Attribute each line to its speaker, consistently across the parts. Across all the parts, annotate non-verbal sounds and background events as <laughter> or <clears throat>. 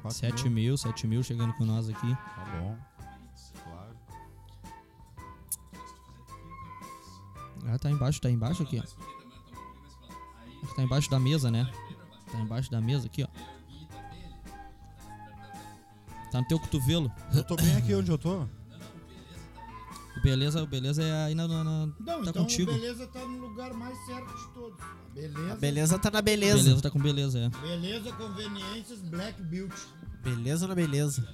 Speaker 1: Quatro
Speaker 2: 7 mil, 7 mil chegando com nós aqui.
Speaker 1: Tá bom. Claro.
Speaker 2: Ah, tá embaixo, tá embaixo aqui, ó. Tá embaixo da mesa, né? Tá embaixo da mesa aqui, ó. Tá no teu cotovelo.
Speaker 1: Eu tô bem aqui onde eu tô.
Speaker 2: O beleza, o beleza é aí na. na- na-
Speaker 3: Não,
Speaker 2: tá
Speaker 3: então
Speaker 2: contigo.
Speaker 3: o beleza tá no lugar mais certo de todos. A beleza,
Speaker 4: A beleza tá na beleza.
Speaker 2: Beleza tá com beleza, é.
Speaker 3: beleza, conveniências, black beauty.
Speaker 4: Beleza na beleza.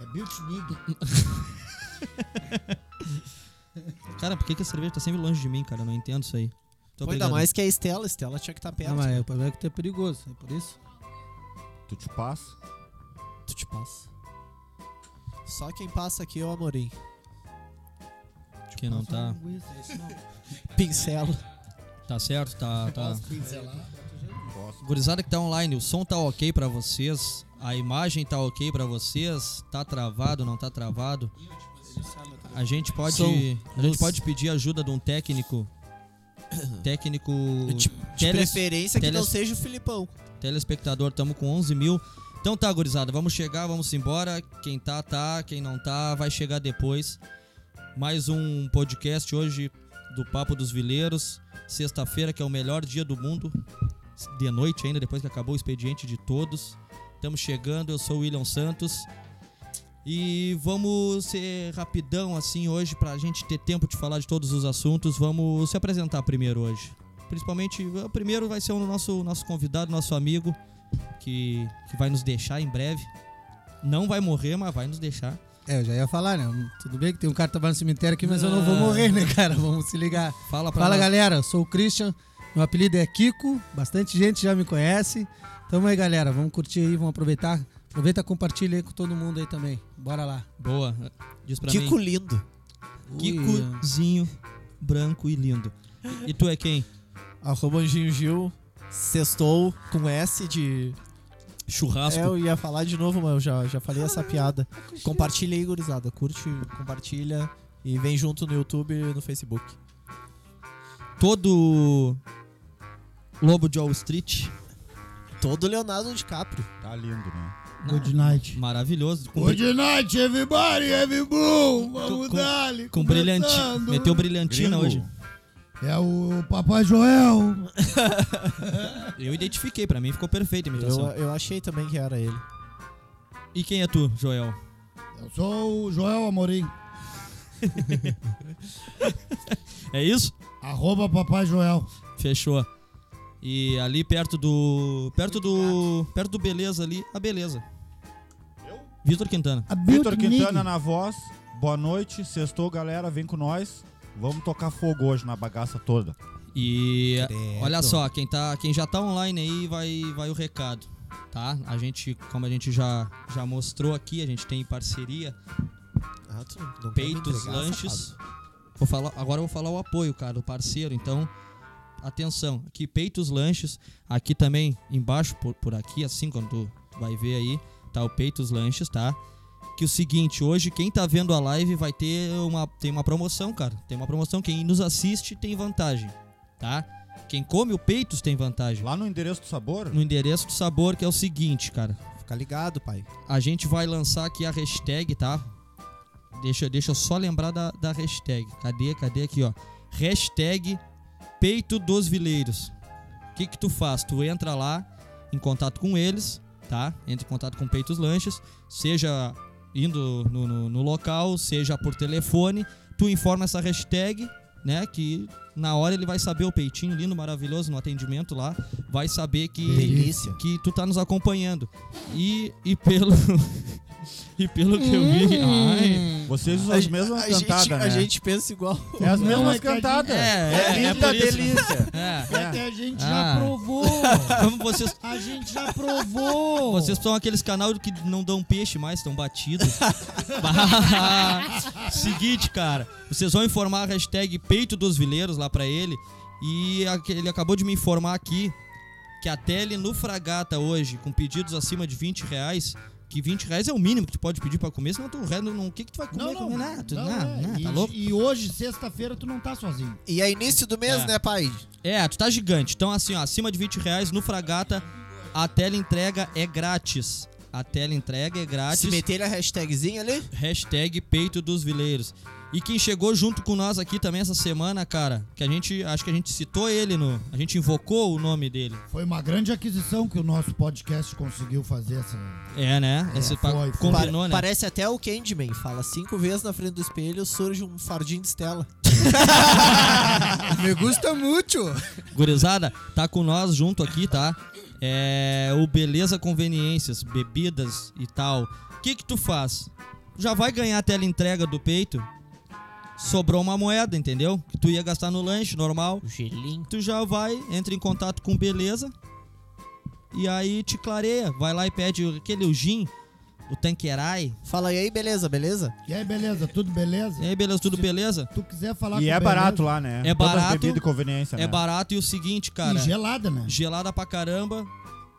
Speaker 3: É beauty nigga.
Speaker 2: Cara, por que, que a cerveja tá sempre longe de mim, cara? Eu não entendo isso aí. Tô
Speaker 4: Pô, ainda
Speaker 2: brigando.
Speaker 4: mais que a Estela. Estela tinha que estar perto.
Speaker 5: Ah, mas o problema é que tu é perigoso, é por isso.
Speaker 1: Tu te passa.
Speaker 4: Tu te passa. Só quem passa aqui é o Amorim.
Speaker 2: Que não tá.
Speaker 4: Pincela.
Speaker 2: Tá certo, tá. tá.
Speaker 3: Posso pincelar?
Speaker 1: Posso.
Speaker 2: Gurizada que tá online, o som tá ok pra vocês? A imagem tá ok pra vocês? Tá travado, não tá travado? A gente pode,
Speaker 4: Som,
Speaker 2: a gente
Speaker 4: luz.
Speaker 2: pode pedir ajuda de um técnico. Técnico.
Speaker 4: De, de
Speaker 2: teles-
Speaker 4: preferência que
Speaker 2: teles-
Speaker 4: não seja o Filipão.
Speaker 2: Telespectador, tamo com 11 mil. Então tá, gurizada, vamos chegar, vamos embora. Quem tá, tá. Quem não tá, vai chegar depois. Mais um podcast hoje do Papo dos Vileiros. Sexta-feira, que é o melhor dia do mundo. De noite ainda, depois que acabou o expediente de todos. Estamos chegando, eu sou o William Santos. E vamos ser rapidão assim hoje pra gente ter tempo de falar de todos os assuntos. Vamos se apresentar primeiro hoje. Principalmente, o primeiro vai ser o nosso, nosso convidado, nosso amigo, que, que vai nos deixar em breve. Não vai morrer, mas vai nos deixar.
Speaker 5: É, eu já ia falar, né? Tudo bem que tem um cara que trabalha no cemitério aqui, mas eu não vou
Speaker 4: Ah.
Speaker 5: morrer, né, cara? Vamos se ligar.
Speaker 2: Fala pra
Speaker 5: Fala,
Speaker 2: nós.
Speaker 5: galera. Eu sou o Christian. Meu apelido é Kiko. Bastante gente já me conhece. Tamo aí, galera. Vamos curtir aí, vamos aproveitar. Aproveita e compartilha aí com todo mundo aí também. Bora lá.
Speaker 2: Boa. Diz pra
Speaker 4: Kiko
Speaker 2: mim.
Speaker 4: lindo.
Speaker 5: Ui,
Speaker 2: Kikozinho, branco e lindo. E tu é quem?
Speaker 4: Arroba Anjinho Gil. Sextou com S de.
Speaker 2: Churrasco.
Speaker 4: É, eu ia falar de novo, mas eu já, já falei essa piada. Compartilha aí, gurizada. Curte, compartilha. E vem junto no YouTube e no Facebook.
Speaker 2: Todo lobo de Wall Street.
Speaker 4: Todo Leonardo DiCaprio.
Speaker 1: Tá lindo, né?
Speaker 3: Good night.
Speaker 2: Maravilhoso. Com, bri-
Speaker 3: Good night, everybody, everyone. Vamos
Speaker 2: Com-
Speaker 3: dali.
Speaker 2: com um brilhante.
Speaker 3: começando.
Speaker 2: Meteu brilhantina
Speaker 1: Gringo.
Speaker 2: hoje.
Speaker 3: É o Papai Joel.
Speaker 2: Eu identifiquei, pra mim ficou perfeita a
Speaker 4: Eu,
Speaker 2: imitação.
Speaker 4: Então, eu é- achei também que era ele.
Speaker 2: E quem é tu, Joel?
Speaker 3: Eu sou o Joel Amorim.
Speaker 2: É isso?
Speaker 3: Arroba Papai Joel.
Speaker 2: Fechou. E ali perto do. Perto do. Perto do Beleza ali, a Beleza. Vitor Quintana.
Speaker 3: A
Speaker 1: Vitor
Speaker 3: beauty
Speaker 1: Quintana
Speaker 3: nigga.
Speaker 1: na voz. Boa noite. Sextou, galera. Vem com nós. Vamos tocar fogo hoje na bagaça toda.
Speaker 2: E
Speaker 4: Credo.
Speaker 2: olha só, quem, tá, quem já tá online aí vai, vai o recado, tá? A gente, como a gente já, já mostrou aqui, a gente tem parceria,
Speaker 4: Ah, tu não- não quer me
Speaker 2: peitos,
Speaker 4: entregar,
Speaker 2: lanches.
Speaker 4: safado.
Speaker 2: Vou falar, agora eu vou falar o apoio, cara, do parceiro, então atenção, aqui Peitos Lanches, aqui também embaixo por, por aqui, assim quando tu vai ver aí, tá o Peitos Lanches, tá? Que o seguinte, hoje quem tá vendo a live vai ter uma tem uma promoção, cara. Tem uma promoção, quem nos assiste tem vantagem, tá? Quem come o Peitos tem vantagem.
Speaker 1: Lá no endereço do sabor,
Speaker 2: No endereço do sabor que é o seguinte, cara.
Speaker 4: Fica ligado, pai.
Speaker 2: A gente vai lançar aqui a hashtag, tá? Deixa, deixa eu só lembrar da, da hashtag. Cadê? Cadê aqui, ó? Hashtag Peito dos Vileiros. O que que tu faz? Tu entra lá em contato com eles, tá? Entra em contato com Peitos Lanches, seja indo no, no- no local, seja por telefone. Tu informa essa hashtag, né? Que na hora ele vai saber o peitinho lindo, maravilhoso no atendimento lá. Vai saber que
Speaker 4: Delícia.
Speaker 2: que tu tá nos acompanhando. E, e pelo. <laughs> e pelo que eu vi. Ai,
Speaker 1: vocês usam as mesmas cantadas,
Speaker 4: gente,
Speaker 1: né?
Speaker 4: a gente pensa igual.
Speaker 1: É as mesmas
Speaker 3: é que a gente-
Speaker 1: cantadas.
Speaker 2: é, é, é
Speaker 1: linda
Speaker 2: por isso.
Speaker 1: delícia.
Speaker 2: é.
Speaker 3: Até a gente
Speaker 2: Ah.
Speaker 3: já
Speaker 2: <laughs>
Speaker 3: provou. é.
Speaker 2: Como vocês.
Speaker 3: A gente já provou.
Speaker 2: Vocês são aqueles canal que não dão peixe mais, estão
Speaker 3: <laughs>
Speaker 2: batidos. Bah, <laughs> Seguinte, cara, vocês vão informar a hashtag Peito dos Vileiros lá pra ele. E a- ele acabou de me informar aqui que a tele no Fragata hoje, com pedidos acima de 20 reais, que 20 reais é o mínimo que tu pode pedir pra comer, senão tu, re- não, o é que, que tu vai comer?
Speaker 3: Não, não,
Speaker 2: comer nada, tu-
Speaker 3: não,
Speaker 2: nada,
Speaker 3: é.
Speaker 2: nada,
Speaker 3: e,
Speaker 2: tá louco?
Speaker 3: e hoje, sexta-feira, tu não tá sozinho.
Speaker 4: E é início do mês,
Speaker 2: É.
Speaker 4: né, pai?
Speaker 2: É, tu tá gigante. Então, assim, ó, acima de 20 reais no Fragata, a tela entrega é grátis. A tela entrega é grátis.
Speaker 4: Se meter a hashtagzinha ali.
Speaker 2: Hashtag Peito dos Vileiros. E quem chegou junto com nós aqui também essa semana, cara, que a gente. Acho que a gente citou ele no. A gente invocou o nome dele.
Speaker 3: Foi uma grande aquisição que o nosso podcast conseguiu fazer essa.
Speaker 2: É, né? Esse
Speaker 3: É,
Speaker 2: pa-
Speaker 3: foi, foi.
Speaker 2: combinou,
Speaker 4: Pa-
Speaker 2: né?
Speaker 4: Parece até o Candyman. Fala cinco vezes na frente do espelho, surge um fardinho de
Speaker 5: <laughs>
Speaker 4: Estela.
Speaker 5: Me gusta muito.
Speaker 2: Gurizada, tá com nós junto aqui, tá? É, o Beleza Conveniências, bebidas e tal. O que que tu faz? Já vai ganhar a tela entrega do peito? Sobrou uma moeda, entendeu? Que tu ia gastar no lanche normal.
Speaker 4: O gelinho.
Speaker 2: Tu já vai, entra em contato com o Beleza. E aí te clareia. Vai lá e pede aquele o gin, o tanquerai.
Speaker 4: Fala aí, beleza, beleza?
Speaker 3: E aí, beleza? Tudo beleza?
Speaker 2: E aí, beleza, tudo beleza?
Speaker 3: Tu quiser falar
Speaker 1: E
Speaker 3: com
Speaker 1: é
Speaker 3: o
Speaker 1: barato lá, né?
Speaker 2: É
Speaker 1: Todas
Speaker 2: barato,
Speaker 1: bebida e conveniência,
Speaker 2: É
Speaker 1: né?
Speaker 2: barato e o seguinte,
Speaker 3: Beleza,
Speaker 2: cara.
Speaker 3: E gelada, né?
Speaker 2: Gelada pra caramba,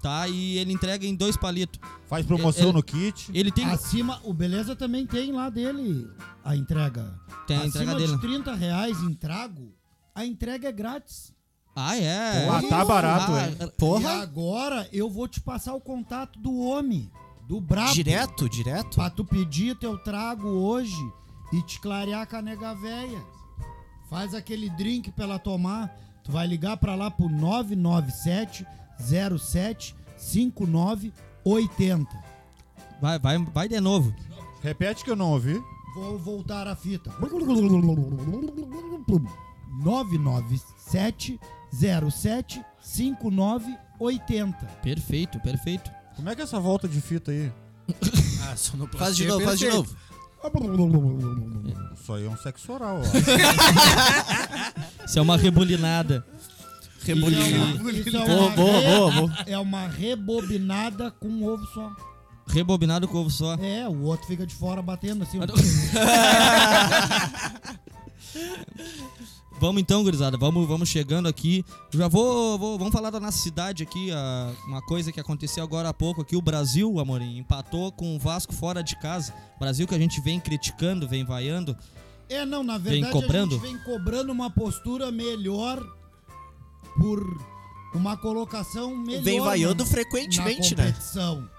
Speaker 2: tá? E ele entrega em dois palitos.
Speaker 1: Faz promoção
Speaker 2: É- é-
Speaker 1: no kit.
Speaker 2: Ele tem.
Speaker 3: Acima, o Beleza também tem lá dele a entrega.
Speaker 2: Tem a
Speaker 3: Acima
Speaker 2: entrega dele.
Speaker 3: de 30 reais em trago, a entrega é grátis.
Speaker 2: Ah, é.
Speaker 1: Ah, tá barato, hein?
Speaker 3: E
Speaker 4: Porra.
Speaker 3: agora eu vou te passar o contato do homem, do
Speaker 5: Ah,
Speaker 3: brabo.
Speaker 4: Direto, direto?
Speaker 3: Pra tu pedir teu trago hoje e te clarear com a nega véia. Faz aquele drink pra ela tomar. Tu vai ligar pra lá pro 997 07 5980.
Speaker 2: Vai, vai, vai de novo.
Speaker 1: Repete que eu não ouvi.
Speaker 3: Vou voltar a fita. 997 07 5980.
Speaker 2: Perfeito, perfeito.
Speaker 1: Como é que é essa volta de fita aí?
Speaker 5: Ah,
Speaker 4: Faz
Speaker 3: é
Speaker 4: de novo, faz de novo.
Speaker 1: Isso aí é um sexo
Speaker 2: <laughs>
Speaker 1: oral, ó.
Speaker 2: Isso é uma rebolinada.
Speaker 4: Rebolinho.
Speaker 3: Isso é
Speaker 4: Boa,
Speaker 3: uma,
Speaker 4: boa,
Speaker 3: re-
Speaker 4: boa, boa.
Speaker 3: é uma rebobinada com um ovo só.
Speaker 2: Rebobinado com ovo só.
Speaker 3: É, o outro fica de fora batendo assim.
Speaker 2: Vamos então, gurizada, vamos, vamos chegando aqui. Já vou, vou- Vamos falar da nossa cidade aqui. a- uma coisa que aconteceu agora há pouco aqui. O Brasil, Amorim, empatou com o Vasco fora de casa. Brasil que a gente vem criticando, vem vaiando.
Speaker 3: É, não, na verdade
Speaker 2: cobrando?
Speaker 3: a gente vem cobrando uma postura melhor por uma colocação melhor.
Speaker 5: né?
Speaker 4: Vem vaiando
Speaker 3: na-
Speaker 4: frequentemente,
Speaker 3: na
Speaker 4: né?
Speaker 3: competição.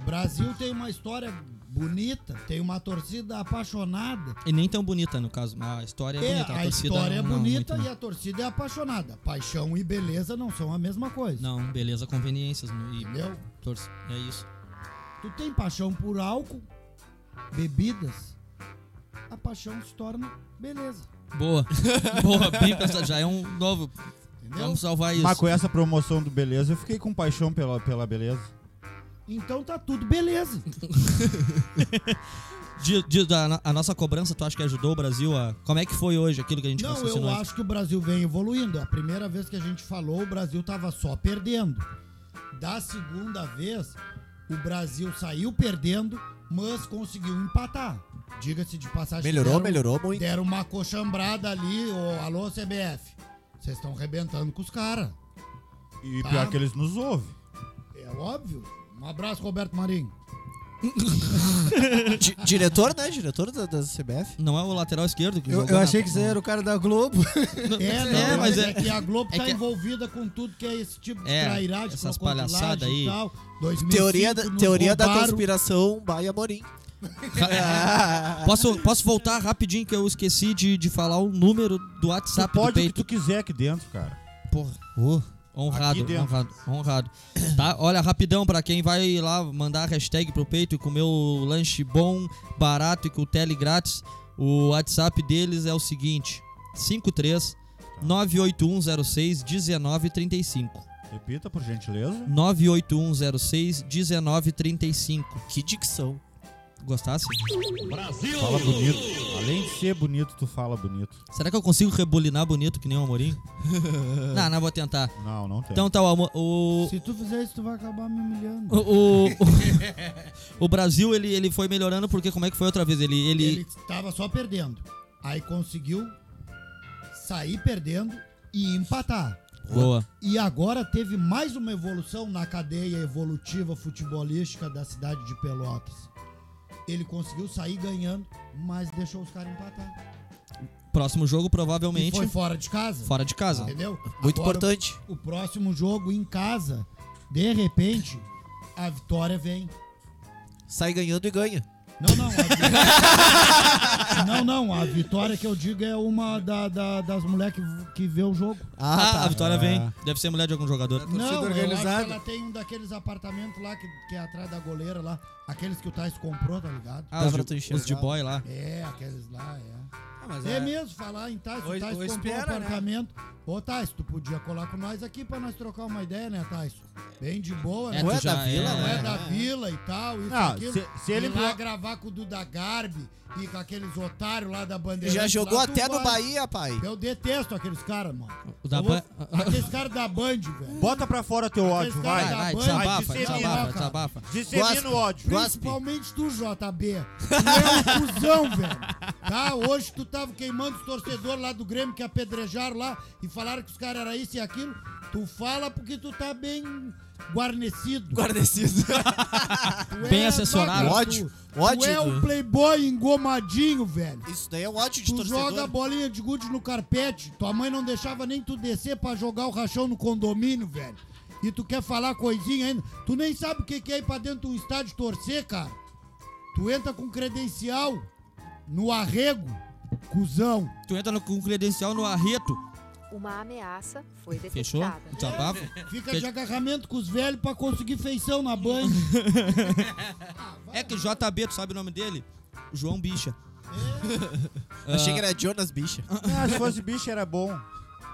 Speaker 3: O Brasil tem uma história bonita, tem uma torcida apaixonada.
Speaker 2: E nem tão bonita, no caso. mas A história é,
Speaker 3: É,
Speaker 2: bonita. A,
Speaker 3: a
Speaker 2: torcida
Speaker 3: história é
Speaker 2: não- não
Speaker 3: bonita
Speaker 2: muito, né?
Speaker 3: e a torcida é apaixonada. Paixão e beleza não são a mesma coisa.
Speaker 2: não. Não, beleza, conveniências. E
Speaker 3: Entendeu?
Speaker 2: torce. É isso.
Speaker 3: Tu tem paixão por álcool, bebidas, a paixão se torna beleza.
Speaker 2: Boa. Boa, bem pensado. Já é um novo.
Speaker 3: Entendeu?
Speaker 2: Vamos salvar isso.
Speaker 1: Mas com essa promoção do Beleza, eu fiquei com paixão pela, pela beleza.
Speaker 3: Então tá tudo
Speaker 4: <laughs>
Speaker 3: beleza.
Speaker 4: Tipo
Speaker 2: Diz- diz da- a, nossa cobrança, tu acha que ajudou o Brasil a. Como é que foi hoje aquilo que a gente
Speaker 3: Não, eu
Speaker 4: assim,
Speaker 2: raciocinou antes?
Speaker 3: acho que o Brasil vem evoluindo. A primeira vez que a gente falou, o Brasil tava só perdendo. Da segunda vez, o Brasil saiu perdendo, mas conseguiu empatar. Diga-se de passagem.
Speaker 4: Melhorou,
Speaker 3: deram-
Speaker 4: melhorou muito.
Speaker 3: Deram uma coxambrada ali, ô, alô CBF. Vocês estão arrebentando com os caras.
Speaker 1: E
Speaker 3: Tá.
Speaker 2: Ah.
Speaker 1: pior que eles nos ouvem.
Speaker 3: É óbvio. Um abraço, Roberto Marinho.
Speaker 4: Di- Diretor, né? Diretor da, da CBF.
Speaker 2: Não é o lateral esquerdo que
Speaker 5: Eu,
Speaker 2: jogou
Speaker 5: eu
Speaker 2: na-
Speaker 5: achei que você era o cara da Globo.
Speaker 3: É, não,
Speaker 2: É, mas
Speaker 3: mas é,
Speaker 2: é-
Speaker 3: que a Globo
Speaker 2: é
Speaker 3: tá
Speaker 2: que-
Speaker 3: envolvida com tudo que é esse tipo de
Speaker 2: É,
Speaker 3: trairagem,
Speaker 2: essas
Speaker 3: crocodilagem
Speaker 2: palhaçada aí.
Speaker 3: E tal. 2005
Speaker 4: Teoria, da,
Speaker 3: nos
Speaker 4: teoria da
Speaker 3: roubaram.
Speaker 4: conspiração, Baia Morim.
Speaker 2: <laughs>
Speaker 5: Ah.
Speaker 2: Posso, posso voltar rapidinho que eu esqueci de, de falar o número do
Speaker 1: Tu
Speaker 2: WhatsApp do
Speaker 1: pode o que tu
Speaker 2: peito.
Speaker 1: quiser aqui dentro, cara.
Speaker 2: Porra. honrado,
Speaker 1: Aqui dentro.
Speaker 2: honrado, honrado. Tá? Olha, rapidão pra quem vai lá mandar a hashtag pro peito e comer o lanche bom, barato e com tele grátis. O WhatsApp deles é o seguinte: 53 98106 1935.
Speaker 1: Repita, por gentileza.
Speaker 2: 98106 1935.
Speaker 4: <laughs> Que dicção.
Speaker 2: Gostasse?
Speaker 1: Fala bonito. Além de ser bonito, tu fala bonito.
Speaker 2: Será que eu consigo rebolinar bonito que nem
Speaker 1: <laughs>
Speaker 2: o Amorim? não, não vou tentar.
Speaker 1: Não, não tem.
Speaker 2: Então tá, o. Amo- o
Speaker 3: Se tu fizer isso, tu vai acabar me humilhando.
Speaker 2: o, o, o <laughs> Brasil ele, ele foi melhorando porque como é que foi outra vez ele ele,
Speaker 3: Ele tava só perdendo. Aí conseguiu sair perdendo e empatar.
Speaker 2: boa
Speaker 3: E agora teve mais uma evolução na cadeia evolutiva futebolística da cidade de Pelotas. Ele conseguiu sair ganhando, mas deixou os caras empatar.
Speaker 2: próximo jogo
Speaker 3: E
Speaker 2: provavelmente
Speaker 3: foi fora de casa.
Speaker 2: fora de casa
Speaker 3: Entendeu?
Speaker 4: Muito
Speaker 3: Agora,
Speaker 4: importante.
Speaker 3: O próximo jogo em casa, de repente, a vitória vem.
Speaker 4: sai ganhando e ganha.
Speaker 3: Não, não. A vitória...
Speaker 4: <laughs>
Speaker 3: não, não. A vitória que eu digo é uma da, da- das mulheres que, que vê o jogo.
Speaker 2: Ah, a
Speaker 4: Ah, tá.
Speaker 2: vitória
Speaker 1: Ah.
Speaker 2: vem. Deve ser mulher de algum jogador.
Speaker 4: Torcida
Speaker 3: não, eu acho
Speaker 4: organizada.
Speaker 3: que ela tem um daqueles apartamentos lá que, que é atrás da goleira lá. Aqueles que o Tais comprou, tá ligado?
Speaker 2: Ah, os
Speaker 4: Dá pra tu
Speaker 2: de, os de
Speaker 4: enxergar.
Speaker 2: boy lá.
Speaker 3: É, aqueles lá, é.
Speaker 4: Ah, mas
Speaker 3: É,
Speaker 4: é-
Speaker 3: mesmo, falar em Tais, o
Speaker 4: Ou-
Speaker 3: Tais
Speaker 4: ou
Speaker 3: comprou
Speaker 4: espera,
Speaker 3: um
Speaker 4: né?
Speaker 3: apartamento. Ô, Tais, tu podia colar com nós aqui pra nós trocar uma ideia, né, Tais? Bem de boa, né?
Speaker 4: Ou
Speaker 2: tu
Speaker 4: é
Speaker 2: já
Speaker 4: da vila,
Speaker 3: Não é
Speaker 4: é,
Speaker 3: da
Speaker 4: é.
Speaker 3: vila e tal, isso
Speaker 1: Ah,
Speaker 3: aquilo.
Speaker 1: se- se ele
Speaker 3: Ir lá
Speaker 1: pro-
Speaker 3: gravar com o Duda Garbi e com aqueles otários lá da bandeira.
Speaker 4: Já jogou até no Bahia, pai.
Speaker 3: Eu detesto aqueles caras, mano.
Speaker 2: O da
Speaker 3: Eu vou-
Speaker 2: Ban-
Speaker 3: Aqueles caras da Band, velho.
Speaker 1: Bota pra fora teu ódio,
Speaker 3: Vai,
Speaker 2: Vai,
Speaker 1: vai.
Speaker 2: vai,
Speaker 3: vai,
Speaker 2: desabafa,
Speaker 1: vai,
Speaker 2: desabafa,
Speaker 1: dissemina,
Speaker 2: desabafa.
Speaker 1: Dissemina o ódio.
Speaker 4: Guaspe.
Speaker 3: Principalmente tu, JB. Tu é um cuzão, velho. Tá? Hoje tu tava queimando os torcedores lá do Grêmio que apedrejaram lá e falaram que os caras eram isso e aquilo. Tu fala porque tu tá bem guarnecido.
Speaker 4: <laughs> Guardecido.
Speaker 3: Tu
Speaker 2: Bem
Speaker 3: é
Speaker 2: assessorado.
Speaker 3: vaga,
Speaker 4: Ódio,
Speaker 3: Tu, tu
Speaker 4: ódio
Speaker 3: é um
Speaker 4: do-
Speaker 3: playboy engomadinho, velho.
Speaker 4: Isso daí é um ódio de
Speaker 3: Tu
Speaker 4: torcedor.
Speaker 3: joga bolinha de gude no carpete. Tua mãe não deixava nem tu descer pra jogar o rachão no condomínio, velho. E tu quer falar coisinha ainda. Tu nem sabe o que que é ir pra dentro de um estádio torcer, cara. Tu entra com credencial no arrego, cuzão.
Speaker 2: Tu entra no, com um credencial no arreto,
Speaker 6: Uma ameaça foi
Speaker 2: fechou? Tá.
Speaker 6: detectada.
Speaker 2: Desabafo.
Speaker 3: Fica de agarramento com os velhos pra conseguir feição
Speaker 2: <laughs>
Speaker 3: na banha.
Speaker 2: É que JB, tu sabe o nome dele? João Bicha.
Speaker 4: Achei que era Jonas Bicha.
Speaker 1: Ah, se fosse bicho era bom.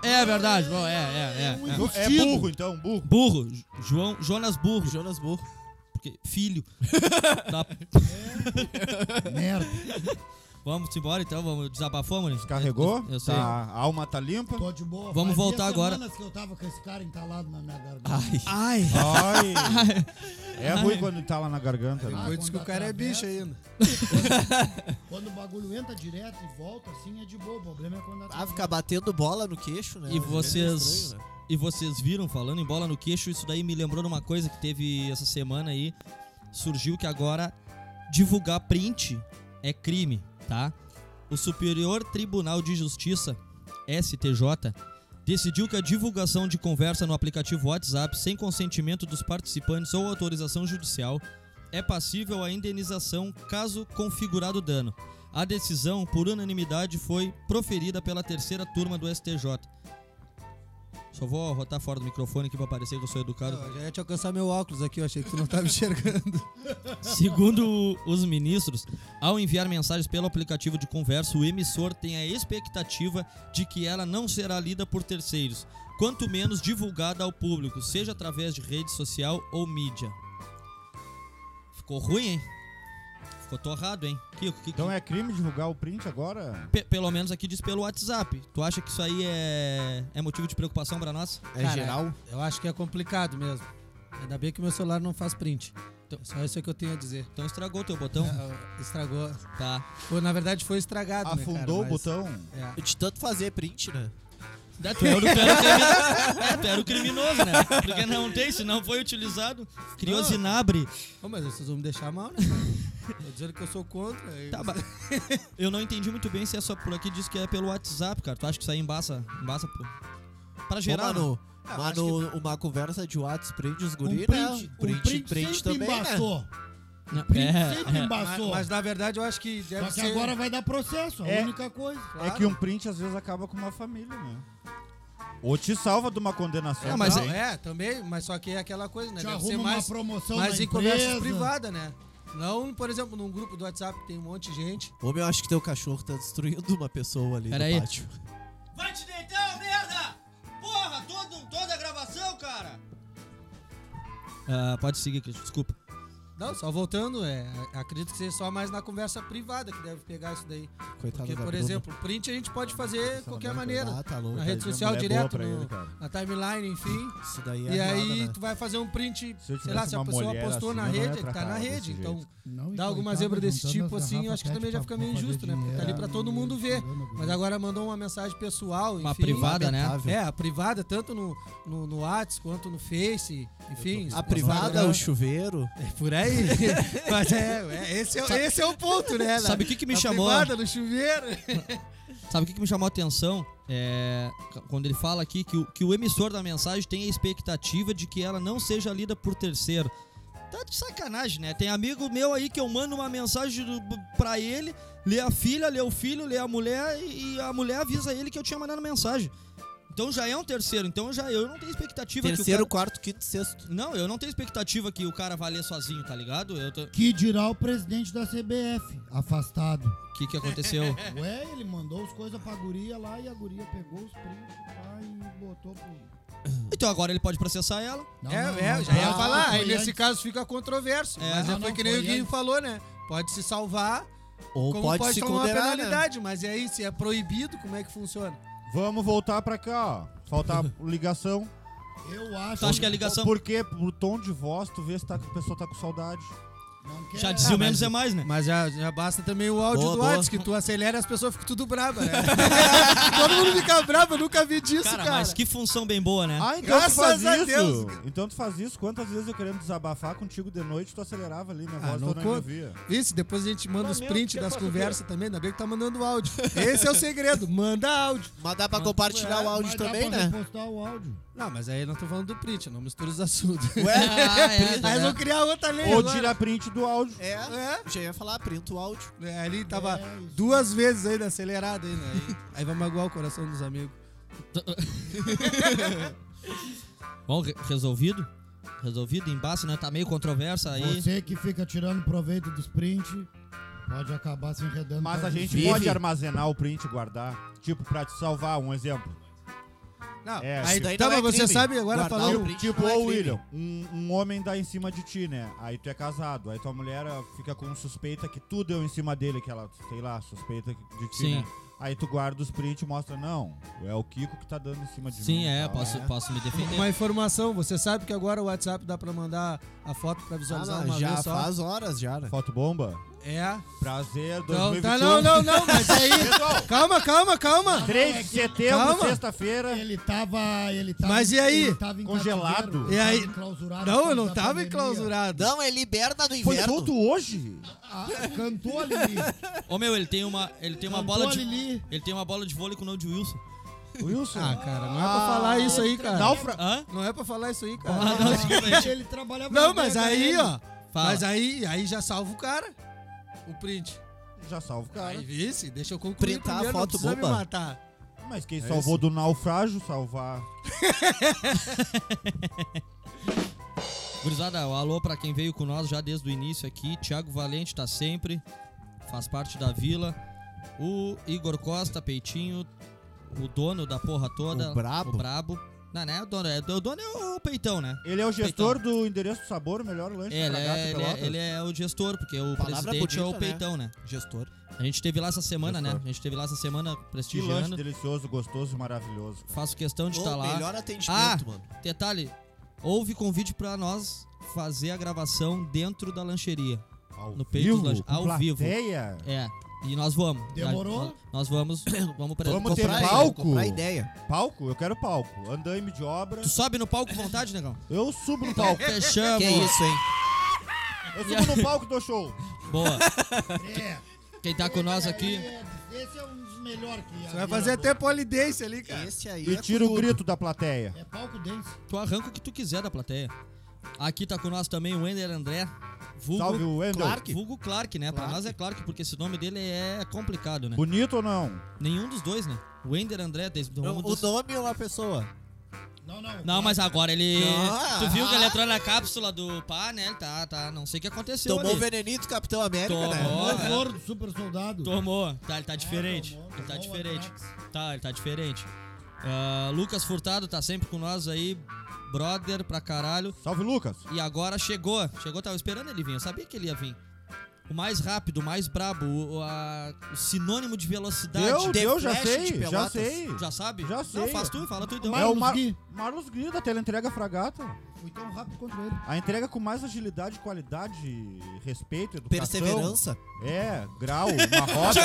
Speaker 2: É verdade, bom, é, é, é. é.
Speaker 1: É
Speaker 3: Vestido.
Speaker 1: burro, então, burro.
Speaker 2: Burro, J- João, Jonas Burro,
Speaker 4: Jonas Burro.
Speaker 2: porque filho. da-
Speaker 3: Merda.
Speaker 2: Vamos embora então, vamos desabafou, mano.
Speaker 1: Carregou?
Speaker 2: Eu sei.
Speaker 1: Tá, a alma tá limpa.
Speaker 3: Tô de boa.
Speaker 2: Vamos
Speaker 3: Fazia
Speaker 2: voltar agora. Ah.
Speaker 3: semanas que eu tava com esse cara entalado na minha garganta.
Speaker 2: Ai.
Speaker 4: Ai.
Speaker 1: Ai. É ruim quando tá lá na garganta.
Speaker 3: Ah,
Speaker 1: Né?
Speaker 5: Foi disso que o
Speaker 3: quando
Speaker 5: cara é
Speaker 3: atravessa.
Speaker 5: bicho ainda.
Speaker 3: Quando o bagulho entra direto e volta, assim é de boa. O problema é quando
Speaker 4: Ah, ficar batendo bola no queixo, né?
Speaker 2: E
Speaker 4: É
Speaker 2: vocês-
Speaker 4: estranho, né?
Speaker 2: E vocês viram, falando em bola no queixo, isso daí me lembrou de uma coisa que teve essa semana aí. Surgiu que agora divulgar print é crime, tá? O Superior Tribunal de Justiça, STJ, decidiu que a divulgação de conversa no aplicativo WhatsApp sem consentimento dos participantes ou autorização judicial é passível à indenização caso configurado dano. A decisão, por unanimidade, foi proferida pela terceira turma do STJ. Só vou rotar fora do microfone aqui pra parecer que eu sou educado.
Speaker 5: Eu já ia te alcançar meu óculos aqui, eu achei que tu
Speaker 4: <laughs>
Speaker 5: não tava enxergando.
Speaker 2: Segundo o- os ministros, ao enviar mensagens pelo aplicativo de conversa, o emissor tem a expectativa de que ela não será lida por terceiros, quanto menos divulgada ao público, seja através de rede social ou mídia. Ficou ruim, hein? Ficou torrado, hein? Kiko, que,
Speaker 1: Então é crime divulgar o print agora?
Speaker 2: pe- pelo menos aqui diz pelo WhatsApp. Tu acha que isso aí é, é motivo de preocupação pra nós?
Speaker 4: É
Speaker 5: Cara,
Speaker 4: geral?
Speaker 5: Eu acho que é complicado mesmo. Ainda bem que meu celular não faz print. Então, só isso é que eu tenho a dizer.
Speaker 2: Então estragou teu botão.
Speaker 5: É, Estragou.
Speaker 2: Tá.
Speaker 5: Foi, na verdade, foi estragado. né, cara,
Speaker 1: Afundou o
Speaker 5: mas-
Speaker 1: botão?
Speaker 5: É.
Speaker 4: De tanto fazer print, né?
Speaker 2: Da- É, Tu era, o- tu era o criminoso, é, tu era o criminoso, né? Porque não tem, se não foi utilizado. Criou
Speaker 5: Não.
Speaker 2: zinabre.
Speaker 5: Ô, mas vocês vão me deixar
Speaker 4: <laughs>
Speaker 5: mal, né? cara? Tô dizendo que eu sou contra. e-
Speaker 2: Tá, ba- eu não entendi muito bem se é só por aqui, diz que é pelo WhatsApp, cara. Tu acha que isso aí embaça? Embaça pro- pra
Speaker 4: Ô,
Speaker 2: geral.
Speaker 4: mano,
Speaker 5: Ah,
Speaker 4: mano uma conversa de WhatsApp prende os
Speaker 3: Um
Speaker 4: guri, né?
Speaker 3: print, um print, sempre
Speaker 4: também, né?
Speaker 3: embaçou.
Speaker 2: Não,
Speaker 3: Print
Speaker 2: é,
Speaker 3: sempre
Speaker 5: mas,
Speaker 3: embaçou.
Speaker 5: mas, na verdade, eu acho que deve
Speaker 3: Só que
Speaker 5: ser...
Speaker 3: agora vai dar processo, a
Speaker 1: É.
Speaker 3: única coisa.
Speaker 5: Claro.
Speaker 1: É que um print às vezes acaba com uma família, né? Ou te salva de uma condenação.
Speaker 5: É,
Speaker 2: Ah,
Speaker 5: mas
Speaker 1: também.
Speaker 5: é, também, mas só que é aquela coisa, né?
Speaker 3: Te
Speaker 5: Deve
Speaker 3: arruma
Speaker 5: ser mais,
Speaker 3: uma promoção
Speaker 5: mais
Speaker 3: na
Speaker 5: em
Speaker 3: empresa.
Speaker 5: conversas privadas, né? Não, por exemplo, num grupo do WhatsApp que tem um monte de gente.
Speaker 4: Ô, meu, acho que teu cachorro tá destruindo uma pessoa ali
Speaker 2: Pera
Speaker 4: no
Speaker 2: aí.
Speaker 4: pátio.
Speaker 2: Vai te deitar, merda! Porra, toda a gravação, cara! Ah, pode seguir, Cristo, desculpa.
Speaker 5: Não, só voltando, é, acredito que seja só mais na conversa privada que deve pegar isso daí.
Speaker 4: Coitado
Speaker 5: Porque,
Speaker 4: da
Speaker 5: por
Speaker 4: Bruna.
Speaker 5: exemplo, print a gente pode fazer de qualquer
Speaker 4: merda,
Speaker 5: maneira.
Speaker 4: Ah, tá louco.
Speaker 5: Na
Speaker 1: cara,
Speaker 5: rede
Speaker 1: tinha
Speaker 5: social
Speaker 1: mulher é boa
Speaker 5: direto,
Speaker 1: pra
Speaker 5: no-
Speaker 1: ele, cara.
Speaker 5: na timeline, enfim.
Speaker 4: Isso daí é
Speaker 5: e
Speaker 4: nada,
Speaker 5: aí
Speaker 4: né?
Speaker 5: tu vai fazer um print,
Speaker 1: Se eu
Speaker 5: sei lá,
Speaker 1: tivesse
Speaker 5: se a
Speaker 1: uma
Speaker 5: pessoa
Speaker 1: mulher
Speaker 5: postou
Speaker 1: assim,
Speaker 5: na
Speaker 1: eu não ia
Speaker 5: rede, ele tá
Speaker 1: tratá-la
Speaker 5: na
Speaker 1: desse
Speaker 5: rede.
Speaker 1: jeito.
Speaker 5: Então,
Speaker 3: Não, e
Speaker 5: Dá alguma
Speaker 3: coitado,
Speaker 5: zebra desse
Speaker 3: juntando
Speaker 5: tipo,
Speaker 3: as
Speaker 5: assim, eu
Speaker 3: garrafas
Speaker 5: acho que também
Speaker 3: pet
Speaker 5: já
Speaker 3: pra-
Speaker 5: fica
Speaker 3: pra
Speaker 5: meio
Speaker 3: fazer
Speaker 5: injusto, né? Porque tá ali pra
Speaker 3: dinheiro.
Speaker 5: todo mundo ver. Mas agora mandou uma mensagem pessoal, enfim.
Speaker 2: Uma privada, né?
Speaker 4: lamentável.
Speaker 5: É, a privada, tanto no, no, no Whats quanto no Face, enfim.
Speaker 4: A privada, o chuveiro.
Speaker 5: É por aí. Mas é, é, esse, é esse é o ponto, né?
Speaker 2: Sabe o que que me
Speaker 5: Na
Speaker 2: chamou?
Speaker 5: privada, no chuveiro.
Speaker 2: <laughs> Sabe o que, que me chamou a atenção? É, c- quando ele fala aqui que o, que o emissor da mensagem tem a expectativa de que ela não seja lida por terceiro. Tá de sacanagem, né? Tem amigo meu aí que eu mando uma mensagem do- pra ele, lê a filha, lê o filho, lê a mulher e e a mulher avisa ele que eu tinha mandado mensagem. Então já é um terceiro, então já eu não tenho expectativa
Speaker 4: Terceiro,
Speaker 2: que
Speaker 4: quarto, quinto, sexto.
Speaker 2: o cara... Não, eu não tenho expectativa que o cara vá ler sozinho, tá ligado? Eu tô- O
Speaker 3: Que dirá o presidente da CBF, afastado.
Speaker 2: que que aconteceu?
Speaker 3: Ué, ele mandou as coisas pra guria lá e a guria pegou os prints lá e botou pro.
Speaker 2: então agora ele pode processar ela.
Speaker 3: Não,
Speaker 5: é,
Speaker 3: não,
Speaker 5: é,
Speaker 3: não,
Speaker 5: já ia
Speaker 3: não,
Speaker 5: falar.
Speaker 3: não,
Speaker 5: Aí
Speaker 3: foi
Speaker 5: nesse
Speaker 3: antes.
Speaker 5: caso fica controverso.
Speaker 2: É.
Speaker 5: mas é
Speaker 3: Não,
Speaker 5: foi
Speaker 3: não,
Speaker 5: que nem
Speaker 3: foi
Speaker 5: o Guinho
Speaker 3: antes.
Speaker 5: falou, né? Pode se salvar,
Speaker 4: Ou
Speaker 5: como
Speaker 4: pode,
Speaker 5: pode
Speaker 4: se
Speaker 5: tomar uma
Speaker 4: condenar, né?
Speaker 5: penalidade. Mas e aí, se é proibido, como é que funciona?
Speaker 1: Vamos voltar pra cá, ó. <laughs> Falta ligação.
Speaker 3: Eu acho.
Speaker 2: Tu acha que a ligação...
Speaker 1: Porque pro tom de voz, tu vê se tá, a pessoa tá com saudade.
Speaker 3: Não quer.
Speaker 2: Já dizia o
Speaker 5: mas-
Speaker 2: menos é mais, né?
Speaker 5: Mas já, já basta também o áudio
Speaker 4: Boa,
Speaker 5: do
Speaker 4: boa.
Speaker 5: WhatsApp, que tu acelera e as pessoas ficam tudo brava, né? <laughs> Todo mundo fica bravo, eu nunca vi disso, cara.
Speaker 2: Cara, mas que função bem boa, né?
Speaker 1: Ah, então
Speaker 5: Graças
Speaker 1: tu faz
Speaker 5: a
Speaker 1: isso.
Speaker 5: Deus.
Speaker 1: Então tu faz isso. Quantas vezes eu querendo desabafar contigo de noite, tu acelerava ali, minha
Speaker 5: Ah,
Speaker 1: voz
Speaker 5: não
Speaker 1: tu não me
Speaker 5: conta.
Speaker 1: ouvia.
Speaker 5: Isso, depois a gente manda
Speaker 1: Mas
Speaker 5: os
Speaker 1: mesmo,
Speaker 4: é
Speaker 5: prints
Speaker 1: que
Speaker 5: das
Speaker 1: faço o quê?
Speaker 5: conversas também, ainda bem que tá mandando áudio. Esse é o segredo, manda áudio.
Speaker 4: Mas dá pra compartilhar o áudio
Speaker 3: Mas dá
Speaker 4: também,
Speaker 3: pra
Speaker 4: né?
Speaker 3: repostar o áudio.
Speaker 5: Não, mas aí eu não tô falando do print, eu não misturo os assuntos.
Speaker 2: Ah, é,
Speaker 5: aí eu
Speaker 2: né?
Speaker 5: vou criar outra lei
Speaker 1: Ou
Speaker 5: agora.
Speaker 1: tira print do áudio.
Speaker 4: É. Já ia falar, printa o áudio.
Speaker 5: É, ali tava
Speaker 3: É isso.
Speaker 5: duas vezes ainda acelerado ainda. Aí, aí vai magoar o coração dos amigos.
Speaker 2: Bom, re- resolvido? Resolvido, embaixo, né? Tá meio controversa aí.
Speaker 3: Você que fica tirando proveito dos prints, pode acabar se enredando.
Speaker 1: Mas
Speaker 3: com
Speaker 1: a gente
Speaker 4: Vive.
Speaker 1: pode armazenar o print e guardar. Tipo, pra te salvar, um exemplo.
Speaker 5: Não,
Speaker 1: É,
Speaker 5: aí,
Speaker 1: isso
Speaker 4: daí
Speaker 5: tá,
Speaker 4: não
Speaker 5: mas
Speaker 4: é
Speaker 5: você
Speaker 4: crime.
Speaker 5: sabe agora
Speaker 4: Guardar
Speaker 5: falando.
Speaker 4: o print
Speaker 1: Tipo,
Speaker 4: não é
Speaker 1: ô
Speaker 4: crime.
Speaker 1: William, um, um homem dá em cima de ti, né? Aí tu é casado, aí tua mulher ah, fica com suspeita que tu deu em cima dele, que ela, sei lá, suspeita de ti,
Speaker 2: Sim.
Speaker 1: né? Aí tu guarda os prints e mostra, não, é o Kiko que tá dando em cima de mim.
Speaker 2: Sim,
Speaker 1: e
Speaker 2: é,
Speaker 1: tal,
Speaker 2: posso,
Speaker 1: né?
Speaker 2: posso me defender.
Speaker 5: Uma informação, você sabe que agora o WhatsApp dá pra mandar a foto pra
Speaker 4: Ah,
Speaker 5: visualizar
Speaker 4: não,
Speaker 5: uma
Speaker 4: já
Speaker 5: vez só.
Speaker 4: faz horas já, né?
Speaker 1: Foto bomba?
Speaker 5: É.
Speaker 1: Prazer,
Speaker 5: Não,
Speaker 1: 2021.
Speaker 5: tá, não, não, não, mas aí. calma, calma, calma.
Speaker 1: 3 de setembro,
Speaker 5: Calma.
Speaker 1: sexta-feira.
Speaker 3: Ele tava. Ele tava
Speaker 5: Mas e aí?
Speaker 3: Ele tava em
Speaker 1: Congelado.
Speaker 3: cativeiro,
Speaker 5: E aí?
Speaker 3: tava enclausurado
Speaker 5: Não,
Speaker 3: por
Speaker 5: eu não
Speaker 3: causa da
Speaker 5: tava
Speaker 3: pandemia.
Speaker 5: enclausurado.
Speaker 4: Não, é liberta no
Speaker 1: Foi
Speaker 4: inverno.
Speaker 1: solto hoje?
Speaker 3: Ah, cantou a Lili.
Speaker 5: <laughs>
Speaker 4: né?
Speaker 2: Ô meu, ele tem uma, ele tem uma
Speaker 3: Cantou
Speaker 2: bola
Speaker 3: a
Speaker 2: de,
Speaker 3: Lili.
Speaker 2: ele tem uma bola de vôlei com o nome de Wilson.
Speaker 1: Wilson?
Speaker 5: Ah, cara, não é pra falar isso aí, cara. Não,
Speaker 1: Naufra...
Speaker 2: Hã?
Speaker 5: é pra falar isso aí,
Speaker 2: Ah,
Speaker 5: cara.
Speaker 2: não, desculpa aí.
Speaker 3: Ele trabalhava
Speaker 5: Não,
Speaker 3: na
Speaker 5: mas
Speaker 3: DHL.
Speaker 5: aí, ó.
Speaker 2: Fala.
Speaker 5: Mas aí, aí já salva o cara. O print.
Speaker 1: Já salvo, cara.
Speaker 5: Aí, vice, deixa eu concluir
Speaker 4: Printar a
Speaker 5: primeiro, não
Speaker 4: foto
Speaker 5: precisa
Speaker 4: boba.
Speaker 5: me matar.
Speaker 1: Mas quem salvou do naufrágio, salvar.
Speaker 2: Gurizada, um alô pra quem veio com nós já desde o início aqui. Thiago Valente tá sempre, faz parte da vila. O Igor Costa, Peitinho, o dono da porra toda.
Speaker 4: O brabo.
Speaker 2: O brabo. Não, não é o dono, é, o dono é o Peitão, né?
Speaker 1: Ele é o gestor do endereço do sabor, o melhor lanche
Speaker 2: É,
Speaker 1: de
Speaker 2: Ele
Speaker 1: Fragata
Speaker 2: é,
Speaker 1: e
Speaker 2: ele, é,
Speaker 1: Pelotas.
Speaker 2: ele é o gestor, porque o
Speaker 4: Palavra
Speaker 2: presidente é o
Speaker 4: bonita, né?
Speaker 2: Peitão, né?
Speaker 4: Gestor.
Speaker 2: A gente teve lá essa semana, né?
Speaker 1: Gestor.
Speaker 2: A gente teve lá essa semana
Speaker 1: Que lanche
Speaker 2: prestigiando.
Speaker 1: delicioso, gostoso e maravilhoso.
Speaker 2: Faço questão de
Speaker 4: Ô,
Speaker 2: estar lá.
Speaker 4: Melhor atendimento,
Speaker 2: Ah!
Speaker 4: mano.
Speaker 2: Detalhe, houve convite pra nós fazer a gravação dentro da lancheria.
Speaker 1: Ao
Speaker 2: No peito do lanche-
Speaker 1: com
Speaker 2: ao vivo.
Speaker 1: plateia.
Speaker 2: É, e nós vamos.
Speaker 3: Demorou?
Speaker 2: Nós, nós vamos, vamos pra...
Speaker 1: Vamos ter
Speaker 4: Comprar ideia,
Speaker 1: palco?
Speaker 4: comprar ideia.
Speaker 1: Palco? Eu quero palco. Andaime de
Speaker 2: <laughs>
Speaker 1: obra.
Speaker 2: Tu sobe no palco com vontade, negão?
Speaker 1: Eu subo no palco.
Speaker 2: Fechamos.
Speaker 4: Que é isso, hein?
Speaker 1: Eu subo no palco do show.
Speaker 2: Boa.
Speaker 3: É.
Speaker 2: Quem tá com nós aqui...
Speaker 3: Esse é um dos melhores que.
Speaker 5: Você vai fazer até polidense ali, cara.
Speaker 4: Esse aí
Speaker 1: E
Speaker 4: é
Speaker 1: tira o
Speaker 4: futuro.
Speaker 1: grito da plateia.
Speaker 3: É palco dense.
Speaker 2: Tu arranca o que tu quiser da plateia. Aqui tá com nós também o Ender André. Vulgo,
Speaker 1: Salve o Wendel.
Speaker 4: Clark.
Speaker 2: vulgo Clark, né? Pra
Speaker 4: Clark.
Speaker 2: nós é Clark, porque esse nome dele é complicado, né?
Speaker 1: Bonito ou não?
Speaker 2: Nenhum dos dois, né? O Ender André... Des...
Speaker 4: Não,
Speaker 2: um
Speaker 4: O
Speaker 2: dos-
Speaker 4: nome é uma pessoa.
Speaker 3: Não, não.
Speaker 2: Não, mas agora ele.
Speaker 4: Ah.
Speaker 2: tu viu que ele entrou na cápsula do pá, né? Ele tá, tá. Não sei o que aconteceu.
Speaker 4: Tomou o
Speaker 2: ali.
Speaker 4: veneninho do Capitão América, né?
Speaker 2: Tomou,
Speaker 3: O
Speaker 2: é.
Speaker 3: flor do super soldado.
Speaker 2: Tomou. Tá, ele tá diferente.
Speaker 3: É, tomou,
Speaker 2: ele tá
Speaker 3: tomou né?
Speaker 2: diferente.
Speaker 3: o Atrax.
Speaker 2: Tá, ele tá diferente. Ah, Lucas Furtado tá sempre com nós aí. Brother pra caralho.
Speaker 1: Salve, Lucas.
Speaker 2: E agora chegou. Chegou, tava esperando ele vir. Eu sabia que ele ia vir. O mais rápido, o mais brabo, o, o- a- o sinônimo de velocidade.
Speaker 1: Eu,
Speaker 4: The
Speaker 1: eu já
Speaker 4: Flash de
Speaker 1: sei, já
Speaker 4: Pelotas.
Speaker 1: sei.
Speaker 2: Já sabe?
Speaker 1: Já
Speaker 2: Não,
Speaker 1: sei.
Speaker 2: faz tu, fala tu então. <laughs>
Speaker 1: É o
Speaker 3: Marlos
Speaker 1: Mar-
Speaker 3: Gui.
Speaker 1: Marlos Gui da teleentrega Fragata.
Speaker 3: Fui tão rápido quanto ele.
Speaker 1: A entrega com mais agilidade, qualidade, respeito, educação.
Speaker 4: Perseverança.
Speaker 1: É, grau, uma roda,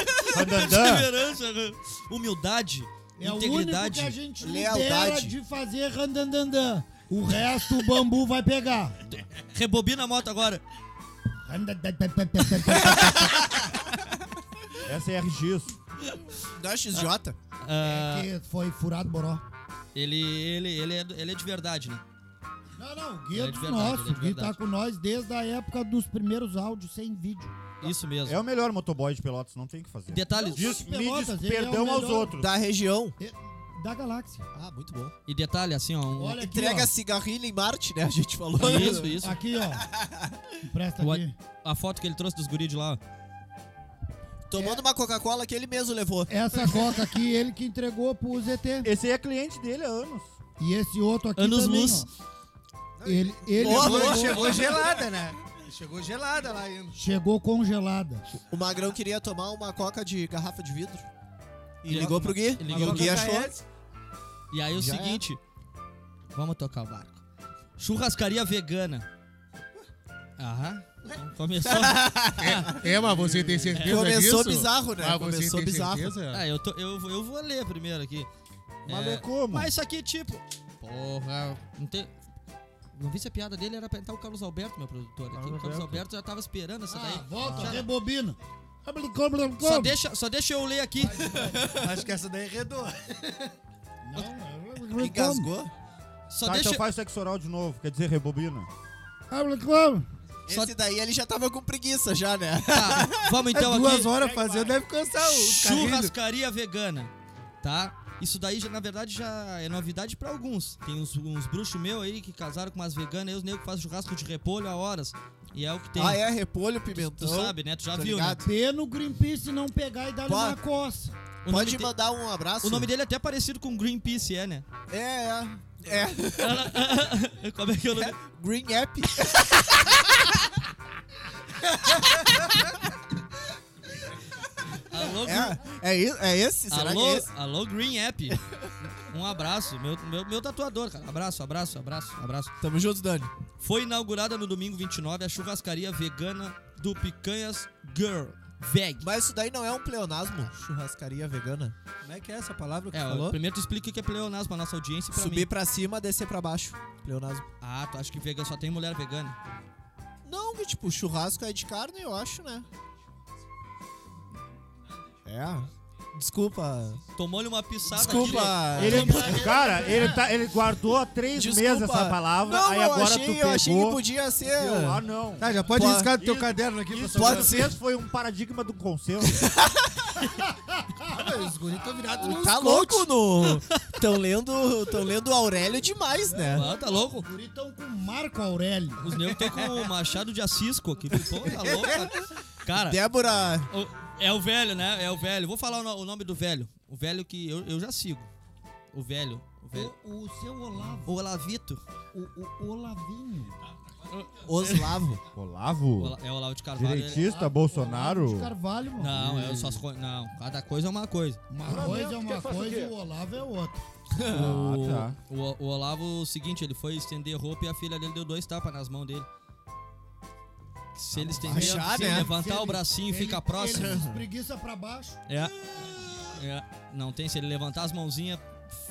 Speaker 2: <laughs>
Speaker 1: <laughs> andandã.
Speaker 2: Perseverança, né? humildade,
Speaker 3: É o único
Speaker 2: integridade.
Speaker 3: que a gente libera
Speaker 4: Lealdade.
Speaker 3: de fazer randandandã. O resto o bambu
Speaker 2: <laughs>
Speaker 3: vai pegar.
Speaker 2: Rebobina a moto agora.
Speaker 1: Essa é RGs.
Speaker 4: Da XJ.
Speaker 2: Ah,
Speaker 3: que foi furado boró.
Speaker 2: ele, ele, ele, é, ele é de verdade, né?
Speaker 3: Não, não, o
Speaker 2: Ele
Speaker 3: Gui
Speaker 2: é
Speaker 3: é
Speaker 2: de
Speaker 3: dos
Speaker 2: verdade,
Speaker 3: nossos.
Speaker 2: ele é
Speaker 3: O
Speaker 2: de
Speaker 3: Gui tá
Speaker 2: verdade.
Speaker 3: com nós desde a época dos primeiros áudios sem vídeo.
Speaker 2: Isso mesmo.
Speaker 1: É o melhor motoboy de Pelotas, não tem o que fazer.
Speaker 2: Detalhes,
Speaker 3: Não,
Speaker 1: Diz,
Speaker 3: de
Speaker 1: me
Speaker 3: Pelotas,
Speaker 1: diz
Speaker 3: ele é
Speaker 1: perdão
Speaker 3: o
Speaker 1: aos
Speaker 3: melhor.
Speaker 1: outros.
Speaker 4: Da região.
Speaker 3: Da galáxia.
Speaker 4: Ah, muito bom.
Speaker 2: e detalhe assim, ó. um-
Speaker 3: Olha aqui,
Speaker 4: Entrega
Speaker 3: ó.
Speaker 4: cigarrilho em Marte, né? A gente falou.
Speaker 2: isso, isso.
Speaker 3: Aqui, ó. Empresta
Speaker 2: What?
Speaker 3: aqui.
Speaker 2: A foto que ele trouxe dos guris de lá, ó.
Speaker 4: Tomando uma Coca-Cola que ele mesmo levou.
Speaker 3: Essa coca aqui, ele que entregou pro ZT.
Speaker 1: Esse aí é cliente dele há anos.
Speaker 3: E esse outro aqui
Speaker 2: Anos
Speaker 3: também,
Speaker 2: luz.
Speaker 3: ó. Ele, ele
Speaker 4: Boa,
Speaker 3: chegou-
Speaker 4: boa.
Speaker 5: Chegou gelada, né? Chegou gelada lá ainda.
Speaker 3: chegou congelada.
Speaker 4: O Magrão queria tomar uma Coca de garrafa de vidro. E ligou pro Gui.
Speaker 2: Ele ligou
Speaker 4: e o
Speaker 2: pro
Speaker 4: Gui
Speaker 2: Gui.
Speaker 5: É
Speaker 4: achou.
Speaker 2: E aí o
Speaker 4: Já
Speaker 2: seguinte. Vamos tocar o barco. Churrascaria vegana. Aham. Então Começou.
Speaker 7: É, mas você tem certeza
Speaker 4: Começou
Speaker 7: disso?
Speaker 5: É
Speaker 4: bizarro, né?
Speaker 5: Ah,
Speaker 7: Mas você
Speaker 4: Começou
Speaker 7: tem
Speaker 4: bizarro.
Speaker 7: certeza?
Speaker 2: Ah, eu, tô- eu, vou- eu vou ler primeiro aqui.
Speaker 1: Mas
Speaker 2: É,
Speaker 1: é como?
Speaker 2: Mas isso aqui, tipo. Porra. Não tem. Não vi se a piada dele era pra entrar o Carlos Alberto, meu produtor. Aqui. o Carlos Alberto já tava esperando essa daí.
Speaker 3: Ah, volta,
Speaker 2: Já-
Speaker 3: rebobina.
Speaker 2: Só deixa, só deixa eu ler aqui.
Speaker 5: Acho que essa
Speaker 4: é
Speaker 5: daí redou.
Speaker 3: Não, é,
Speaker 4: Engasgou.
Speaker 2: Só
Speaker 1: tá,
Speaker 2: deixa.
Speaker 1: então faz sexo oral de novo, quer dizer rebobina.
Speaker 2: Só-
Speaker 4: Esse daí ele já tava com preguiça já,
Speaker 5: <laughs>
Speaker 4: né?
Speaker 2: Tá, vamos então aqui.
Speaker 5: Duas horas fazendo, deve cansar o carrinho.
Speaker 2: Churrascaria vegana, tá? Isso daí, já, na verdade, já é novidade pra alguns. Tem uns, uns bruxos meus aí que casaram com umas veganas, e os negros que fazem churrasco de repolho há horas. E é o que tem.
Speaker 4: Ah, é? Repolho,
Speaker 2: Tu,
Speaker 4: pimentão.
Speaker 2: tu sabe, né? Tu já
Speaker 4: Tô
Speaker 2: viu, né?
Speaker 4: ligado.
Speaker 3: Pena no Greenpeace não pegar e dar-lhe
Speaker 4: Pô.
Speaker 3: uma coça.
Speaker 2: O nome,
Speaker 4: Pode
Speaker 2: de-
Speaker 4: mandar um abraço?
Speaker 2: o nome dele é até parecido com Greenpeace, é, né? <laughs>
Speaker 4: É, é. É.
Speaker 2: Como é que é o nome?
Speaker 4: Green App.
Speaker 2: Alô, Green-
Speaker 4: É,
Speaker 2: <laughs>
Speaker 4: é, i- é esse? Será que
Speaker 2: alô,
Speaker 4: é esse?
Speaker 2: alô, Green App. Um abraço, meu, meu, meu tatuador, cara. Abraço, abraço, abraço, abraço.
Speaker 4: Tamo junto, Dani.
Speaker 2: Foi inaugurada no domingo 29 a churrascaria vegana do Picanhas Girl Veg.
Speaker 4: Mas isso daí não é um pleonasmo? Churrascaria vegana?
Speaker 5: Como é que é essa palavra que
Speaker 2: É,
Speaker 5: tu
Speaker 2: ó,
Speaker 5: falou?
Speaker 2: primeiro tu explica o que é pleonasmo pra nossa audiência e pra
Speaker 4: Subir
Speaker 2: mim.
Speaker 4: pra cima, descer pra baixo. Pleonasmo.
Speaker 2: Ah, tu acha que vegano só tem mulher vegana?
Speaker 4: Não, que tipo, churrasco é de carne, eu acho, né? É. Desculpa.
Speaker 2: Tomou-lhe uma pisada
Speaker 4: Desculpa.
Speaker 2: aqui.
Speaker 1: Ele, é cara, ele, tá, ele guardou há três
Speaker 4: Desculpa.
Speaker 1: meses essa palavra,
Speaker 4: Não,
Speaker 1: aí
Speaker 4: eu
Speaker 1: agora
Speaker 4: achei,
Speaker 1: tu
Speaker 4: eu
Speaker 1: pegou.
Speaker 4: achei que podia ser.
Speaker 1: Eu, ah, não.
Speaker 5: Tá, já pode
Speaker 4: Pô,
Speaker 5: riscar do teu
Speaker 1: isso-
Speaker 5: caderno aqui.
Speaker 1: Isso
Speaker 5: pra
Speaker 1: pode
Speaker 4: pode
Speaker 1: ser. foi um paradigma do consenso.
Speaker 5: Os guris tão virados no
Speaker 4: Tá
Speaker 1: <laughs>
Speaker 4: louco no. Tão lendo, tão lendo Aurélio demais, né?
Speaker 2: Ah, tá louco?
Speaker 3: Os guris tão com Marco Aurélio.
Speaker 2: Os negros estão com o machado de assisco aqui. Pô, tá louco, cara. Cara,
Speaker 4: Débora.
Speaker 2: o- é o velho, né? É o velho. Vou falar o, no- o nome do velho. O velho que eu, eu já sigo. O velho. O velho.
Speaker 3: O, o seu Olavo,
Speaker 2: O Olavito.
Speaker 3: o, o Olavinho.
Speaker 4: Oslavo.
Speaker 2: O
Speaker 1: Olavo,
Speaker 2: Ola- É o Olavo de Carvalho. ele-
Speaker 1: direitista, Bolsonaro.
Speaker 3: De Carvalho, mano.
Speaker 2: Não, é só as co... Não, cada coisa é uma coisa.
Speaker 3: Uma coisa é uma coisa e o Olavo é outra.
Speaker 2: O,
Speaker 1: Ah,
Speaker 4: tá.
Speaker 2: o, o Olavo, o seguinte, ele foi estender roupa e a filha dele deu dois tapas nas mãos dele. Se ele estender,
Speaker 4: baixar,
Speaker 2: se ele
Speaker 4: né?
Speaker 2: levantar
Speaker 3: Se
Speaker 2: o
Speaker 3: ele-
Speaker 2: bracinho,
Speaker 3: ele-
Speaker 2: fica próximo.
Speaker 3: Ele espreguiça pra baixo.
Speaker 2: É. É. Não tem, se ele levantar as mãozinhas,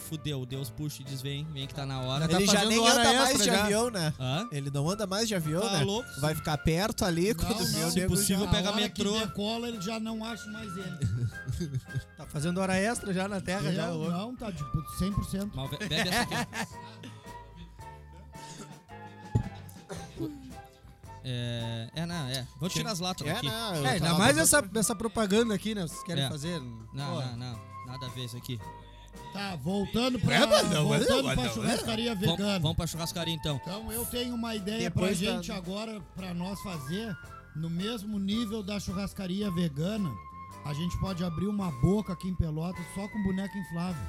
Speaker 2: fudeu. Deus puxa e diz, vem, vem que tá na hora.
Speaker 5: Tá
Speaker 4: Ele já
Speaker 5: fazendo
Speaker 4: nem
Speaker 5: hora
Speaker 4: anda
Speaker 5: extra
Speaker 4: mais de
Speaker 5: já.
Speaker 4: avião, né?
Speaker 2: Hã?
Speaker 4: Ele não anda mais de avião,
Speaker 2: Tá
Speaker 4: né?
Speaker 2: louco, sim.
Speaker 4: Vai ficar perto ali quando
Speaker 3: não,
Speaker 4: meu
Speaker 3: se
Speaker 4: nego
Speaker 2: possível,
Speaker 4: já-
Speaker 2: pega
Speaker 3: Na hora
Speaker 2: metrô.
Speaker 3: Que decola, ele já não acha mais
Speaker 2: <laughs>
Speaker 3: ele.
Speaker 5: Tá fazendo hora extra já na terra,
Speaker 2: é
Speaker 5: já.
Speaker 3: não, não, tá de 100%.
Speaker 2: Mas be- bebe essa aqui. é, é, não, é. Vou tirar as latas
Speaker 4: É,
Speaker 2: daqui.
Speaker 4: né? Eu
Speaker 5: É, ainda
Speaker 4: tava
Speaker 5: mais
Speaker 4: botando-
Speaker 5: essa, essa propaganda aqui, né? Vocês querem
Speaker 2: É.
Speaker 5: fazer.
Speaker 2: Não,
Speaker 5: Pô,
Speaker 2: não, não. Nada a ver isso aqui.
Speaker 3: Tá, voltando pra,
Speaker 7: É, mas não, mas
Speaker 3: voltando
Speaker 7: não, mas
Speaker 3: pra
Speaker 7: não, é.
Speaker 3: churrascaria
Speaker 2: Vamos,
Speaker 3: vegana.
Speaker 2: vamos pra churrascaria então.
Speaker 3: Então eu tenho uma ideia
Speaker 4: Depois
Speaker 3: pra
Speaker 4: da-
Speaker 3: gente agora, pra nós fazer, no mesmo nível da churrascaria vegana, a gente pode abrir uma boca aqui em Pelotas só com boneca inflável.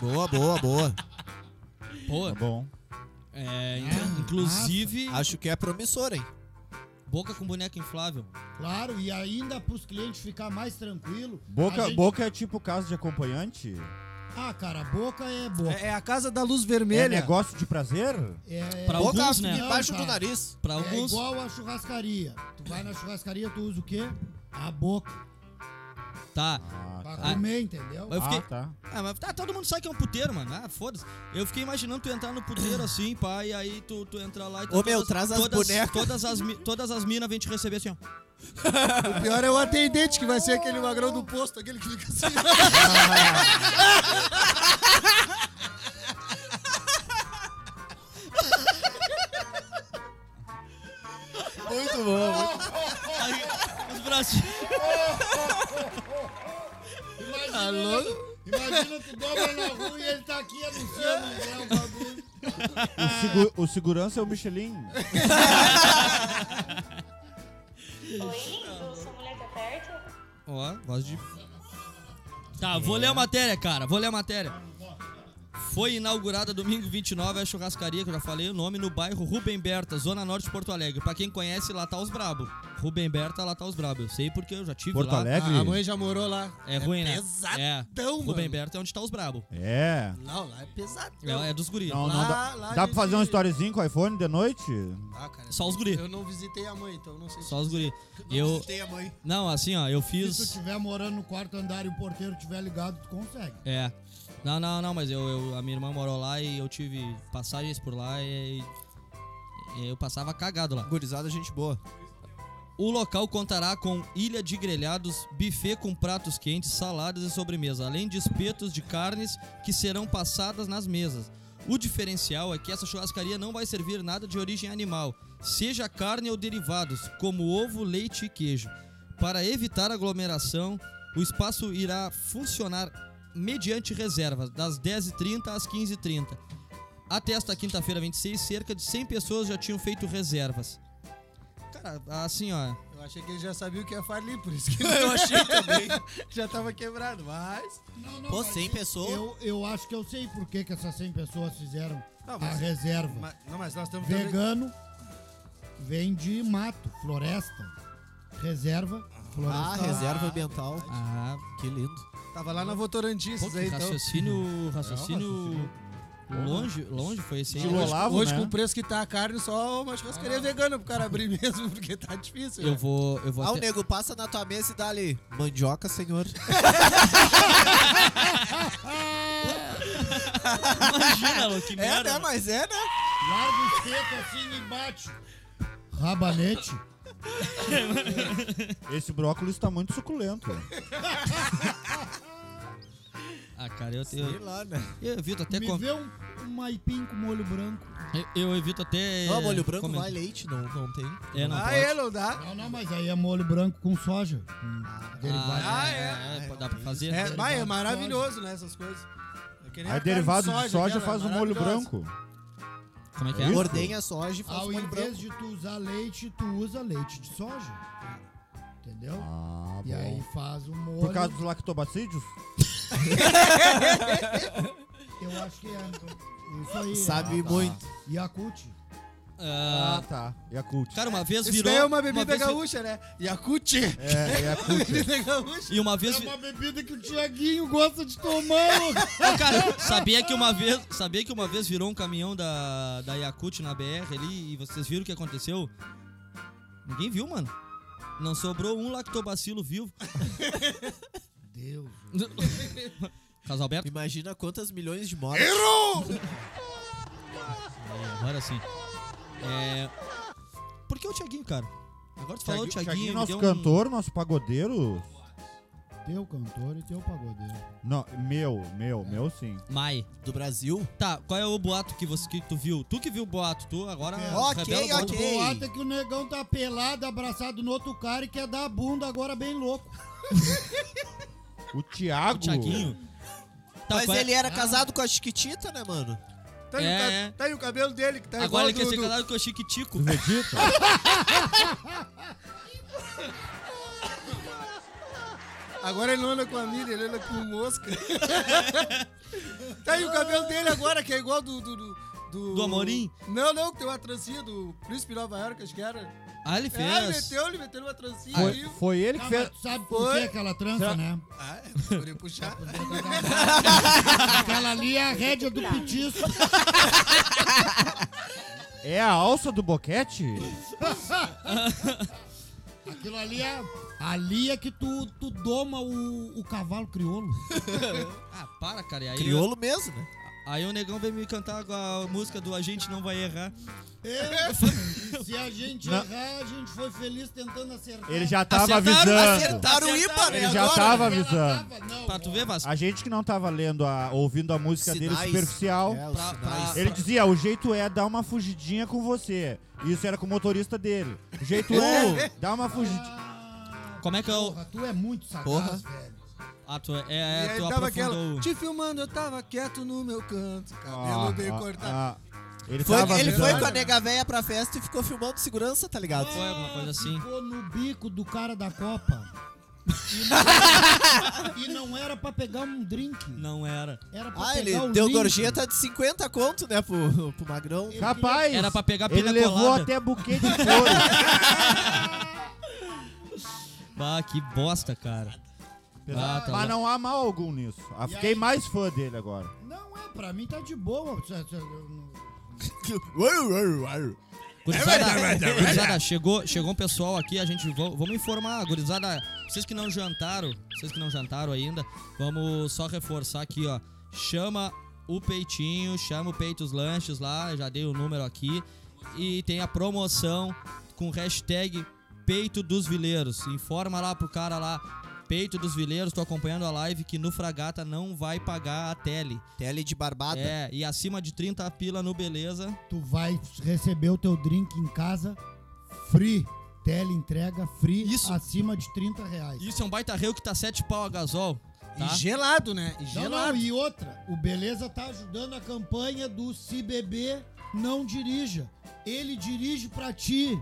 Speaker 4: Boa, boa, boa.
Speaker 2: Pô,
Speaker 1: tá bom.
Speaker 2: É,
Speaker 3: Ah,
Speaker 2: in- inclusive,
Speaker 4: Acho que é promissor, hein?
Speaker 2: boca com boneca inflável.
Speaker 3: Claro, e ainda pros clientes ficar mais tranquilo.
Speaker 1: Boca,
Speaker 3: a gente-
Speaker 1: boca é tipo casa de acompanhante?
Speaker 3: Ah, cara, boca é boca.
Speaker 5: É, é a casa da luz
Speaker 1: É
Speaker 5: vermelha.
Speaker 1: negócio de prazer?
Speaker 3: É, é,
Speaker 2: Pra
Speaker 4: Boca
Speaker 2: alguns, né?
Speaker 3: Não,
Speaker 4: embaixo
Speaker 3: cara.
Speaker 4: do nariz.
Speaker 2: Pra
Speaker 3: é
Speaker 2: alguns.
Speaker 3: igual a churrascaria. Tu vai na churrascaria, tu usa o quê? A boca.
Speaker 2: Tá.
Speaker 1: Ah,
Speaker 3: Pra
Speaker 2: Ah.
Speaker 3: comer, entendeu?
Speaker 2: Eu fiquei.
Speaker 1: Ah, tá.
Speaker 2: Ah, mas tá, todo mundo sabe que é um puteiro, mano. Ah, foda-se. Eu fiquei imaginando tu entrar no
Speaker 4: <clears throat>
Speaker 2: puteiro assim, pá, e aí tu, tu entrar lá e tu.
Speaker 4: Ô, meu, traz as
Speaker 2: todas,
Speaker 4: bonecas.
Speaker 2: Todas as, mi- todas as minas vêm te receber assim, ó.
Speaker 5: O pior é o atendente, que vai ser aquele magrão do posto, aquele que fica assim.
Speaker 4: Muito bom.
Speaker 2: Aí, os bracinhos.
Speaker 3: Imagina, imagina tu dobra na rua e ele tá aqui anunciando né, o bagulho.
Speaker 1: O, segu- o segurança é o Michelin.
Speaker 8: Oi, eu sou mulher que aperta.
Speaker 2: Ó, voz de. Tá,
Speaker 1: É.
Speaker 2: vou ler a matéria, cara. Vou ler a matéria. Foi inaugurada domingo 29 a churrascaria, que eu já falei o nome, no bairro Rubem Berta, Zona Norte de Porto Alegre. Pra quem conhece, lá tá os brabo. Rubem Berta, lá tá os brabo. Eu sei porque eu já tive
Speaker 1: Porto
Speaker 2: lá.
Speaker 1: Alegre?
Speaker 5: A, a mãe já morou lá.
Speaker 2: É ruim, né?
Speaker 4: pesadão,
Speaker 2: É.
Speaker 5: Então,
Speaker 4: mano.
Speaker 2: Rubem Berta é onde tá os brabo.
Speaker 1: É.
Speaker 4: Não, lá é pesado.
Speaker 2: É, é dos guri.
Speaker 1: Não,
Speaker 5: Lá-
Speaker 1: não dá.
Speaker 5: lá
Speaker 1: Dá pra
Speaker 5: diz
Speaker 1: fazer um
Speaker 5: que-
Speaker 1: storyzinho com o iPhone de noite?
Speaker 5: Ah, cara,
Speaker 2: Só os guri.
Speaker 5: Eu não visitei a mãe, então não sei.
Speaker 2: Só os guri. Eu.
Speaker 4: a mãe.
Speaker 2: Não, assim, ó, eu
Speaker 3: Se tu
Speaker 2: fiz.
Speaker 3: estiver morando no quarto andar e o porteiro estiver ligado, tu consegue.
Speaker 2: É. Não, não, não, mas eu, eu- a minha irmã morou lá e eu tive passagens por lá e, e eu passava cagado lá.
Speaker 4: Gurizada, gente boa.
Speaker 2: O local contará com ilha de grelhados, buffet com pratos quentes, saladas e sobremesa, além de espetos de carnes que serão passadas nas mesas. O diferencial é que essa churrascaria não vai servir nada de origem animal, seja carne ou derivados, como ovo, leite e queijo. Para evitar aglomeração, o espaço irá funcionar mediante reservas, das 10h30 às 15h30. Até esta quinta-feira 26, cerca de 100 pessoas já tinham feito reservas. Cara, assim, ó.
Speaker 5: Eu achei que ele já sabia o que ia falir, por isso que
Speaker 4: Eu achei também.
Speaker 5: já tava quebrado, mas.
Speaker 3: Não, não,
Speaker 4: Pô,
Speaker 3: mas
Speaker 4: 100 pessoas.
Speaker 3: Eu, eu acho que eu sei por que, que essas 100 pessoas fizeram
Speaker 5: Não,
Speaker 3: a
Speaker 5: mas-
Speaker 3: reserva.
Speaker 5: mas- não, mas nós estamos.
Speaker 3: Vegano vem de mato, floresta. Reserva,
Speaker 4: Ah,
Speaker 3: floresta.
Speaker 4: reserva ambiental.
Speaker 2: Ah,
Speaker 4: Que lindo.
Speaker 5: Tava lá na Votorantistas
Speaker 2: Pô,
Speaker 5: aí,
Speaker 2: que
Speaker 5: então.
Speaker 2: raciocínio, raciocínio longe, longe foi esse aí.
Speaker 1: De Olavo,
Speaker 5: Hoje,
Speaker 1: né?
Speaker 5: com o preço que tá a carne, só uma churrascaria vegana pro cara abrir <laughs> mesmo, porque tá difícil.
Speaker 2: Eu
Speaker 5: né?
Speaker 2: vou, eu vou
Speaker 4: Ah, o
Speaker 2: até-
Speaker 4: nego passa na tua mesa e dá ali. Mandioca, senhor.
Speaker 2: Imagina, Lu, que
Speaker 4: É, né?
Speaker 2: merda.
Speaker 4: Mas é, né?
Speaker 3: Larga o espeto assim e bate. Rabanete.
Speaker 1: Esse brócolis tá muito suculento.
Speaker 2: Ah, cara, eu,
Speaker 4: Sei
Speaker 2: eu,
Speaker 4: lá, né?
Speaker 2: eu evito até
Speaker 3: Me
Speaker 2: com-
Speaker 3: vê um, um aipim com molho branco.
Speaker 2: eu, eu evito até
Speaker 4: Não, molho branco
Speaker 2: comentar.
Speaker 4: vai leite, não, não tem.
Speaker 2: É, não
Speaker 5: ah,
Speaker 2: pode.
Speaker 5: é, não dá.
Speaker 3: Não, não, mas aí é molho branco com soja. Hum, derivado.
Speaker 2: Ah,
Speaker 5: Ah,
Speaker 2: é,
Speaker 5: é.
Speaker 2: é, dá pra fazer.
Speaker 5: É,
Speaker 3: derivado
Speaker 5: vai, é
Speaker 3: de
Speaker 5: maravilhoso, né? Essas coisas. É que nem a
Speaker 1: Aí
Speaker 5: carne
Speaker 1: derivado de soja
Speaker 5: aquela,
Speaker 1: faz um molho
Speaker 5: maravilhosa.
Speaker 1: branco.
Speaker 2: Como é que é?
Speaker 1: Isso.
Speaker 4: Ordenha soja e
Speaker 5: Ah,
Speaker 4: faz
Speaker 3: Ao
Speaker 4: molho branco.
Speaker 3: invés de tu usar leite, tu usa leite de soja. Entendeu?
Speaker 1: Ah,
Speaker 3: e aí
Speaker 1: bom.
Speaker 3: faz o molho.
Speaker 1: Por causa dos lactobacídios?
Speaker 3: Eu acho que é. então. Isso aí.
Speaker 4: Sabe
Speaker 1: Ah, tá.
Speaker 4: muito.
Speaker 3: E a cut.
Speaker 2: Ah,
Speaker 1: Ah, tá. Yakult.
Speaker 2: cara, uma vez
Speaker 5: Isso
Speaker 2: virou.
Speaker 5: daí é uma bebida
Speaker 2: vez vi-
Speaker 5: gaúcha, né? Yakut.
Speaker 1: É, Yakult.
Speaker 5: Bebida gaúcha.
Speaker 2: E uma vez.
Speaker 3: É
Speaker 2: vi-
Speaker 3: uma bebida que o Tiaguinho gosta de tomar. ô.
Speaker 2: Ô, cara, sabia que uma vez, sabia que uma vez virou um caminhão da da Yakut na BR ali e vocês viram o que aconteceu? Ninguém viu, mano. Não sobrou um lactobacilo vivo.
Speaker 3: Deus.
Speaker 2: Caso Alberto?
Speaker 4: Imagina quantas milhões de mortes.
Speaker 2: É, agora sim. É. Por que o Thiaguinho, cara? Agora tu falou o Thiaguinho, me
Speaker 1: é nosso
Speaker 2: deu um-
Speaker 1: cantor, nosso pagodeiro.
Speaker 3: Teu cantor e teu pagodeiro.
Speaker 1: Não, meu, meu, meu sim.
Speaker 2: Mai.
Speaker 4: do Brasil.
Speaker 2: Tá, qual é o boato que você que tu viu? Tu que viu o boato, tu agora.
Speaker 4: Ok,
Speaker 2: revela o boato.
Speaker 4: ok.
Speaker 3: O boato é que o negão tá pelado, abraçado no outro cara e quer dar a bunda agora bem louco.
Speaker 1: O Thiago.
Speaker 2: O Thiaguinho. Tá,
Speaker 4: Mas
Speaker 2: qual é-
Speaker 4: ele era casado com a Chiquitita, né, mano?
Speaker 5: Tá aí, o ca-
Speaker 2: É.
Speaker 5: tá aí o cabelo dele que tá
Speaker 2: Agora ele
Speaker 5: igual
Speaker 2: quer
Speaker 5: do-
Speaker 2: ser
Speaker 5: do-
Speaker 2: casado com o
Speaker 1: Tu
Speaker 2: Chiquitico.
Speaker 1: acredita?
Speaker 5: Agora ele não anda com a Miriam, ele anda com o Mosca. <laughs> tá aí o cabelo dele agora, que é igual do. Do, do, do-
Speaker 2: Do Amorim?
Speaker 5: Não, não, que tem uma trancinha do Príncipe Nova York, acho que era.
Speaker 2: Ah, ele fez.
Speaker 5: É, ele meteu, ele meteu uma trancinha
Speaker 2: Foi-
Speaker 5: aí.
Speaker 1: Foi ele que
Speaker 3: Ah,
Speaker 1: fez.
Speaker 3: mas tu sabe por
Speaker 5: Foi.
Speaker 3: que aquela trança, né?
Speaker 5: Ah, eu queria puxar.
Speaker 3: Aquela ali é a rédea do petisco.
Speaker 1: É a alça do boquete?
Speaker 3: Aquilo ali é. Ali é que tu, tu doma o, o cavalo crioulo.
Speaker 2: Ah, para, cara. e Aí,
Speaker 4: Crioulo mesmo, né?
Speaker 2: aí o negão veio me cantar a música do A Gente Não Vai Errar.
Speaker 3: Se a gente
Speaker 1: Não.
Speaker 3: errar, a gente foi feliz tentando acertar.
Speaker 1: Ele já tava
Speaker 4: Acertaram-
Speaker 1: avisando.
Speaker 4: Acertaram o IPA, né?
Speaker 1: Ele já
Speaker 4: agora,
Speaker 1: tava
Speaker 3: Ela
Speaker 1: avisando.
Speaker 3: tava- não,
Speaker 2: Pra tu ver, Vasco.
Speaker 1: A gente que não tava lendo, a, ouvindo a música dele
Speaker 4: Sinais.
Speaker 1: superficial,
Speaker 4: É, os
Speaker 2: Pra-
Speaker 4: sinais.
Speaker 2: pra-
Speaker 1: ele dizia: o jeito é dar uma fugidinha com você. Isso era com o motorista dele. O jeito é dar uma fugidinha.
Speaker 3: Ah,
Speaker 2: Como é que eu.
Speaker 3: Porra, tu é muito sagaz,
Speaker 4: Porra.
Speaker 3: velho.
Speaker 2: Ah, tu é.
Speaker 5: E
Speaker 2: é
Speaker 5: aí
Speaker 2: tu aprofundou.
Speaker 5: tava aquela. Te filmando, eu tava quieto no meu canto. Cabelo
Speaker 1: Ah,
Speaker 5: bem
Speaker 1: ah,
Speaker 5: cortado.
Speaker 1: ah. Ele
Speaker 4: Foi-
Speaker 1: tava
Speaker 4: ele foi
Speaker 1: avisando.
Speaker 4: com a nega véia pra festa e ficou filmando segurança, tá ligado?
Speaker 2: Foi alguma coisa assim.
Speaker 3: Ficou no bico do cara da Copa. E não, <laughs> e não era pra pegar um drink.
Speaker 2: Não era.
Speaker 3: Era pra
Speaker 4: Ah,
Speaker 3: pegar um
Speaker 4: ele
Speaker 3: o
Speaker 1: um
Speaker 4: deu
Speaker 3: link.
Speaker 4: gorjeta de 50 conto, né, pro, pro Magrão.
Speaker 1: Capaz.
Speaker 2: Era pra pegar
Speaker 1: Ele
Speaker 2: pina
Speaker 1: levou
Speaker 2: colada.
Speaker 1: até buquê de flores.
Speaker 2: Ah, que bosta, cara. <laughs> Ah, tá
Speaker 1: Mas
Speaker 2: louco.
Speaker 1: não há mal algum nisso. Ah, Fiquei mais fã dele agora.
Speaker 3: Não, é, pra mim tá de boa. Eu não-
Speaker 2: Gurizada, gurizada, chegou, chegou um pessoal aqui, a gente va- vamos informar, gurizada, vocês que não jantaram, vocês que não jantaram ainda, vamos só reforçar aqui, ó. Chama o Peitinho, chama o Peitos Lanches lá, já dei o número aqui. E tem a promoção com hashtag Peito dos Vileiros. Informa lá pro cara lá, Peito dos Vileiros, tô acompanhando a live que no Fragata não vai pagar a tele.
Speaker 4: Tele de barbada.
Speaker 2: É, e acima de 30 pila no Beleza.
Speaker 3: Tu vai receber o teu drink em casa free. Tele entrega free
Speaker 2: Isso.
Speaker 3: acima de 30 reais.
Speaker 2: Isso é um baita reu que tá 7 pau a gasol. Tá?
Speaker 5: E gelado, né? E
Speaker 3: Não,
Speaker 5: gelado.
Speaker 3: não, e outra, o Beleza tá ajudando a campanha do Se Beber Não Dirija. Ele dirige pra ti.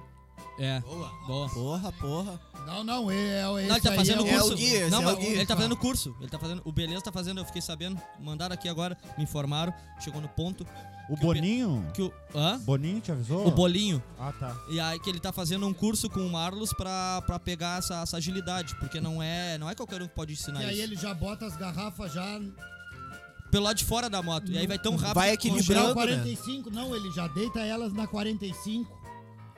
Speaker 2: É. Boa. Boa.
Speaker 4: Porra, porra.
Speaker 3: Não, não, ele é,
Speaker 2: Não, ele tá fazendo
Speaker 4: é o
Speaker 2: curso.
Speaker 4: guia, esse
Speaker 2: não,
Speaker 4: é
Speaker 2: mas
Speaker 4: o guia.
Speaker 2: ele tá fazendo curso. Ele tá fazendo. O Beleza tá fazendo, eu fiquei sabendo. Mandaram aqui agora, me informaram. Chegou no ponto
Speaker 1: O Boninho?
Speaker 2: que o. Hã?
Speaker 1: Boninho te avisou?
Speaker 2: O bolinho.
Speaker 1: Ah, tá.
Speaker 2: E aí que ele tá fazendo um curso com o Marlos pra, pra pegar essa, essa agilidade. Porque não é, não é qualquer um que pode ensinar
Speaker 3: E aí
Speaker 2: isso.
Speaker 3: ele já bota as garrafas já.
Speaker 2: Pelo lado de fora da moto. E aí vai tão rápido.
Speaker 4: Vai
Speaker 2: que
Speaker 4: equilibrando.
Speaker 3: Não,
Speaker 4: Branco,
Speaker 3: 45, não, ele já deita elas na 45.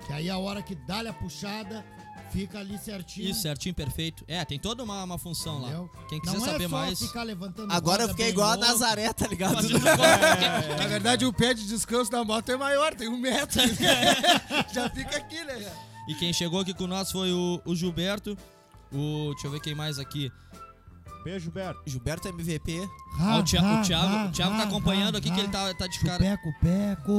Speaker 3: Que aí a hora que dá-lhe a puxada, fica ali certinho.
Speaker 2: Isso, certinho, perfeito. É, tem toda uma, uma função lá.
Speaker 3: entendeu?
Speaker 2: Quem quiser
Speaker 3: não
Speaker 2: saber
Speaker 3: é só
Speaker 2: mais. <laughs>
Speaker 3: ficar levantando
Speaker 4: Agora eu
Speaker 3: roda
Speaker 4: fiquei
Speaker 3: bem
Speaker 4: igual a
Speaker 3: louco.
Speaker 4: Nazaré, tá ligado?
Speaker 2: Mas ele corre.
Speaker 5: Na verdade, o pé de descanso da moto é maior, tem um metro. Já fica aqui, né?
Speaker 2: E quem chegou aqui com nós foi o, o Gilberto. O. Deixa eu ver quem mais aqui.
Speaker 1: Beijo, Berto.
Speaker 4: Gilberto MVP.
Speaker 2: Ah,
Speaker 3: Ah,
Speaker 2: o, Thi- o
Speaker 3: ah,
Speaker 2: Thiago,
Speaker 3: ah,
Speaker 2: o Thiago tá
Speaker 3: ah,
Speaker 2: acompanhando
Speaker 3: ah,
Speaker 2: aqui, que
Speaker 3: ah.
Speaker 2: ele tá, tá de cara.
Speaker 3: Chupeco, peco.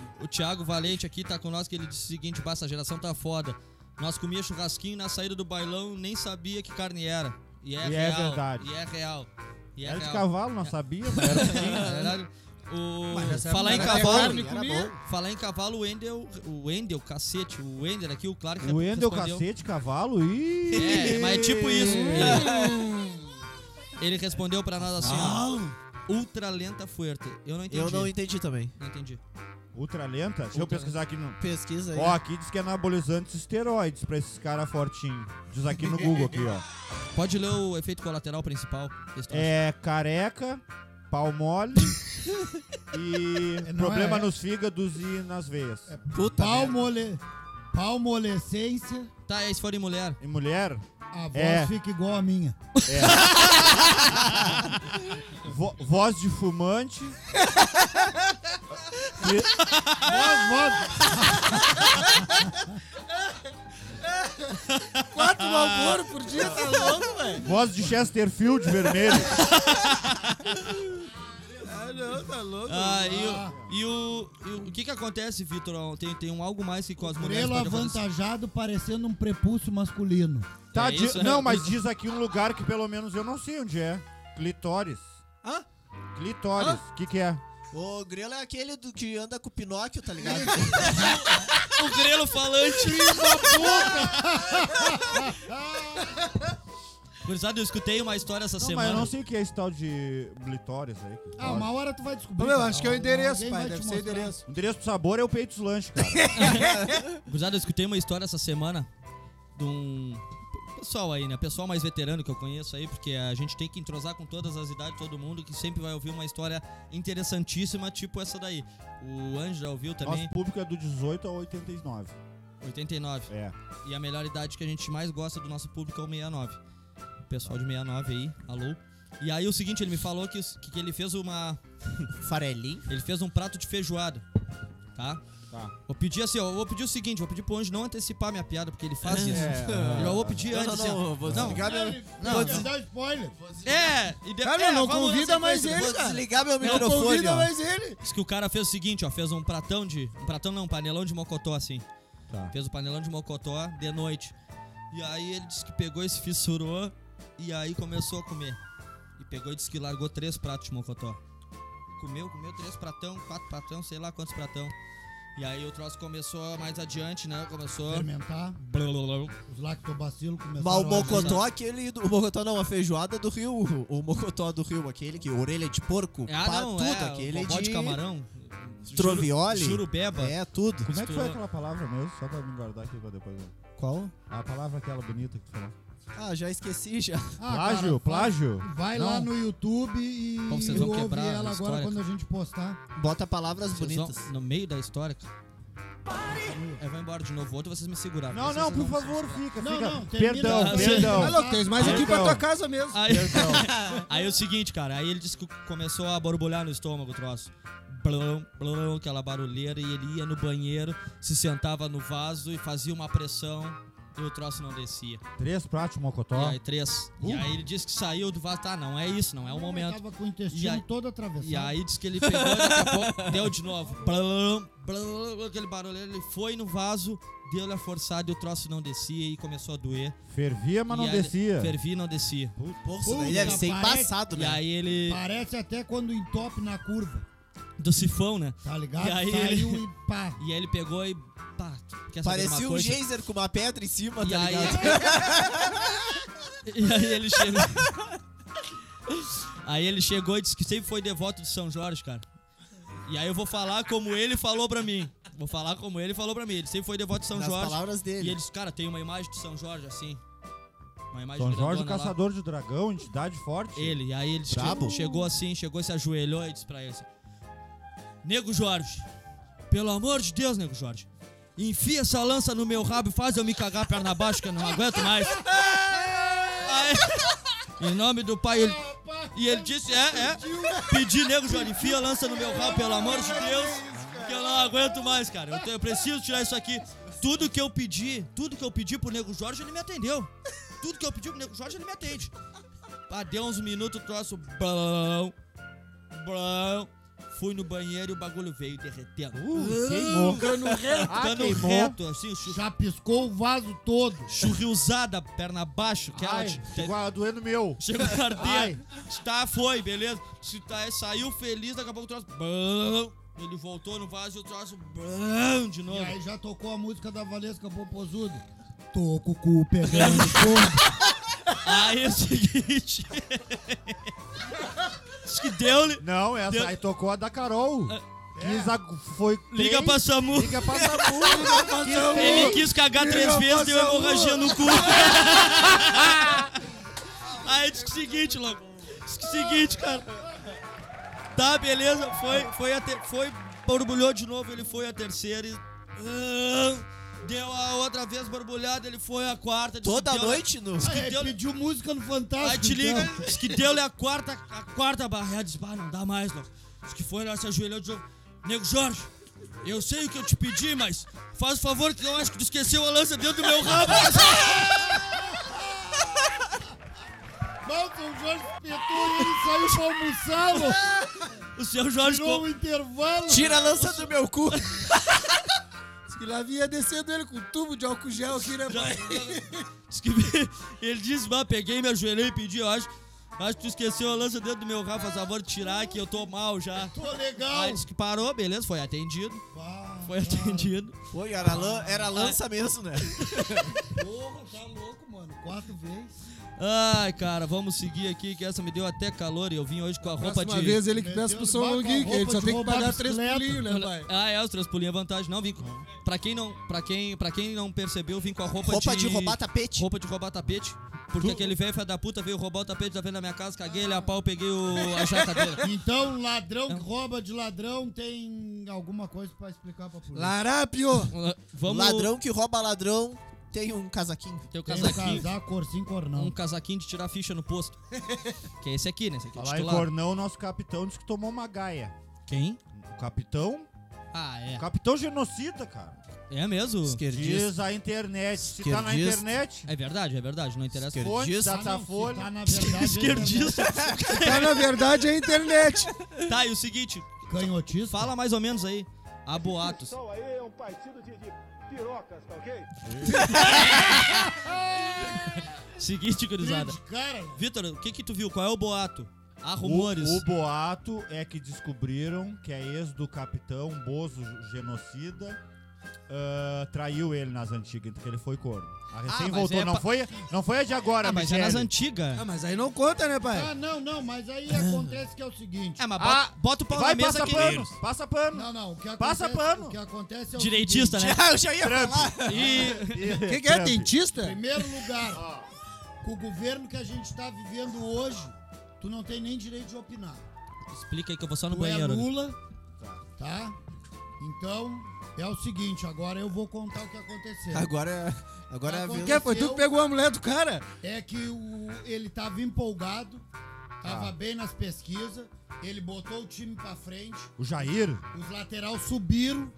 Speaker 2: <laughs> O Thiago Valente aqui tá com nós, que ele disse o seguinte: "Bah, essa geração tá foda. Nós comia churrasquinho na saída do bailão, nem sabia que carne era. E é
Speaker 1: E é
Speaker 2: real.
Speaker 1: verdade.
Speaker 2: E é real. E é
Speaker 1: Era de
Speaker 2: real. <laughs>
Speaker 1: cavalo, não sabia, mas era
Speaker 2: Na <laughs> verdade, o-
Speaker 5: Mas essa
Speaker 2: Falar em
Speaker 5: mulher é
Speaker 2: cavalo.
Speaker 5: carne comida.
Speaker 2: Falar em cavalo, o Wendel. O Wendel, cacete. O Wendel aqui, o Clark.
Speaker 1: O Endel
Speaker 2: respondeu-
Speaker 1: cacete, cavalo e.
Speaker 2: É, mas é tipo isso. Ele respondeu pra nós assim, ó. Ultra lenta fuerte. Eu não entendi.
Speaker 4: Eu não entendi também.
Speaker 2: Não entendi.
Speaker 1: Ultra lenta? Deixa eu
Speaker 2: Ultra
Speaker 1: pesquisar aqui no.
Speaker 4: Pesquisa aí.
Speaker 1: Ó, aqui diz que é anabolizantes e esteroides pra esses caras fortinhos. Diz aqui no Google aqui,
Speaker 2: <laughs>
Speaker 1: ó.
Speaker 2: Pode ler o efeito colateral principal. que estão
Speaker 1: É careca, pau
Speaker 2: <laughs>
Speaker 1: mole e
Speaker 3: Não
Speaker 1: problema
Speaker 3: é-
Speaker 1: nos fígados e nas veias.
Speaker 4: Puta merda.
Speaker 3: Palmole... Palmolescência,
Speaker 2: achando. Tá, é se for em mulher.
Speaker 1: E mulher?
Speaker 3: a voz
Speaker 1: É.
Speaker 3: fica igual a minha.
Speaker 1: vo- voz de
Speaker 2: <laughs>
Speaker 1: fumante.
Speaker 5: Quatro malboro por dia, tá louco, velho?
Speaker 1: Voz de Chesterfield vermelho.
Speaker 5: Ah, não, tá louco.
Speaker 2: Ah, e, o- e o, e o. o que que acontece, Vitor? Tem, tem um algo mais que com as mulheres
Speaker 3: Grelo
Speaker 2: pode acontecer?
Speaker 3: avantajado parecendo um prepúcio masculino.
Speaker 1: Tá,
Speaker 2: É
Speaker 1: di-
Speaker 2: isso, né?
Speaker 1: não, mas diz aqui um lugar que pelo menos eu não sei onde é. Clitóris.
Speaker 5: Hã?
Speaker 1: Clitóris. O que que é?
Speaker 4: O Grelo é aquele do que anda com o Pinóquio, tá ligado?
Speaker 2: O grelo falante! Gurizada, eu escutei uma história essa
Speaker 1: Não, mas
Speaker 2: semana.
Speaker 1: eu não sei o que é esse tal de Blitóris aí.
Speaker 3: Ah, uma hora tu vai descobrir.
Speaker 5: Meu,
Speaker 3: cara.
Speaker 5: acho que é o endereço,
Speaker 3: Alguém
Speaker 5: pai.
Speaker 3: vai
Speaker 5: Deve
Speaker 3: te
Speaker 5: ser o
Speaker 3: mostrar.
Speaker 5: endereço.
Speaker 1: O endereço do sabor é o peito dos lanches,
Speaker 2: <laughs>
Speaker 1: cara.
Speaker 2: Gurizada, eu escutei uma história essa semana de um pessoal aí, né? Pessoal mais veterano que eu conheço aí, porque a gente tem que entrosar com todas as idades, todo mundo, que sempre vai ouvir uma história interessantíssima, tipo essa daí. O Anjo já ouviu também,
Speaker 1: Nosso público é do 18 ao 89.
Speaker 2: 89.
Speaker 1: É.
Speaker 2: E a melhor idade que a gente mais gosta do nosso público é o 69. O pessoal de 69 aí, alô. E aí o seguinte, ele me falou que, os- que, que ele fez uma.
Speaker 4: Farelinho.
Speaker 2: Ele fez um prato de feijoada. tá?
Speaker 1: Tá.
Speaker 2: Vou pedir assim, ó, eu vou pedir o seguinte, vou pedir pro Anjo não antecipar minha piada, porque ele faz isso.
Speaker 1: É. <laughs>
Speaker 2: Eu já vou pedir
Speaker 4: Não, não,
Speaker 2: antes.
Speaker 4: não,
Speaker 2: assim, ó.
Speaker 4: eu vou desligar meu...
Speaker 3: Não,
Speaker 4: vou
Speaker 3: vou
Speaker 4: des-
Speaker 3: dar spoiler.
Speaker 2: É, e de...
Speaker 5: Cara,
Speaker 2: é,
Speaker 5: não
Speaker 2: vamos
Speaker 5: convida
Speaker 2: nessa
Speaker 5: mais
Speaker 2: coisa.
Speaker 5: ele,
Speaker 4: vou
Speaker 5: cara.
Speaker 4: desligar meu
Speaker 5: Não
Speaker 4: microfone,
Speaker 5: convida
Speaker 4: ó.
Speaker 5: mais ele.
Speaker 2: Diz que o cara fez o seguinte, ó, fez um pratão de... Um pratão não, um panelão de mocotó, assim.
Speaker 1: Tá.
Speaker 2: Fez o panelão de mocotó de noite. E aí ele disse que pegou e se fissurou e aí começou a comer. E pegou e disse que largou três pratos de mocotó. Comeu, comeu três pratão, quatro pratão, sei lá quantos pratão. E aí o troço começou mais adiante, né? Começou...
Speaker 3: É Fermentar, os lactobacilos
Speaker 4: Mas
Speaker 3: começaram
Speaker 4: o mocotó, aquele. do- O mocotó não, a feijoada do rio. O mocotó do rio, aquele que orelha de porco,
Speaker 2: Ah,
Speaker 4: pá,
Speaker 2: não,
Speaker 4: tudo,
Speaker 2: é,
Speaker 4: aquele
Speaker 2: bobó
Speaker 4: de.
Speaker 2: de... camarão. né,
Speaker 4: Trovioli.
Speaker 2: Churu- Churubeba.
Speaker 4: É,
Speaker 1: Como é
Speaker 4: tudo.
Speaker 1: que foi
Speaker 2: Misturou.
Speaker 1: aquela palavra mesmo? Só pra me guardar aqui pra depois. eu-
Speaker 4: Qual?
Speaker 1: A palavra aquela bonita que tu falou.
Speaker 4: Ah, já esqueci já.
Speaker 3: Ah,
Speaker 1: plágio,
Speaker 3: cara,
Speaker 1: plágio.
Speaker 3: Vai
Speaker 1: Não.
Speaker 3: lá no YouTube e
Speaker 2: Pô, vocês vão
Speaker 3: ouve
Speaker 2: quebrar a
Speaker 3: ela agora
Speaker 2: história.
Speaker 3: quando a gente postar.
Speaker 4: Bota palavras
Speaker 2: Vocês
Speaker 4: bonitas.
Speaker 2: vão- No meio da história. cara. Eu vou embora de novo, outro vocês me seguraram.
Speaker 1: Não,
Speaker 2: Vocês
Speaker 1: não, por
Speaker 2: me
Speaker 1: favor, fica,
Speaker 3: Não,
Speaker 1: fica.
Speaker 3: não, termina.
Speaker 1: perdão,
Speaker 2: Ah,
Speaker 1: perdão.
Speaker 5: Ah, louco, tens mais aqui pra
Speaker 1: Então.
Speaker 5: tua casa mesmo.
Speaker 2: <laughs> Aí, <laughs> aí é o seguinte, cara, aí ele disse que começou a borbulhar no estômago o troço. Blum, blum, aquela barulheira, e ele ia no banheiro, se sentava no vaso e fazia uma pressão e o troço não descia.
Speaker 1: Três pratos, de mocotó.
Speaker 2: E aí, três.
Speaker 1: Uh.
Speaker 2: E aí ele disse que saiu do vaso, tá, não é isso, não é o momento.
Speaker 3: Tava com o
Speaker 2: E
Speaker 3: intestino
Speaker 2: aí-
Speaker 3: todo atravessado.
Speaker 2: E aí disse que ele pegou, daqui a
Speaker 4: <laughs>
Speaker 2: pouco deu de novo. Blum, blum, aquele barulho, ele foi no vaso, deu-lhe a forçada e o troço não descia e começou a doer.
Speaker 1: Fervia, mas
Speaker 2: E
Speaker 1: não
Speaker 2: aí ele
Speaker 1: descia.
Speaker 2: Fervia e não descia.
Speaker 4: Porra, isso daí
Speaker 3: Puta,
Speaker 4: deve ser
Speaker 3: parece-
Speaker 4: embaçado,
Speaker 2: E
Speaker 4: né?
Speaker 2: aí ele.
Speaker 3: Parece até quando entope na curva,
Speaker 2: Do sifão, né?
Speaker 3: tá ligado?
Speaker 2: E aí
Speaker 3: Saiu
Speaker 2: ele-
Speaker 3: e pá.
Speaker 2: E aí ele pegou e. Pá, quer saber de uma
Speaker 4: Parecia um
Speaker 2: coisa?
Speaker 4: geyser com uma pedra em cima,
Speaker 2: E
Speaker 4: tá
Speaker 2: aí.
Speaker 4: ligado?
Speaker 2: <laughs> e aí ele chegou. aí ele chegou e disse que sempre foi devoto de São Jorge, cara. E aí eu vou falar como ele falou pra mim. Vou falar como ele falou pra mim. Ele sempre foi devoto de São
Speaker 4: Nas
Speaker 2: Jorge.
Speaker 4: palavras
Speaker 2: E
Speaker 4: dele.
Speaker 2: ele disse, cara, tem uma imagem de São Jorge assim. Uma imagem
Speaker 1: São Jorge, o
Speaker 2: grandona lá.
Speaker 1: caçador de dragão, entidade forte.
Speaker 2: Ele, e aí ele disse que
Speaker 4: Brabo.
Speaker 2: chegou assim, chegou, se ajoelhou e disse pra ele assim: Nego Jorge, pelo amor de Deus, nego Jorge, enfia essa lança no meu rabo e faz eu me cagar perna abaixo, que eu não aguento mais. Aí, em nome do pai, ele, e ele disse: É, é, pedi, nego Jorge, enfia a lança no meu rabo, pelo amor de Deus, que eu não aguento mais, cara. Eu, te- eu preciso tirar isso aqui. Tudo que eu pedi, tudo que eu pedi pro nego Jorge, ele me atendeu. Tudo que eu pedi pro nego Jorge, ele me atende. Ah, deu uns minutos, o troço. Blão, blão. Fui no banheiro e o bagulho veio derretendo. Uh,
Speaker 1: Uh, queimou.
Speaker 3: Ah,
Speaker 2: Ficando
Speaker 1: queimou.
Speaker 2: reto, assim, chu-
Speaker 3: Chapiscou o vaso todo.
Speaker 2: churriusada, perna abaixo, que ela
Speaker 1: Ai,
Speaker 2: te-
Speaker 1: chegou a doer no meu.
Speaker 2: Chegou a arder. Tá, foi, beleza. Se tá, saiu feliz, daqui a pouco o troço. Blão. Ele voltou no vaso e o troço. Blão, de
Speaker 3: E
Speaker 2: novo.
Speaker 3: aí já tocou a música da Valesca Popozuda. Tô com o cu
Speaker 1: <laughs>
Speaker 3: pegando fogo.
Speaker 2: Aí é o seguinte. Acho que deu-lhe.
Speaker 1: Não, essa
Speaker 2: Deu-
Speaker 1: aí tocou a da Carol. Quis a- foi
Speaker 2: Liga
Speaker 1: bem-
Speaker 2: pra SAMU.
Speaker 1: Liga pra Samu. liga pra Samu.
Speaker 2: Ele quis cagar três vezes, deu hemorragia no cu. Aí disse que o seguinte, louco. Disse que o seguinte, cara. Tá, beleza. Foi, foi, a ter, foi, borbulhou de novo, ele foi a terceira e... Ah, Deu a outra vez borbulhada, ele foi a quarta. disse que
Speaker 4: Toda
Speaker 2: deu-
Speaker 4: noite no.
Speaker 2: Que
Speaker 3: Aí
Speaker 2: deu-
Speaker 3: É, pediu música no Fantástico.
Speaker 2: Aí te liga,
Speaker 3: então.
Speaker 2: diz que deu-lhe a quarta, a quarta barreira. Diz, "Bah, não dá mais, louco. Diz que foi, lá, se ajoelhou de novo. Nego Jorge, eu sei o que eu te pedi, mas faz o favor que eu acho que tu esqueceu a lança dentro do meu rabo. <laughs>
Speaker 3: Bom, São Jorge Peturi, ele saiu pra almoçar, louco.
Speaker 2: O seu Jorge
Speaker 3: Tirou
Speaker 2: com...
Speaker 3: um intervalo.
Speaker 4: Tira a lança do meu cu!
Speaker 5: Diz que lá vinha descendo ele com um tubo de álcool gel aqui, né?
Speaker 2: Já- <laughs> Diz que ele disse, bah, peguei, me ajoelhei e pedi, eu acho, acho que tu esqueceu a lança dentro do meu rabo, faz favor de tirar que eu tô mal já.
Speaker 3: Tô legal.
Speaker 2: Aí disse que parou, beleza, foi atendido,
Speaker 3: Pá,
Speaker 2: foi atendido.
Speaker 4: Pô, era, lan-
Speaker 2: Ah,
Speaker 4: era lança mesmo, né?
Speaker 3: porra, tá louco, mano. Quatro vezes.
Speaker 2: Ai, cara, vamos seguir aqui, que essa me deu até calor e eu vim hoje com a roupa
Speaker 5: Próxima
Speaker 2: de...
Speaker 5: vez ele que
Speaker 3: Meteu
Speaker 5: peça
Speaker 3: no
Speaker 5: pro São
Speaker 3: barco a
Speaker 5: Longuinho, que ele
Speaker 3: roupa
Speaker 5: só
Speaker 3: de
Speaker 5: tem que
Speaker 3: roubar
Speaker 5: pagar três
Speaker 3: bicicleta.
Speaker 5: pulinhos, né, pai?
Speaker 2: Ah, é, os transpulinhos é vantagem. Não, vim com... Pra quem não, pra quem, pra quem não percebeu, vim com a roupa,
Speaker 4: Roupa
Speaker 2: de...
Speaker 4: de roubar tapete.
Speaker 2: Roupa de roubar tapete. Porque aquele velho filho da puta veio roubar o tapete da frente da minha casa, caguei ele a pau, peguei o... a jaca dele.
Speaker 3: <laughs> Então, ladrão que rouba de ladrão tem alguma coisa pra explicar pra polícia.
Speaker 5: Larápio!
Speaker 2: Vamos...
Speaker 4: Um Ladrão que rouba ladrão tem um casaquinho.
Speaker 2: Tem o
Speaker 3: Tem um
Speaker 2: casaquinho.
Speaker 3: casaco, corcinho, cornão.
Speaker 2: Um casaquinho de tirar ficha no posto. que é esse aqui, né? Esse aqui é o
Speaker 1: Falar em
Speaker 2: titular.
Speaker 1: cornão, nosso capitão disse que tomou uma gaia.
Speaker 2: Quem?
Speaker 1: O capitão
Speaker 2: Ah, é.
Speaker 1: Capitão genocida, cara.
Speaker 2: É mesmo?
Speaker 4: Esquerdista.
Speaker 1: Diz a internet. Se tá na
Speaker 4: Esquerdista.
Speaker 1: internet,
Speaker 2: É verdade, é verdade. Não interessa.
Speaker 4: Esquerda.
Speaker 1: fonte,
Speaker 4: Esquerdista.
Speaker 1: datafolha.
Speaker 3: Tá, na verdade,
Speaker 2: Esquerdista.
Speaker 5: Tá, na verdade, é a internet.
Speaker 2: Tá, e o seguinte,
Speaker 3: Canhotismo.
Speaker 2: fala mais ou menos aí. Há boatos.
Speaker 9: aí é um partido de, de pirocas, tá ok?
Speaker 2: <laughs> Seguinte, gurizada.
Speaker 3: é Cara,
Speaker 2: Vitor, o que que tu viu? Qual é o boato? Há
Speaker 1: O,
Speaker 2: rumores.
Speaker 1: o boato é que descobriram que a ex do capitão, um Bozo genocida, ah, traiu ele nas antigas, então que ele foi corno. A recém
Speaker 2: mas
Speaker 1: voltou,
Speaker 2: é
Speaker 1: não,
Speaker 2: pa-
Speaker 1: foi, não foi a de agora,
Speaker 2: Ah, mas é
Speaker 1: Michele.
Speaker 2: nas antigas.
Speaker 5: Ah, mas aí não conta, <laughs> né, pai?
Speaker 3: ah, não, não, mas aí acontece que é o seguinte.
Speaker 2: É, mas bota,
Speaker 1: Ah,
Speaker 2: bota o pau
Speaker 1: Vai,
Speaker 2: na mesa
Speaker 1: passa
Speaker 2: aqui.
Speaker 1: pano, passa pano.
Speaker 3: Não, não, o que acontece,
Speaker 1: Passa pano.
Speaker 3: O que acontece é o
Speaker 2: Direitista, né?
Speaker 4: Ah, eu já ia
Speaker 1: Trump.
Speaker 4: falar.
Speaker 2: E
Speaker 5: O que, que é?
Speaker 1: Trump.
Speaker 3: seguinte, em
Speaker 5: Dentista?
Speaker 3: primeiro lugar, com o governo que a gente tá vivendo hoje, tu não tem nem direito de opinar.
Speaker 2: Explica aí que eu vou só no
Speaker 3: Tu é
Speaker 2: banheiro.
Speaker 3: Lula, tá? Então, é o seguinte, agora eu vou contar o que aconteceu.
Speaker 4: Agora, agora é a
Speaker 5: O
Speaker 4: vez.
Speaker 5: que? Foi tu que pegou a mulher do cara?
Speaker 3: É que o, ele tava empolgado, tava bem nas pesquisas, ele botou o time pra frente,
Speaker 1: O Jair,
Speaker 3: os lateral subiram,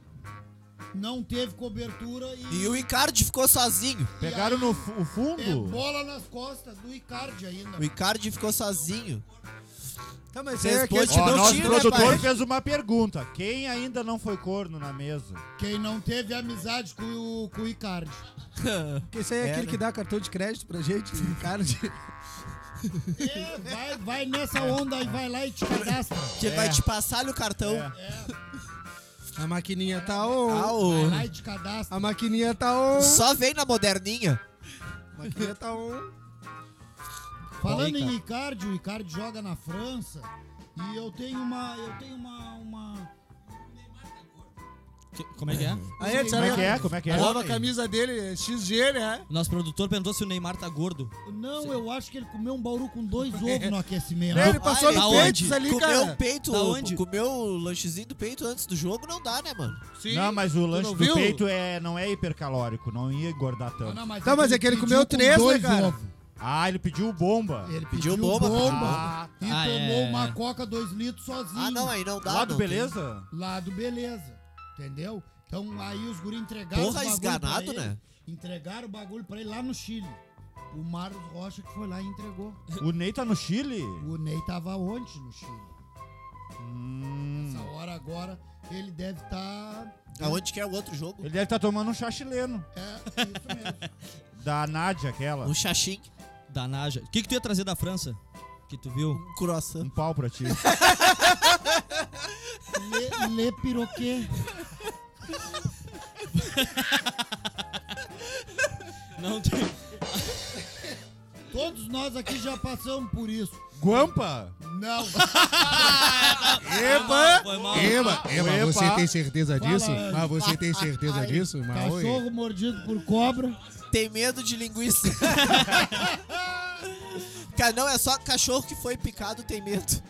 Speaker 3: não teve cobertura e,
Speaker 4: E o Icardi ficou sozinho.
Speaker 1: pegaram no fu- o
Speaker 3: é
Speaker 1: fundo.
Speaker 3: bola nas costas do Icardi ainda.
Speaker 4: O Icardi ficou sozinho.
Speaker 5: Tá, mas
Speaker 4: Vocês
Speaker 5: aí é que
Speaker 4: podem
Speaker 5: ele te
Speaker 1: Ó,
Speaker 4: deu
Speaker 1: nosso
Speaker 4: tiro, né,
Speaker 1: produtor
Speaker 4: pai?
Speaker 1: fez uma pergunta. Quem ainda não foi corno na mesa?
Speaker 3: Quem não teve amizade com o, com o
Speaker 5: <laughs>
Speaker 3: Icardi.
Speaker 5: Porque isso aí é,
Speaker 4: É,
Speaker 5: aquele
Speaker 4: né?
Speaker 5: que dá cartão de crédito pra gente, cara. de-
Speaker 3: <laughs> É, vai, vai nessa onda e vai lá e te cadastra.
Speaker 4: Que
Speaker 5: É.
Speaker 4: vai te passar o cartão.
Speaker 5: A maquininha É. tá on.
Speaker 4: Ah, ô.
Speaker 3: Vai lá e te cadastra.
Speaker 5: A maquininha tá on.
Speaker 4: Só vem na moderninha.
Speaker 5: A maquininha tá on.
Speaker 3: Falando em Icardi, o Icardi joga na França e eu tenho uma. Eu tenho uma. uma...
Speaker 2: Que- Como é que é?
Speaker 5: Aí, a
Speaker 1: Como
Speaker 5: senhora-
Speaker 1: é que é? Como é que é?
Speaker 5: A nova camisa dele é XG, né?
Speaker 2: O nosso produtor perguntou se o Neymar tá gordo.
Speaker 3: Não, eu acho que ele comeu um bauru com dois
Speaker 5: <laughs>
Speaker 3: ovos no aquecimento.
Speaker 5: Ele passou
Speaker 4: ele
Speaker 5: no
Speaker 2: tá
Speaker 5: peitos
Speaker 2: onde?
Speaker 5: ali,
Speaker 4: Comeu
Speaker 5: cara. Tá
Speaker 4: o peito,
Speaker 2: Da onde?
Speaker 4: comeu o lanchezinho do peito antes do jogo, não dá, né, mano?
Speaker 5: Sim.
Speaker 1: Não, mas o lanche
Speaker 5: não
Speaker 1: do
Speaker 5: viu?
Speaker 1: peito é, não é hipercalórico, não ia engordar
Speaker 3: Ah,
Speaker 1: tanto.
Speaker 3: mas
Speaker 5: Tá, mas é que ele
Speaker 3: pediu
Speaker 5: comeu
Speaker 3: com
Speaker 5: três, né,
Speaker 3: dois
Speaker 5: cara?
Speaker 3: ovos.
Speaker 1: Ah, ele pediu bomba.
Speaker 3: Ele
Speaker 4: Pediu
Speaker 3: pediu,
Speaker 4: bomba,
Speaker 3: bomba,
Speaker 1: Ah,
Speaker 3: e
Speaker 2: Ah,
Speaker 3: tomou
Speaker 2: é.
Speaker 3: uma coca 2 litros sozinho.
Speaker 4: Ah, não, aí não dá.
Speaker 1: Lá do
Speaker 4: não tem.
Speaker 1: beleza?
Speaker 3: Lá do beleza, entendeu? Então aí os guri entregaram
Speaker 4: Porra,
Speaker 3: o bagulho
Speaker 4: esganado,
Speaker 3: pra ele,
Speaker 4: né?
Speaker 3: Entregaram o bagulho pra ele lá no Chile. O Marcos Rocha que foi lá e entregou.
Speaker 1: O Ney tá no Chile?
Speaker 3: O Ney tava ontem no Chile.
Speaker 1: Hum,
Speaker 3: Essa hora agora ele deve tá- estar.
Speaker 4: Aonde que é o outro jogo?
Speaker 1: ele deve estar tomando um chá chileno.
Speaker 3: É, isso mesmo.
Speaker 1: Da Nádia, aquela.
Speaker 4: Um xaxim,
Speaker 2: Da Naja. O que, que tu ia trazer da França? Que tu viu?
Speaker 4: um croissant.
Speaker 1: Um pau pra ti.
Speaker 3: Lê, lê piroquê.
Speaker 2: Não tem.
Speaker 3: Todos nós aqui já passamos por isso.
Speaker 1: Guampa?
Speaker 3: Não,
Speaker 7: Eba!
Speaker 2: Foi mal.
Speaker 7: Ema, Ema,
Speaker 1: Epa.
Speaker 7: você tem certeza
Speaker 3: Fala,
Speaker 7: disso?
Speaker 3: Anjo.
Speaker 7: Ah, você tem certeza disso?
Speaker 5: Ah,
Speaker 7: Mas, oi.
Speaker 3: cachorro mordido por cobra.
Speaker 4: Tem medo de linguiça. <laughs> Cara, não, é só cachorro que foi picado tem medo.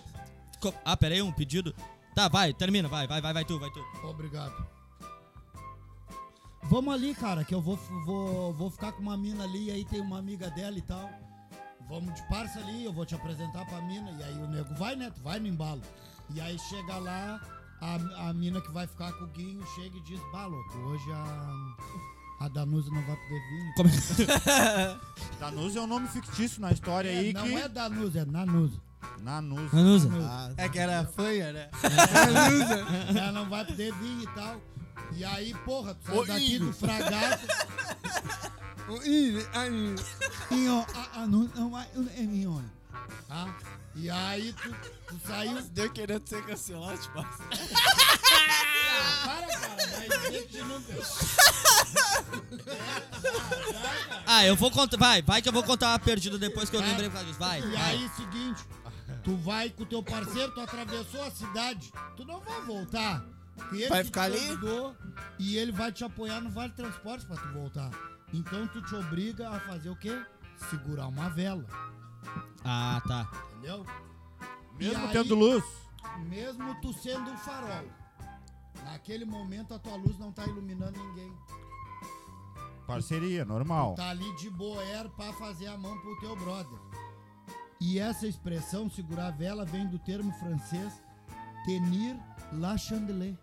Speaker 2: Co- Ah, peraí, um pedido. Tá, vai, termina, vai, vai, vai, vai tu, vai tu.
Speaker 3: Obrigado. Vamos ali, cara, que eu vou, vou, vou ficar com uma mina ali, e aí tem uma amiga dela e tal. Vamos de parça ali, eu vou te apresentar pra mina. E aí o nego vai, né? Tu vai no embalo. E aí chega lá, a, a mina que vai ficar com o Guinho chega e diz: Bah, louco, hoje a, a Danusa não vai poder vir.
Speaker 2: Como-
Speaker 1: Danuse é um nome fictício na história aí
Speaker 3: não
Speaker 1: que.
Speaker 3: é Danusa, é Nanusa.
Speaker 1: Nanusa.
Speaker 2: Nanusa.
Speaker 4: Ah,
Speaker 5: É que era fanha, né?
Speaker 3: Ela não vai poder vir e tal. E aí, porra, tu sai daqui do fragado.
Speaker 5: Ih, ai,
Speaker 3: Inho, a, a, não, não, a, é minho. Tá? E aí tu, tu saiu.
Speaker 4: deu querendo ser cancelado, tipo.
Speaker 2: ah,
Speaker 3: Para, cara, vai dizer que nunca.
Speaker 2: Ah, eu vou contar. Vai, vai que eu vou contar a perdida depois que eu lembrei por causa disso. Vai,
Speaker 3: E
Speaker 2: vai.
Speaker 3: aí, seguinte, tu vai com o teu parceiro, tu atravessou a cidade, tu não vai voltar. Porque Ele
Speaker 4: Vai
Speaker 3: que te
Speaker 4: ficar ali?
Speaker 3: convidou E ele vai te apoiar no Vale Transporte pra tu voltar. Então tu te obriga a fazer o quê? Segurar uma vela,
Speaker 2: Ah, tá.
Speaker 3: entendeu?
Speaker 1: Mesmo
Speaker 3: E aí-
Speaker 1: tendo luz.
Speaker 3: Mesmo tu sendo um farol. Naquele momento a tua luz não tá iluminando ninguém.
Speaker 1: Parceria, normal.
Speaker 3: Tá ali de boer pra fazer a mão pro teu brother. E essa expressão, segurar a vela, vem do termo francês tenir la chandelier.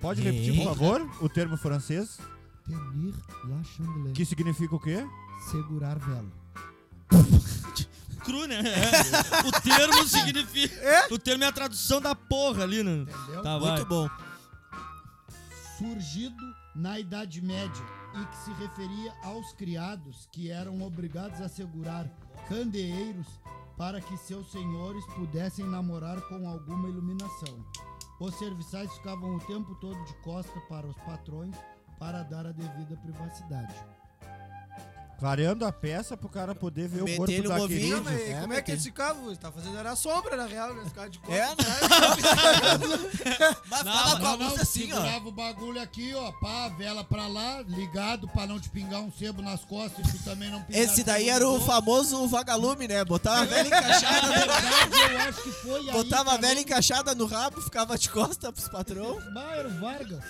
Speaker 1: Pode repetir, por
Speaker 4: Hein?
Speaker 1: favor, o termo francês,
Speaker 3: Tenir la chandelier.
Speaker 1: que significa o quê?
Speaker 3: Segurar vela.
Speaker 2: Cru, né? É. O termo significa. O termo é a tradução da porra ali, né?
Speaker 3: Entendeu?
Speaker 2: Tá, vai.
Speaker 4: Muito bom.
Speaker 3: surgido na Idade Média e que se referia aos criados que eram obrigados a segurar candeeiros para que seus senhores pudessem namorar com alguma iluminação. Os serviçais ficavam o tempo todo de costa para os patrões para dar a devida privacidade.
Speaker 1: Clareando a peça pro cara poder ver o corpo
Speaker 4: Meter-lhe um
Speaker 1: da
Speaker 4: ovinho,
Speaker 1: querida.
Speaker 4: Não, mas É, como é que meter. esse
Speaker 5: carro tá fazendo? Era sombra, na real, nesse carro de
Speaker 4: É, né? Mas
Speaker 2: Não,
Speaker 4: tava
Speaker 2: mas
Speaker 4: com a luz assim, ó.
Speaker 3: segurava o bagulho aqui, ó, pá, a vela pra lá, ligado pra não te pingar um sebo nas costas e tu também não pingar
Speaker 4: Esse daí
Speaker 3: sebo
Speaker 4: era
Speaker 3: nos
Speaker 4: o
Speaker 3: outros.
Speaker 4: famoso vagalume, né? Botava a
Speaker 2: <laughs>
Speaker 4: velha
Speaker 3: Na
Speaker 4: encaixada,
Speaker 3: verdade, eu acho que foi aí
Speaker 4: botava a
Speaker 3: também
Speaker 4: velha encaixada no rabo, ficava de costa pros patrão.
Speaker 3: Bah, era o Vargas.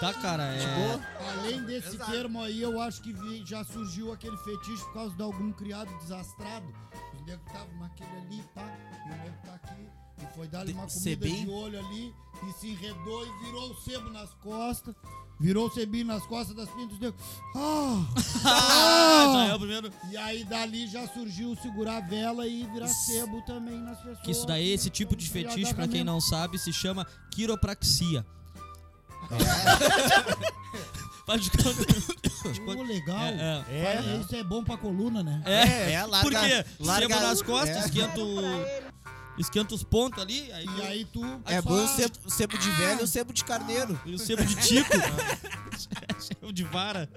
Speaker 2: Tá, cara, é.
Speaker 3: Além desse termo aí, eu acho que vi- já surgiu aquele fetiche por causa de algum criado desastrado. Os negros estavam naquele ali, pá, e o nego tá aqui. E foi dar-lhe
Speaker 4: De-
Speaker 3: uma comida
Speaker 4: sebinho?
Speaker 3: de olho ali, e se enredou e virou o sebo nas costas. Virou o sebinho nas costas das pintas dos negros. Ah!
Speaker 2: Ah, já é o primeiro.
Speaker 3: E aí dali já surgiu segurar a vela e virar sebo também nas pessoas.
Speaker 2: Que isso daí, esse tipo de fetiche, pra quem não sabe, se chama quiropraxia. <laughs> Faz de conta. de
Speaker 3: Oh,
Speaker 2: conta-
Speaker 3: legal.
Speaker 2: É,
Speaker 1: É,
Speaker 3: Olha, Isso é bom pra coluna, né?
Speaker 2: é. é.
Speaker 4: É, larga-
Speaker 2: Por quê?
Speaker 4: larga-
Speaker 2: Sebo nas costas,
Speaker 4: é.
Speaker 2: esquenta, o- esquenta os pontos ali, aí, Ah.
Speaker 3: E aí tu.
Speaker 4: É bom o
Speaker 3: Pá,
Speaker 4: sebo, o sebo de velho e o sebo de carneiro.
Speaker 2: e o sebo de tico. <laughs> sebo de vara.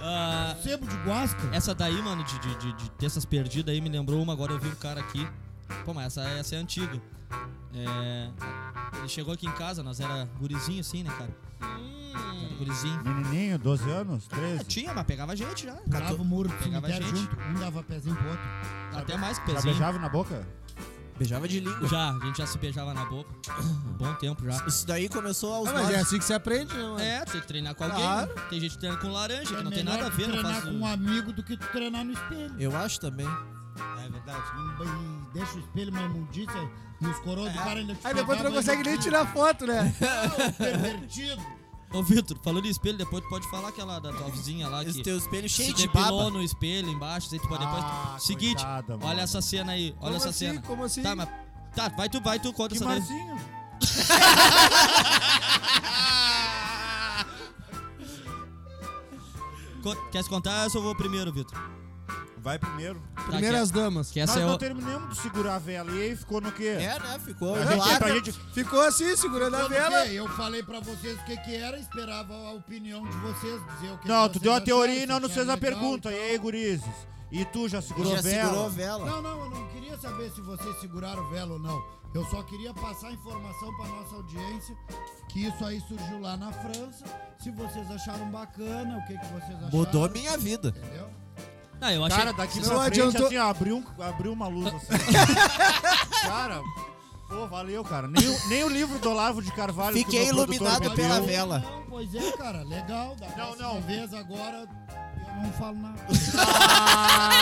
Speaker 2: Ah,
Speaker 3: Sebo de guasca.
Speaker 2: essa daí, mano, de, de, de, de ter essas perdidas aí, me lembrou uma, agora eu vi um cara aqui. Pô, mas essa, essa é antiga. É, ele chegou aqui em casa, nós era gurizinho assim, né, cara? Era gurizinho.
Speaker 1: Menininho, 12 anos,
Speaker 2: É,
Speaker 1: 13.
Speaker 2: Tinha, mas pegava a gente já.
Speaker 3: Pegava o muro do
Speaker 2: Pegava
Speaker 3: cemitério
Speaker 2: gente.
Speaker 3: junto, um dava pezinho pro outro.
Speaker 2: Até mais
Speaker 1: Já
Speaker 2: pezinho.
Speaker 1: beijava na boca?
Speaker 4: Beijava de língua.
Speaker 2: Já, a gente já se beijava na boca. <coughs> Um bom tempo já.
Speaker 4: Isso daí começou aos
Speaker 5: Ah, <laughs> mas é
Speaker 4: nove.
Speaker 5: assim que você aprende, né, mano?
Speaker 2: É, tu tem que treinar com alguém.
Speaker 5: Claro.
Speaker 2: né? Tem gente que treina com laranja, que não tem
Speaker 3: melhor
Speaker 2: nada a ver, não
Speaker 3: treinar
Speaker 2: faz.
Speaker 3: com um amigo do que tu treinar no espelho.
Speaker 4: Eu acho também.
Speaker 2: É verdade.
Speaker 3: E deixa o espelho uma imundícia e os coroas do cara ainda te
Speaker 5: Aí depois tu não
Speaker 3: pegavam,
Speaker 5: consegue
Speaker 3: ainda
Speaker 5: nem
Speaker 3: tu-
Speaker 5: tirar foto, né?
Speaker 3: Ah, o pervertido.
Speaker 2: Ô, Vitor, falando em espelho, depois tu pode falar aquela da tua vizinha lá
Speaker 4: Esse
Speaker 2: que
Speaker 4: teu espelho
Speaker 2: se
Speaker 4: cheio de
Speaker 2: depilou
Speaker 4: baba.
Speaker 2: no espelho embaixo. Aí tu pode depois.
Speaker 1: Ah,
Speaker 2: Seguinte,
Speaker 1: coitada, mano.
Speaker 2: olha essa cena aí, olha
Speaker 5: Como
Speaker 2: essa
Speaker 5: assim?
Speaker 2: cena.
Speaker 5: Como assim?
Speaker 2: Tá, mas. Tá, vai tu, vai tu,
Speaker 1: Que
Speaker 2: conta essa vez.
Speaker 1: marcinho.
Speaker 2: Co- Quer se contar? Eu só vou primeiro, Vitor.
Speaker 1: Vai primeiro.
Speaker 2: Tá,
Speaker 5: Primeiras damas.
Speaker 2: que, que essa
Speaker 1: Nós
Speaker 2: é
Speaker 1: não
Speaker 2: o...
Speaker 1: terminamos de segurar a vela e aí ficou no quê?
Speaker 4: É, né? Ficou.
Speaker 1: A gente,
Speaker 4: larga.
Speaker 1: a gente
Speaker 5: Ficou assim, segurando a
Speaker 3: Sabe o
Speaker 5: vela.
Speaker 3: quê? Eu falei pra vocês o que que era, esperava a opinião de vocês, dizer o que
Speaker 1: Não,
Speaker 3: que
Speaker 1: tu
Speaker 3: vocês
Speaker 1: deu a teoria e
Speaker 3: acharam,
Speaker 1: não
Speaker 3: se
Speaker 1: nos
Speaker 3: acharam
Speaker 1: fez a
Speaker 3: legal,
Speaker 1: pergunta. E
Speaker 3: tal.
Speaker 1: aí, gurizes? E tu já segurou
Speaker 4: Já
Speaker 1: vela?
Speaker 4: segurou a vela.
Speaker 3: Não, não, eu não queria saber se vocês seguraram vela ou não. Eu só queria passar a informação pra nossa audiência que isso aí surgiu lá na França. Se vocês acharam bacana, o que, que vocês acharam.
Speaker 4: Mudou minha vida.
Speaker 3: Entendeu?
Speaker 2: Ah, eu achei.
Speaker 1: Cara, daqui
Speaker 5: Não
Speaker 1: pra frente,
Speaker 5: adiantou.
Speaker 1: assim, ó, abriu, um- abriu uma luz assim. ó. cara, pô, valeu, cara. Nem, o- nem o livro do Olavo de Carvalho que
Speaker 4: Fiquei
Speaker 1: o meu produtor
Speaker 4: iluminado
Speaker 1: me
Speaker 4: pela
Speaker 1: deu.
Speaker 4: vela.
Speaker 3: Não, pois é, cara, legal. Da
Speaker 1: Não,
Speaker 3: não,
Speaker 1: não.
Speaker 3: não. vez agora eu não falo nada.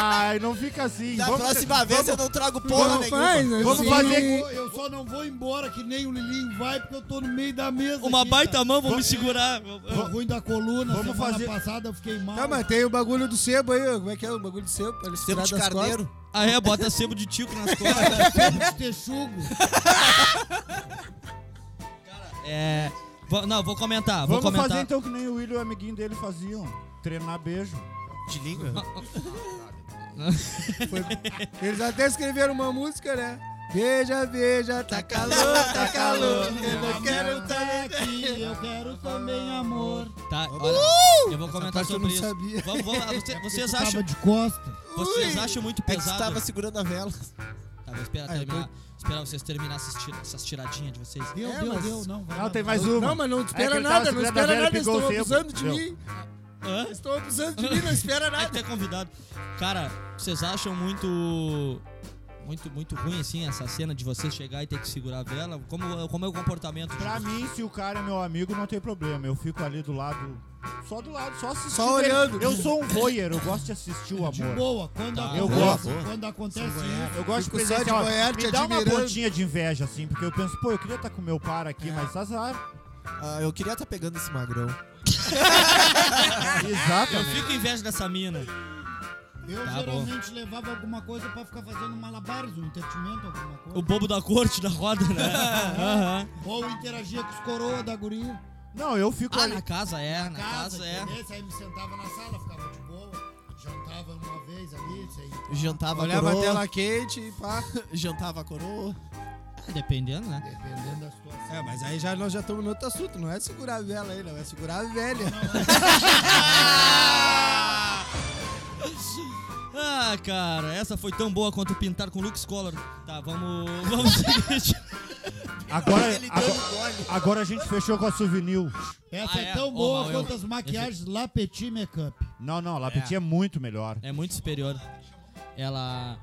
Speaker 1: Ai, não fica assim.
Speaker 4: Da
Speaker 1: Vamos-
Speaker 4: próxima vez eu não trago porra
Speaker 5: Não
Speaker 4: nenhuma.
Speaker 5: faz, né?
Speaker 1: Vamos
Speaker 5: Sim.
Speaker 1: fazer-
Speaker 3: Eu, vou- eu só não vou embora que nem o Lilinho vai, porque eu tô no meio da mesa.
Speaker 2: Uma
Speaker 3: aqui,
Speaker 2: baita
Speaker 3: cara.
Speaker 2: mão,
Speaker 4: É.
Speaker 2: vou me segurar.
Speaker 3: Tô ruim da coluna,
Speaker 1: Vamos
Speaker 3: semana
Speaker 1: fazer-
Speaker 3: passada eu fiquei mal.
Speaker 5: Tá, mas tem o bagulho do sebo aí, ó. como é que é o bagulho do sebo? Pra ele
Speaker 4: Sebo
Speaker 5: tirar
Speaker 4: de
Speaker 5: das
Speaker 4: carneiro.
Speaker 2: Ah, é, bota sebo de tico nas costas.
Speaker 4: <laughs>
Speaker 3: de texugo.
Speaker 2: É. vou- não, vou comentar, vou
Speaker 1: Vamos fazer
Speaker 2: comentar.
Speaker 1: então que nem o Will e o amiguinho dele faziam. Treinar beijo.
Speaker 4: De língua?
Speaker 5: costas. Foi- Eles até escreveram uma música, né? Veja, veja, tá calor, tá calor. Eu não quero tá...
Speaker 3: É, aqui, eu quero também amor.
Speaker 2: Tá, olha, eu vou comentar
Speaker 5: então. parte eu
Speaker 2: sobre
Speaker 5: não
Speaker 2: isso.
Speaker 5: sabia.
Speaker 2: Vamos, vamos lá,
Speaker 5: <laughs>
Speaker 2: você- vocês,
Speaker 3: Tava
Speaker 2: acham,
Speaker 3: de costa.
Speaker 2: vocês acham muito
Speaker 4: É que você
Speaker 2: pesado.
Speaker 4: tava segurando a vela.
Speaker 2: Tá, vou esperar
Speaker 5: Ah, eu
Speaker 2: terminar. Esperar vocês terminar essas, tira- essas tiradinhas de vocês.
Speaker 3: Deu,
Speaker 5: É,
Speaker 3: deu,
Speaker 5: mas-
Speaker 3: deu. Não, vai
Speaker 1: Não,
Speaker 3: lá,
Speaker 1: Ah, tem
Speaker 3: vai.
Speaker 1: mais uma.
Speaker 5: Não, mas não
Speaker 1: É que
Speaker 5: espera
Speaker 1: ele tava
Speaker 5: nada, não
Speaker 1: segurando a
Speaker 5: espera
Speaker 1: vela e
Speaker 5: nada, eles
Speaker 1: pegou
Speaker 5: estão
Speaker 1: o sebo.
Speaker 5: abusando de
Speaker 1: Deu.
Speaker 5: mim.
Speaker 2: Hã?
Speaker 5: Eles estão abusando de mim, não espera
Speaker 2: É
Speaker 5: nada.
Speaker 2: até convidado. Cara, vocês acham muito muito, muito ruim, assim, essa cena de você chegar e ter que segurar a vela. Como, como é o comportamento de
Speaker 1: Pra
Speaker 2: vocês?
Speaker 1: mim, se o cara é meu amigo, não tem problema. Eu fico ali do lado. Só do lado, só assistindo.
Speaker 4: Só
Speaker 1: ele.
Speaker 4: olhando.
Speaker 1: Eu sou um voyeur, eu gosto de assistir o
Speaker 3: De
Speaker 1: amor.
Speaker 3: boa, quando,
Speaker 2: Tá,
Speaker 1: eu
Speaker 3: acontece,
Speaker 7: gosto.
Speaker 3: quando acontece isso.
Speaker 1: Eu gosto
Speaker 7: Fico
Speaker 1: de
Speaker 7: só de
Speaker 1: presenciar. ó,
Speaker 7: voyeur
Speaker 1: Me
Speaker 7: te
Speaker 1: dá uma
Speaker 7: admirando. É.
Speaker 1: pontinha de inveja, assim, porque eu penso, pô, eu queria estar com meu par aqui, mas azar.
Speaker 4: Ah, eu queria estar pegando esse magrão.
Speaker 7: É,
Speaker 2: Eu
Speaker 1: Exatamente.
Speaker 2: fico com inveja dessa mina.
Speaker 3: Eu
Speaker 2: Tá bom.
Speaker 3: geralmente levava alguma coisa pra ficar fazendo malabares, um entretenimento, alguma coisa.
Speaker 2: O bobo da corte, da roda, né? Aham.
Speaker 3: Ou interagia com os coroa da guria.
Speaker 1: Não, eu fico
Speaker 2: Ah,
Speaker 1: ali.
Speaker 2: na casa é, na
Speaker 3: casa,
Speaker 2: casa é.
Speaker 3: entendeu? Aí me sentava na sala, ficava de boa, jantava uma vez ali, isso aí.
Speaker 4: Jantava
Speaker 7: Olhava
Speaker 4: a
Speaker 7: a
Speaker 4: coroa.
Speaker 7: tela quente e pá.
Speaker 4: <laughs> Jantava a coroa.
Speaker 2: Dependendo, né?
Speaker 3: Dependendo da situação.
Speaker 7: É, mas aí já, nós já estamos no outro assunto. Não é segurar a vela aí, não. É segurar a velha. <laughs>
Speaker 2: Ah, cara, essa foi tão boa quanto pintar com Luke Scholar. Tá, vamos. <laughs> Vamos tipo. seguinte.
Speaker 1: Agora, agora, agora a gente fechou com a souvenir.
Speaker 3: Essa
Speaker 2: Ah,
Speaker 3: é,
Speaker 2: é?
Speaker 3: tão
Speaker 2: Ô,
Speaker 3: boa
Speaker 2: Mauro,
Speaker 3: quanto as maquiagens La Petit Makeup.
Speaker 1: Não, não, La Petit é. muito melhor.
Speaker 2: É muito superior. Ela.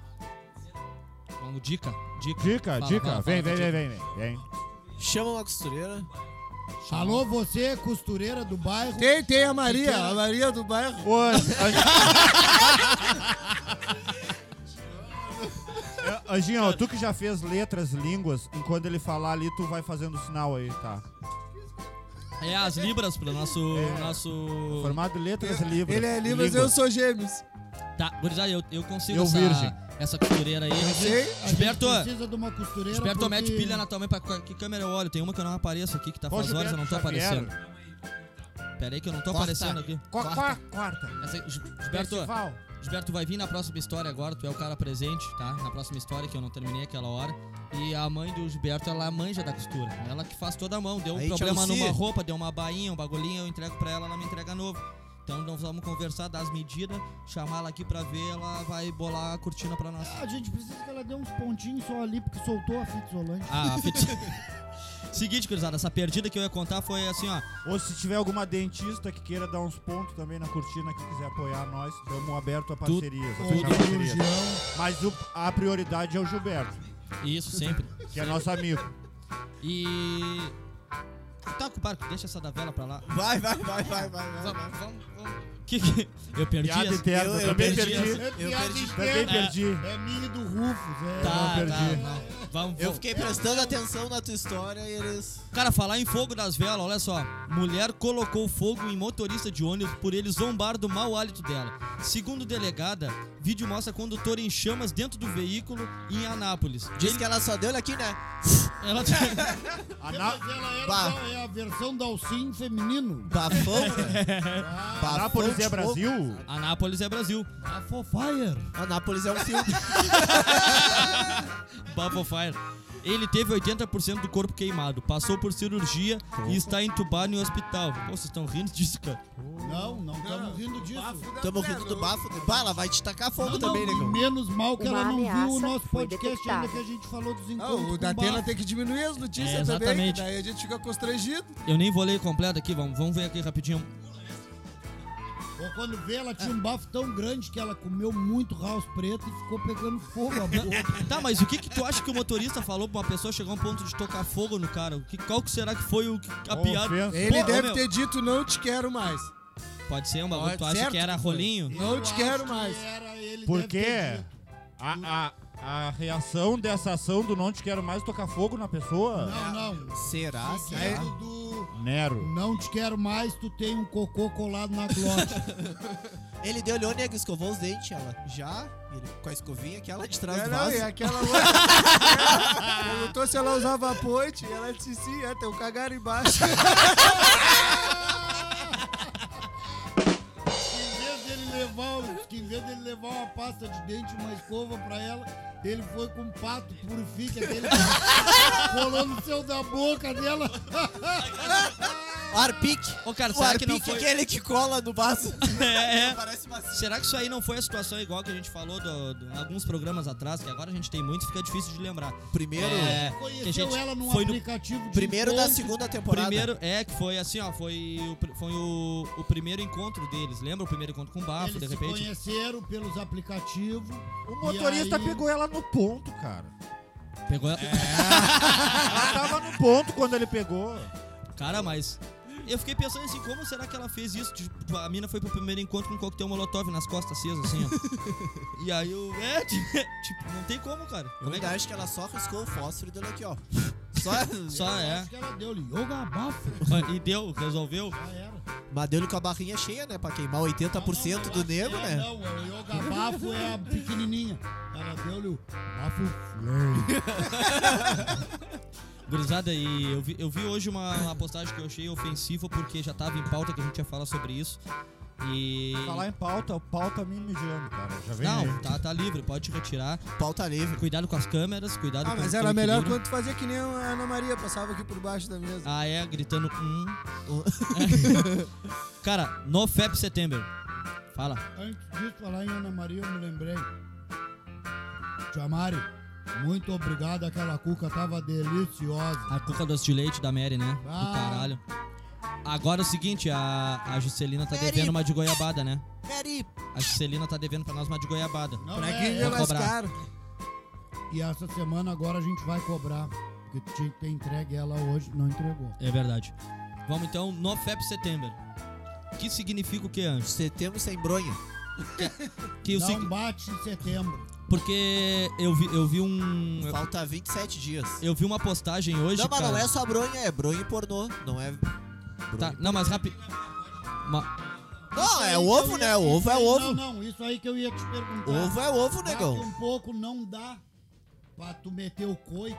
Speaker 2: Vamos, dica. Dica.
Speaker 1: Dica,
Speaker 2: Fala,
Speaker 1: dica.
Speaker 2: fala,
Speaker 1: vem, vem,
Speaker 2: fala,
Speaker 1: vem,
Speaker 2: dica.
Speaker 1: vem, vem, <laughs> vem.
Speaker 4: Chama uma costureira.
Speaker 3: Alô, você, costureira do bairro.
Speaker 5: Tem, tem a Maria, a Maria do bairro.
Speaker 1: Ô, An- An- Anjinho, ó, tu que já fez letras, línguas, enquanto ele falar ali, tu vai fazendo o sinal aí, tá?
Speaker 2: É as Libras pro nosso.
Speaker 1: É.
Speaker 2: nosso...
Speaker 1: Formado em letras, livros.
Speaker 7: Ele é livre, mas eu
Speaker 1: línguas.
Speaker 7: sou gêmeos.
Speaker 2: Tá, gurizada, eu, eu consigo
Speaker 1: Eu
Speaker 2: essa,
Speaker 1: virgem.
Speaker 2: essa costureira aí.
Speaker 7: sei.
Speaker 3: A gente
Speaker 2: Gilberto,
Speaker 3: precisa de uma costureira.
Speaker 2: Gilberto,
Speaker 3: porque-
Speaker 2: mete pilha na tua mãe pra que que câmera eu olho. Tem uma que eu não apareço aqui, que tá
Speaker 1: Qual
Speaker 2: faz horas, eu não tô
Speaker 1: Gilberto Xavier?
Speaker 2: aparecendo. Pera aí que eu não tô
Speaker 4: Corta.
Speaker 2: aparecendo aqui.
Speaker 1: Qua- qua- Quarta.
Speaker 2: Essa, Gi- Gilberto,
Speaker 1: Festival.
Speaker 2: Gilberto vai vir na próxima história agora, tu é o cara presente, tá? Na próxima história, que eu não terminei aquela hora. E a mãe do Gilberto, ela manja da costura. Ela que faz toda a mão. Deu um
Speaker 4: Aí,
Speaker 2: problema
Speaker 4: Chelsea.
Speaker 2: numa roupa, deu uma bainha, um bagulhinho, eu entrego pra ela, ela me entrega novo. Então nós vamos conversar, dar as medidas, chamar ela aqui pra ver, ela vai bolar a cortina pra nós.
Speaker 3: A gente precisa que ela dê uns pontinhos só ali, porque soltou a fita isolante.
Speaker 2: Ah, Fiti. <laughs> Seguinte, gurizada, essa perdida que eu ia contar foi assim, ó.
Speaker 1: Ou se tiver alguma dentista que queira dar uns pontos também na cortina, que quiser apoiar nós, estamos aberto a parcerias. a fechar parcerias. Mas o- a prioridade é o Gilberto,
Speaker 2: Isso, sempre.
Speaker 1: que é nosso amigo.
Speaker 2: E. Tá, Barco, deixa essa da vela pra lá.
Speaker 4: Vai, vai, vai, vai, vai. vai.
Speaker 2: Vamos, vamos, vamos. Que que... Eu perdi
Speaker 1: Piada
Speaker 2: essa.
Speaker 1: interna,
Speaker 4: Eu- eu
Speaker 1: também
Speaker 4: perdi
Speaker 1: perdi.
Speaker 4: essa. Eu perdi.
Speaker 1: Também
Speaker 2: É.
Speaker 1: perdi.
Speaker 3: É minha e do Rufus, é.
Speaker 2: Tá,
Speaker 1: Eu não
Speaker 2: tá,
Speaker 1: perdi.
Speaker 2: não. Vamos,
Speaker 4: Eu
Speaker 2: vamos.
Speaker 4: fiquei prestando atenção na tua história e eles.
Speaker 2: Cara, falar em fogo das velas, olha só. Mulher colocou fogo em motorista de ônibus por ele zombar do mau hálito dela. Segundo delegada, vídeo mostra condutor em chamas dentro do veículo em Anápolis.
Speaker 4: Diz que ela só deu ele aqui, <laughs> né?
Speaker 2: Ela tá-
Speaker 4: <laughs>
Speaker 1: A
Speaker 3: Mas
Speaker 1: Na-
Speaker 3: ela era
Speaker 4: Bah.
Speaker 3: só- é a versão da Alcim feminino.
Speaker 4: Bafão, <laughs> né? Bafão
Speaker 1: Nápoles
Speaker 4: de
Speaker 1: é
Speaker 4: fogo.
Speaker 1: Brasil?
Speaker 2: Anápolis é Brasil.
Speaker 3: A Fofire.
Speaker 4: Anápolis é um filme.
Speaker 2: Buffalo Fire. Ele teve 80% do corpo queimado, passou por cirurgia e está entubado em um hospital. Pô, vocês estão rindo disso, cara?
Speaker 3: Não, não estamos rindo disso.
Speaker 4: Tamo rindo do bafo. dele. Bah, ela vai te tacar fogo
Speaker 3: Não,
Speaker 4: também, né,
Speaker 3: e
Speaker 4: negão.
Speaker 3: Menos mal que
Speaker 6: Uma
Speaker 3: ela não viu o
Speaker 6: ameaça
Speaker 3: nosso
Speaker 6: foi
Speaker 3: podcast ainda
Speaker 6: detectada.
Speaker 3: que a gente falou dos
Speaker 7: Ah,
Speaker 3: encontros.
Speaker 7: o
Speaker 3: com
Speaker 7: da tela
Speaker 3: barro.
Speaker 7: tem que diminuir as
Speaker 2: É,
Speaker 7: notícias também.
Speaker 2: exatamente.
Speaker 7: que Daí a gente fica constrangido.
Speaker 2: Eu nem vou ler completo aqui, vamos, vamos ver aqui rapidinho.
Speaker 3: Ou quando vê, ela tinha um bafo tão grande que ela comeu muito house preto e ficou pegando fogo a boca.
Speaker 2: Tá, mas o que que tu acha que o motorista falou pra uma pessoa chegar a um ponto de tocar fogo no cara? O que, qual que será que foi o, que- a
Speaker 1: Uma
Speaker 2: piada?
Speaker 1: ofensa.
Speaker 5: é
Speaker 7: Ele
Speaker 2: Pô,
Speaker 7: deve
Speaker 2: meu.
Speaker 7: ter dito, não te quero mais.
Speaker 2: Pode ser um bagulho,
Speaker 7: Pode,
Speaker 2: tu acha
Speaker 7: certo
Speaker 2: que era
Speaker 7: que foi.
Speaker 2: rolinho?
Speaker 7: Não
Speaker 3: Eu
Speaker 7: te
Speaker 3: acho
Speaker 7: quero
Speaker 3: que
Speaker 7: mais.
Speaker 3: era ele, deve
Speaker 1: Porque
Speaker 3: ter dito.
Speaker 1: a, a, a reação dessa ação do não te quero mais tocar fogo na pessoa?
Speaker 3: Não, não.
Speaker 4: Será? Será?
Speaker 3: Quero do
Speaker 1: Nero.
Speaker 3: não te quero mais, tu tem um cocô colado na glote.
Speaker 4: Ele deu olhou, nego, escovou os dentes, ela. Já? Ele com a escovinha aquela de trás
Speaker 7: É,
Speaker 4: do
Speaker 7: não,
Speaker 4: vaso.
Speaker 7: e aquela <laughs> outra- Perguntou se ela usava ponte. E ela disse, sim, é, tem um cagar embaixo.
Speaker 3: que em vez dele levar, o- que em vez dele levar uma pasta de dente, uma escova pra ela, ele foi com um pato <laughs>
Speaker 2: <laughs>
Speaker 3: purifica dele colando o céu da boca dela.
Speaker 4: Arpic.
Speaker 2: Ô, cara,
Speaker 4: O
Speaker 2: será que não
Speaker 4: Arpic é
Speaker 2: foi...
Speaker 4: aquele que cola no <laughs> vaso.
Speaker 2: É, é.
Speaker 4: Parece uma
Speaker 2: Será que isso aí não foi a situação igual que a gente falou do, do- alguns programas atrás, que agora a gente tem muito e fica difícil de lembrar.
Speaker 4: Primeiro,
Speaker 2: É, que a
Speaker 3: Conheceu
Speaker 2: gente
Speaker 3: ela num
Speaker 2: foi no
Speaker 3: aplicativo de
Speaker 4: primeiro da
Speaker 3: encontro.
Speaker 4: segunda temporada.
Speaker 2: primeiro, é, que foi assim, ó, foi o, pr- foi o, o primeiro encontro deles. Lembra o primeiro encontro com o Bafo,
Speaker 3: Eles
Speaker 2: Ah, de
Speaker 3: se
Speaker 2: repente?
Speaker 3: conheceram pelos aplicativos.
Speaker 1: O motorista
Speaker 3: aí-
Speaker 1: pegou ela no ponto, cara.
Speaker 2: Pegou...
Speaker 4: é.
Speaker 1: Ela tava no ponto quando ele pegou.
Speaker 2: <laughs> Cara, mas... Eu fiquei pensando assim, como será que ela fez isso? Tipo, a mina foi pro primeiro encontro com um coquetel molotov nas costas acesas, assim, ó.
Speaker 4: <laughs>
Speaker 2: e aí eu... É, <laughs> tipo, não tem como, cara.
Speaker 4: Eu
Speaker 2: Como é que-
Speaker 4: ainda acho que ela só riscou o fósforo e deu aqui, ó. <laughs> Só.
Speaker 2: Só é.
Speaker 3: Acho que ela deu-lhe yoga abafo.
Speaker 2: E deu, resolveu.
Speaker 3: Já era.
Speaker 4: Mas deu ele com a barrinha cheia, né? Pra queimar 80%
Speaker 3: Não, não,
Speaker 4: do
Speaker 3: eu
Speaker 4: nego,
Speaker 3: acho- é,
Speaker 4: né?
Speaker 3: Não, o yoga abafo é a pequenininha. Ela deu-lhe o bafo
Speaker 2: Gurizada, e eu vi, eu vi hoje uma, uma postagem que eu achei ofensiva porque já tava em pauta que a gente ia falar sobre isso. E.
Speaker 1: Falar em pauta, o pau tá me mijando, cara. Já vem
Speaker 2: Não,
Speaker 1: aí.
Speaker 2: tá, tá livre, pode retirar.
Speaker 4: Pauta livre.
Speaker 2: Cuidado com as câmeras,
Speaker 7: <laughs>
Speaker 2: cuidado
Speaker 7: Ah,
Speaker 2: com
Speaker 7: mas
Speaker 2: com
Speaker 7: era
Speaker 2: o
Speaker 7: melhor
Speaker 2: equilíbrio.
Speaker 7: quando tu fazia que nem a Ana Maria, passava aqui por baixo da mesa.
Speaker 2: Ah, é, gritando um. <laughs> Cara, no FEP Setembro. Fala.
Speaker 3: Antes disso, falar em Ana Maria, eu me lembrei. Tia Mari, muito obrigado. Aquela cuca tava deliciosa.
Speaker 2: A cuca doce de leite da Mary, né? Do
Speaker 3: Ah.
Speaker 2: caralho. Agora é o seguinte, a, a Juscelina tá devendo uma de goiabada, né?
Speaker 4: Peraí,
Speaker 2: A Juscelina tá devendo pra nós uma de goiabada.
Speaker 3: Não
Speaker 7: Pra
Speaker 3: é,
Speaker 7: quem
Speaker 3: é.
Speaker 7: é mais
Speaker 2: cobrar.
Speaker 7: caro?
Speaker 3: E essa semana agora a gente vai cobrar. Porque tu tinha que ter entregue ela hoje, não entregou.
Speaker 2: É verdade. Vamos então no FEP Setembro. Que significa o que, Anjo?
Speaker 4: setembro sem bronha.
Speaker 2: Que o
Speaker 3: não
Speaker 2: sig-
Speaker 3: bate em setembro.
Speaker 2: Porque eu vi, eu vi um.
Speaker 4: Falta 27 dias.
Speaker 2: Eu vi uma postagem hoje.
Speaker 4: Não, mas
Speaker 2: cara.
Speaker 4: não é só bronha, é bronha e pornô. Não é.
Speaker 2: Tá, não, mas rápido.
Speaker 4: Não, é
Speaker 3: Isso aí
Speaker 4: ovo,
Speaker 3: que eu
Speaker 4: né?
Speaker 3: ia-
Speaker 4: Ovo é
Speaker 3: isso aí-
Speaker 4: ovo.
Speaker 3: Então, Não, não, isso aí que eu ia te perguntar.
Speaker 4: Ovo é ovo,
Speaker 3: Bate
Speaker 4: negão.
Speaker 3: um pouco não dá pra tu meter o coito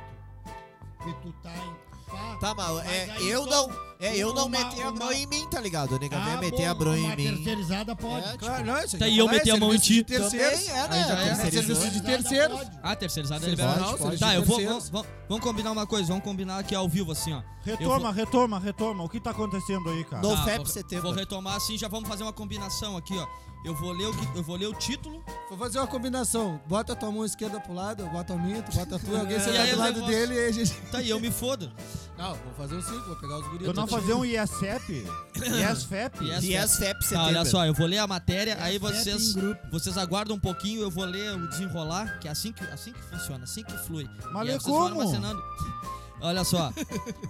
Speaker 3: que tu tá em pá.
Speaker 4: Tá, mas
Speaker 3: Mas
Speaker 4: é,
Speaker 3: aí
Speaker 4: eu
Speaker 3: só
Speaker 4: não. É, eu não
Speaker 3: uma-
Speaker 4: meti a
Speaker 3: uma-
Speaker 4: bronha em mim, tá ligado? Nega,
Speaker 3: Ah,
Speaker 4: vem meter
Speaker 3: bom,
Speaker 4: a bronha
Speaker 3: uma
Speaker 4: em mim.
Speaker 3: terceirizada pode.
Speaker 5: tipo,
Speaker 4: É,
Speaker 7: Claro, não, isso
Speaker 2: Tá,
Speaker 7: aqui
Speaker 2: e eu
Speaker 7: não é
Speaker 2: meter a mão em
Speaker 7: serviço de
Speaker 2: ti.
Speaker 7: terceiros.
Speaker 4: Também é,
Speaker 2: Aí já é.
Speaker 4: né?
Speaker 7: É
Speaker 4: Terceirizou.
Speaker 7: serviço de
Speaker 3: Terceirizada
Speaker 7: terceiros.
Speaker 3: pode.
Speaker 2: Ah, terceirizada é
Speaker 4: Pode,
Speaker 2: liberada.
Speaker 4: pode, pode.
Speaker 2: Tá, eu vou.
Speaker 7: Terceiros.
Speaker 2: Vamos, vamos- vamos combinar uma coisa, vamos combinar aqui ao vivo, assim, ó.
Speaker 1: Retoma, retoma, retoma. O que tá acontecendo aí, cara?
Speaker 4: No
Speaker 2: Tá,
Speaker 4: FEP
Speaker 2: vou,
Speaker 4: setembro.
Speaker 2: Vou retomar assim, já vamos fazer uma combinação aqui, ó. Eu vou ler o, que- eu vou ler o título.
Speaker 7: Vou fazer uma combinação. Bota a tua mão esquerda pro lado, eu boto a minha, tu bota a tua, alguém
Speaker 2: E aí
Speaker 7: senta do
Speaker 2: eu
Speaker 7: lado
Speaker 2: levanto.
Speaker 7: dele e a gente.
Speaker 2: Tá, e eu
Speaker 1: <laughs>
Speaker 2: me fodo.
Speaker 7: Não, vou fazer um ciclo, vou pegar os guris.
Speaker 1: Eu não fazer um ISFEP? ISFEP?
Speaker 2: Yes,
Speaker 4: E as FEP
Speaker 2: Tá,
Speaker 4: setembro.
Speaker 2: olha só, eu vou ler a matéria,
Speaker 1: É
Speaker 2: aí
Speaker 3: Certo
Speaker 2: vocês.
Speaker 3: em grupo.
Speaker 2: Vocês aguardam um pouquinho, eu vou ler o desenrolar, que é assim que, assim que funciona, assim que flui.
Speaker 1: Mas
Speaker 2: E
Speaker 1: lê
Speaker 2: aí vocês vão
Speaker 1: como?
Speaker 2: armazenando. Olha só,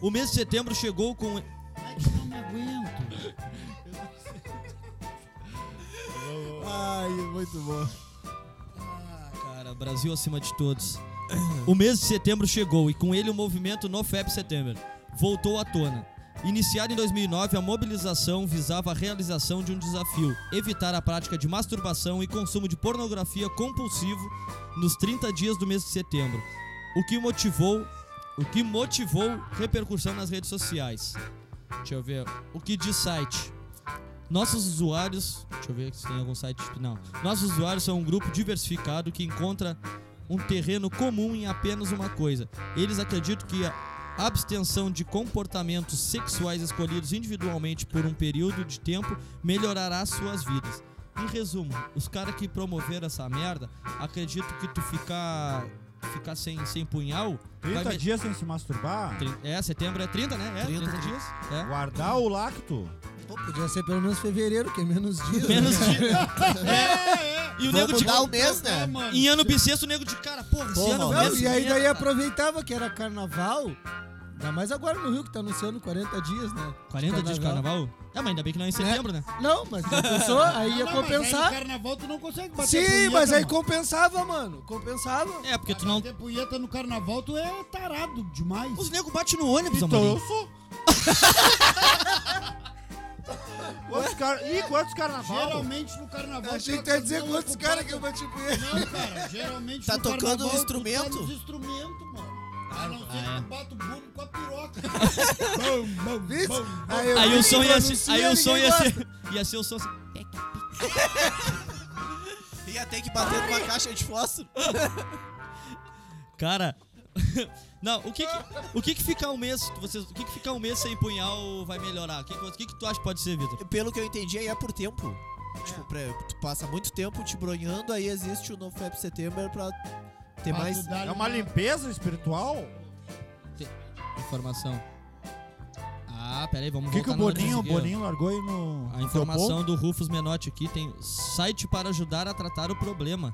Speaker 2: o mês de setembro chegou com.
Speaker 3: Ai, que não me aguento.
Speaker 7: Ai, muito bom.
Speaker 2: Ah, cara, Brasil acima de todos. O mês de setembro chegou e com ele o movimento No FEP Setembro voltou à tona. Iniciada em 2009, a mobilização visava a realização de um desafio: evitar a prática de masturbação e consumo de pornografia compulsivo nos 30 dias do mês de setembro, o que motivou, o que motivou repercussão nas redes sociais. Deixa eu ver. O que diz site? Nossos usuários. Deixa eu ver se tem algum site. Não. Nossos usuários são um grupo diversificado que encontra um terreno comum em apenas uma coisa. Eles acreditam que a abstenção de comportamentos sexuais escolhidos individualmente por um período de tempo melhorará suas vidas. Em resumo, os caras que promoveram essa merda acreditam que tu ficar ficar sem, sem punhal vai
Speaker 1: 30
Speaker 2: me-
Speaker 1: dias sem se masturbar?
Speaker 2: Trin- É, setembro é 30, né? É, 30,
Speaker 4: 30,
Speaker 2: dias. É.
Speaker 1: Guardar o lacto?
Speaker 7: Pô, podia ser pelo menos fevereiro, que é menos dias.
Speaker 2: <laughs> Menos dias. E o nego
Speaker 4: Vamos
Speaker 2: de.
Speaker 4: mudar o mês, né?
Speaker 3: É, mano.
Speaker 2: Em ano bissexto, o nego de cara, porra, esse
Speaker 4: Porra,
Speaker 2: ano
Speaker 4: não,
Speaker 7: Não,
Speaker 2: mesmo,
Speaker 7: e aí
Speaker 5: é
Speaker 2: merda,
Speaker 7: daí
Speaker 2: cara.
Speaker 7: aproveitava que era carnaval. Ainda mais agora no Rio, que tá anunciando 40 dias, né?
Speaker 2: 40 dias de carnaval? É, mas ainda bem que não é em setembro, né?
Speaker 7: Não, mas já pensou, aí ia
Speaker 3: Ah, Não, não, mas
Speaker 7: compensar.
Speaker 3: Aí no carnaval tu não consegue bater
Speaker 7: Sim,
Speaker 3: punheta,
Speaker 7: mas aí
Speaker 3: mano.
Speaker 7: compensava, mano. Compensava.
Speaker 2: É, porque
Speaker 3: Pra
Speaker 2: tu não.
Speaker 3: Bater punheta no carnaval tu é tarado demais.
Speaker 2: Os negros batem no ônibus,
Speaker 1: Então eu
Speaker 2: amor.
Speaker 1: sou. quantos car... Ih, quantos carnaval?
Speaker 3: Geralmente no carnaval.
Speaker 7: A
Speaker 3: os
Speaker 7: gente
Speaker 3: caras
Speaker 7: tá dizendo
Speaker 3: tão
Speaker 7: quantos caras
Speaker 3: ocupados.
Speaker 7: que eu bati punheta.
Speaker 3: Não, cara, geralmente
Speaker 4: Tá
Speaker 3: no
Speaker 4: tocando
Speaker 3: carnaval,
Speaker 4: um
Speaker 3: tu
Speaker 4: instrumento?
Speaker 3: Tá nos instrumentos, mano. A não ser
Speaker 2: Ah,
Speaker 3: que tu bata o bumbo com a piroca. bum, bum,
Speaker 7: Vixe,
Speaker 3: bum, bum.
Speaker 7: Aí, eu
Speaker 2: Aí o
Speaker 7: vi,
Speaker 2: som ia ser.
Speaker 7: pronuncia,
Speaker 2: Aí o som
Speaker 7: ninguém
Speaker 2: ia
Speaker 7: gosta.
Speaker 2: ser. Ia ser o som.
Speaker 4: Ia ter que bater numa caixa de fósforo.
Speaker 2: Cara, <laughs> Não, o que que, o que, que ficar um mês, vocês, o que, que ficar um mês sem punhal vai melhorar? O que, que, o que que tu acha que pode ser, Vitor?
Speaker 4: Pelo que eu entendi, aí é por tempo.
Speaker 5: É.
Speaker 4: Tipo, pra- tu passa muito tempo te bronhando, aí existe o NoFap Setembro pra ter
Speaker 3: Pra
Speaker 4: mais.
Speaker 3: tu dar
Speaker 1: É uma limpeza espiritual?
Speaker 2: Informação. Ah, peraí, vamos
Speaker 1: O que, que
Speaker 2: voltar
Speaker 1: o
Speaker 2: na hora
Speaker 1: Boninho, o
Speaker 2: disso aqui, ó.
Speaker 1: Boninho largou aí no. no
Speaker 2: A
Speaker 1: teu
Speaker 2: informação do Rufus Menotti aqui tem site para ajudar a tratar o problema.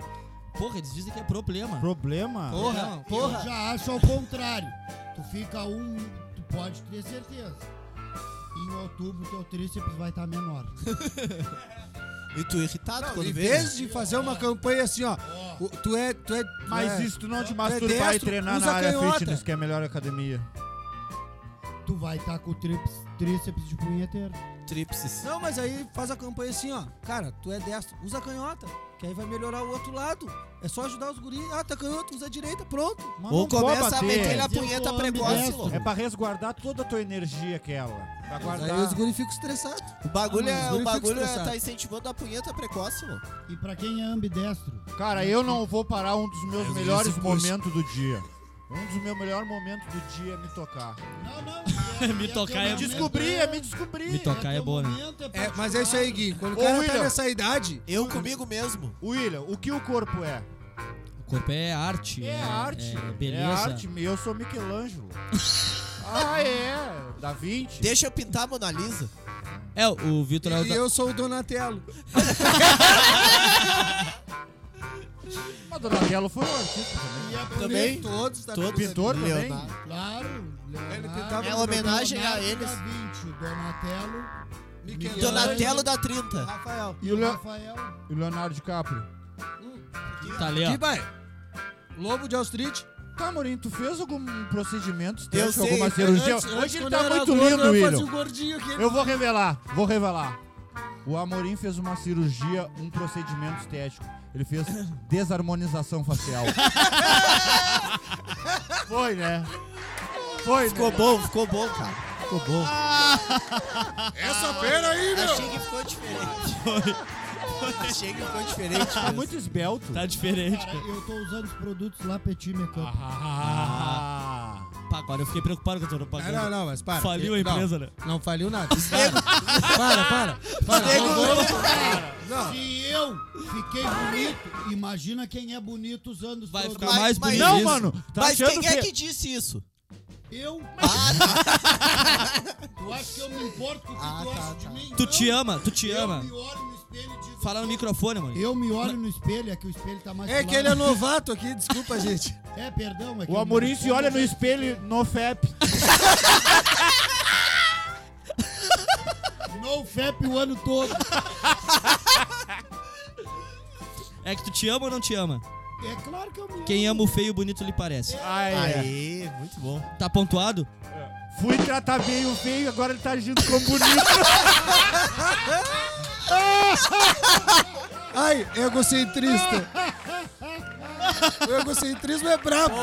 Speaker 2: Porra, eles dizem que é problema.
Speaker 1: ponto?
Speaker 2: Ah,
Speaker 1: Problema?
Speaker 2: Porra,
Speaker 3: Eu já acho ao contrário. Tu fica um. Tu pode ter certeza. Em outubro, teu tríceps vai estar menor.
Speaker 4: E tu é irritado
Speaker 7: Não,
Speaker 4: quando
Speaker 7: em
Speaker 4: vê?
Speaker 7: vez de fazer uma campanha assim, ó. o- Tu é. Tu é
Speaker 1: Mas
Speaker 7: é,
Speaker 1: isso tu não te
Speaker 7: é
Speaker 1: masturbar e
Speaker 7: destro,
Speaker 1: treinar
Speaker 7: usa
Speaker 1: na área
Speaker 7: canhota.
Speaker 1: fitness, que é a melhor academia.
Speaker 3: Tu vai estar com o tríceps, tríceps de punheteiro.
Speaker 4: Tríplices.
Speaker 5: Não, mas aí faz a campanha assim, ó. Cara, tu é destro, usa a canhota, que aí vai melhorar o outro lado. É só ajudar os guris. Ah, tá canhoto, usa a direita, pronto.
Speaker 1: Mas
Speaker 4: Ou
Speaker 1: não pode
Speaker 4: começa a
Speaker 1: bater.
Speaker 4: meter na
Speaker 3: Eu
Speaker 4: punheta
Speaker 3: sou
Speaker 4: precoce,
Speaker 3: ambidestro.
Speaker 4: louco.
Speaker 1: É pra resguardar toda a tua energia aquela. Pra
Speaker 5: Mas
Speaker 1: guardar.
Speaker 5: Aí os guris ficam estressados.
Speaker 4: O bagulho,
Speaker 5: Ah,
Speaker 4: é,
Speaker 5: mas os
Speaker 4: o
Speaker 5: guri fica
Speaker 4: bagulho é
Speaker 5: estressado.
Speaker 4: tá incentivando a punheta precoce, louco.
Speaker 3: E pra quem é ambidestro,
Speaker 1: Cara, eu não vou parar um dos meus
Speaker 4: Eu
Speaker 1: melhores
Speaker 4: disse, pois.
Speaker 1: momentos do dia. Um dos meus melhores momentos do dia é me tocar.
Speaker 3: Não, <laughs> não.
Speaker 2: Me tocar é-
Speaker 1: Me descobrir, é me descobrir.
Speaker 2: Me tocar é boa, né?
Speaker 7: É, mas é isso aí, Gui. Quando o
Speaker 1: Ô,
Speaker 7: cara tá
Speaker 1: William.
Speaker 7: nessa idade,
Speaker 4: Eu comigo mesmo.
Speaker 1: William, o que o corpo é?
Speaker 2: O corpo é arte.
Speaker 1: É arte.
Speaker 2: É
Speaker 1: É,
Speaker 2: beleza.
Speaker 1: arte. Eu sou Michelangelo. ah, é. Da 20.
Speaker 4: Deixa eu pintar a Mona Lisa.
Speaker 2: É, o Vitor é o
Speaker 7: e
Speaker 2: da-
Speaker 7: eu sou o Donatello.
Speaker 1: Mas Donatello foi um artista também.
Speaker 4: Também?
Speaker 7: Todos, tá
Speaker 4: Todos.
Speaker 1: Pintor também.
Speaker 4: Leonardo.
Speaker 3: é Claro.
Speaker 7: Ele
Speaker 3: Leonardo,
Speaker 7: tentava
Speaker 4: É uma homenagem a
Speaker 3: Leonardo
Speaker 4: eles.
Speaker 3: Da Vinci, o Donatello
Speaker 7: Michelangelo.
Speaker 4: Donatello da 30.
Speaker 7: Rafael.
Speaker 1: E
Speaker 3: e
Speaker 1: o
Speaker 3: o
Speaker 1: Leo-
Speaker 3: Rafael.
Speaker 1: E o Leonardo DiCaprio.
Speaker 2: Tá ali, ó.
Speaker 7: E vai. Lobo de Wall Street.
Speaker 1: Tá, Morinho, tu fez algum procedimento
Speaker 4: Eu
Speaker 1: estético,
Speaker 4: sei,
Speaker 1: alguma
Speaker 4: antes-
Speaker 1: cirurgia?
Speaker 7: Antes- antes,
Speaker 1: Hoje ele
Speaker 7: quando
Speaker 1: tá
Speaker 7: eu era
Speaker 1: muito
Speaker 7: gordo,
Speaker 1: lindo,
Speaker 7: eu
Speaker 1: William.
Speaker 7: fazia
Speaker 5: um
Speaker 7: o gordinho aqui.
Speaker 1: Eu vou revelar, vou revelar. O Amorim fez uma cirurgia, um procedimento estético. Ele fez <coughs> desarmonização <laughs> facial. Foi, né? Foi,
Speaker 4: Ficou
Speaker 1: né?
Speaker 4: bom, ficou bom, cara. Ficou bom.
Speaker 7: Essa fera aí,
Speaker 4: Achei que ficou diferente. Achei que ficou diferente.
Speaker 1: Tá
Speaker 4: mesmo.
Speaker 1: muito esbelto.
Speaker 2: Tá diferente,
Speaker 3: Cara,
Speaker 2: cara.
Speaker 3: eu tô usando os produtos lá Petit Mecânico.
Speaker 1: Ah,
Speaker 2: Pá, agora eu fiquei preocupado com a tua
Speaker 7: Não,
Speaker 2: propaganda.
Speaker 7: não, não, mas para.
Speaker 2: um- Faliu a
Speaker 7: Não,
Speaker 2: empresa, né?
Speaker 5: Não
Speaker 2: <laughs>
Speaker 5: faliu nada. <laughs> para, para. para.
Speaker 2: um
Speaker 4: Nego-
Speaker 7: Não.
Speaker 3: Se eu fiquei bonito, imagina quem é bonito usando os
Speaker 2: Vai
Speaker 3: produtos.
Speaker 2: ficar mais
Speaker 4: mas-
Speaker 2: bonito.
Speaker 1: Não,
Speaker 2: isso.
Speaker 1: mano, tá
Speaker 4: Mas
Speaker 1: achando
Speaker 4: quem
Speaker 1: que...
Speaker 4: é que disse isso?
Speaker 3: Eu?
Speaker 2: Ah,
Speaker 3: Ah,
Speaker 2: tá.
Speaker 3: tá. tu acha que eu me importo com o que
Speaker 4: Ah,
Speaker 3: tu
Speaker 4: tá,
Speaker 3: acha de
Speaker 4: tá.
Speaker 3: mim?
Speaker 2: Tu
Speaker 3: Não,
Speaker 2: te ama, tu te
Speaker 3: eu
Speaker 2: ama.
Speaker 3: me olho no espelho e digo,
Speaker 2: Fala no microfone, mano.
Speaker 3: Eu me olho no espelho, é que o espelho tá mais
Speaker 7: É
Speaker 3: pro
Speaker 7: que ele é
Speaker 3: lado.
Speaker 7: novato aqui, desculpa, gente.
Speaker 3: É, perdão, é que
Speaker 1: O
Speaker 3: eu
Speaker 1: Amorim
Speaker 3: me-
Speaker 1: se olha no espelho no FAP.
Speaker 3: No FEP o ano todo.
Speaker 2: É que tu te ama ou não te ama?
Speaker 3: É claro que eu me
Speaker 2: Quem ama o feio e o bonito lhe parece.
Speaker 1: Ai, é.
Speaker 4: Aê, muito bom.
Speaker 2: Tá pontuado?
Speaker 1: Fui tratar bem o feio, agora ele tá agindo como bonito.
Speaker 7: Ai, egocentrista. O egocentrismo é brabo.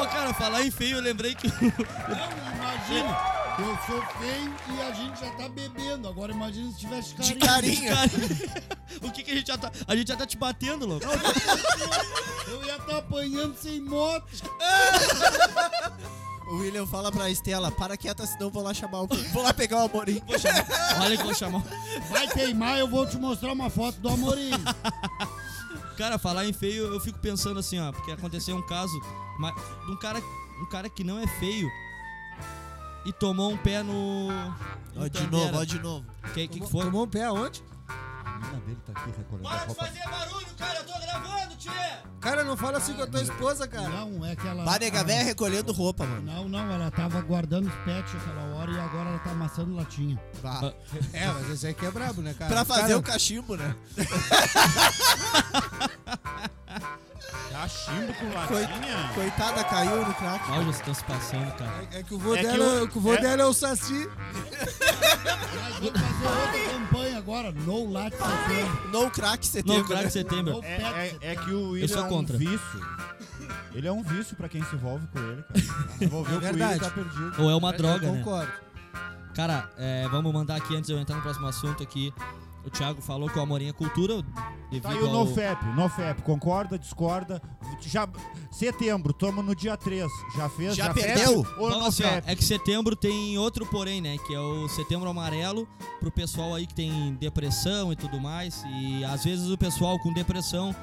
Speaker 2: Ô, cara, falar em feio, eu lembrei que <laughs>
Speaker 3: Não, imagina. Eu sou feio e a gente já tá bebendo. Agora imagina se tivesse
Speaker 4: De
Speaker 3: carinho.
Speaker 4: carinha.
Speaker 2: Cara, <laughs> o que que a gente já tá... A gente já tá te batendo, louco.
Speaker 3: Eu ia estar apanhando sem moto.
Speaker 4: O William fala pra Estela, para quieta, senão vou lá chamar o... Vou lá pegar o Amorim.
Speaker 2: Olha que eu vou chamar... um-
Speaker 3: Vai queimar, eu vou te mostrar uma foto do Amorim.
Speaker 2: Cara, falar em feio, eu fico pensando assim, ó, porque aconteceu um caso ma- de um cara, um cara que não é feio e tomou um pé no. no
Speaker 4: Ó, de
Speaker 2: Tandera.
Speaker 4: novo, ó, de novo.
Speaker 2: Que, que que foi?
Speaker 5: Tomou um pé aonde?
Speaker 1: A mina dele tá aqui recolhendo a roupa.
Speaker 2: barulho, cara, eu tô gravando, tia!
Speaker 7: Cara, não fala assim com a tua esposa, cara.
Speaker 3: Não, é aquela.
Speaker 4: Vai, nega véia recolhendo roupa, mano.
Speaker 3: Não, não, ela tava guardando os pets aquela hora e agora ela tá amassando latinha.
Speaker 4: Vá.
Speaker 7: É, mas esse aqui é brabo, né, cara?
Speaker 4: Pra fazer
Speaker 7: cara,
Speaker 4: o cachimbo, né?
Speaker 1: Cachimbo Tá com
Speaker 4: Coi-
Speaker 1: latinha?
Speaker 4: Coitada, caiu no crack.
Speaker 2: Olha, vocês estão se passando, cara.
Speaker 7: É que o vô,
Speaker 1: É que
Speaker 7: dela,
Speaker 1: o-
Speaker 7: que o vô
Speaker 1: é-
Speaker 7: dela é o Saci.
Speaker 3: Mas vamos fazer outra campanha agora. No Latte Setembro.
Speaker 4: No crack setembro.
Speaker 2: Não, crack de
Speaker 4: né?
Speaker 2: setembro.
Speaker 3: No
Speaker 1: É,
Speaker 3: Pet
Speaker 1: é- é que o
Speaker 2: Eu
Speaker 1: William
Speaker 2: sou
Speaker 1: é um
Speaker 2: contra.
Speaker 1: vício. Ele é um vício pra quem se envolve com ele, cara.
Speaker 2: <laughs>
Speaker 1: Se envolveu com ele,
Speaker 7: verdade.
Speaker 1: tá perdido.
Speaker 2: Ou é uma
Speaker 7: Eu
Speaker 2: droga, né?
Speaker 7: concordo.
Speaker 2: Cara, é, vamos mandar aqui antes de eu entrar no próximo assunto aqui. O Thiago falou que o Amorim é cultura devido
Speaker 1: Tá aí o
Speaker 2: ao...
Speaker 1: NoFap, NoFap, concorda, discorda? Já, setembro, tamo no dia 3. Já fez?
Speaker 7: Já
Speaker 1: fez?
Speaker 7: perdeu?
Speaker 1: Ou
Speaker 2: Então, assim, ó,
Speaker 1: NoFap?
Speaker 2: é que setembro tem outro porém, né? Que é o setembro amarelo pro pessoal aí que tem depressão e tudo mais. E às vezes o pessoal com depressão,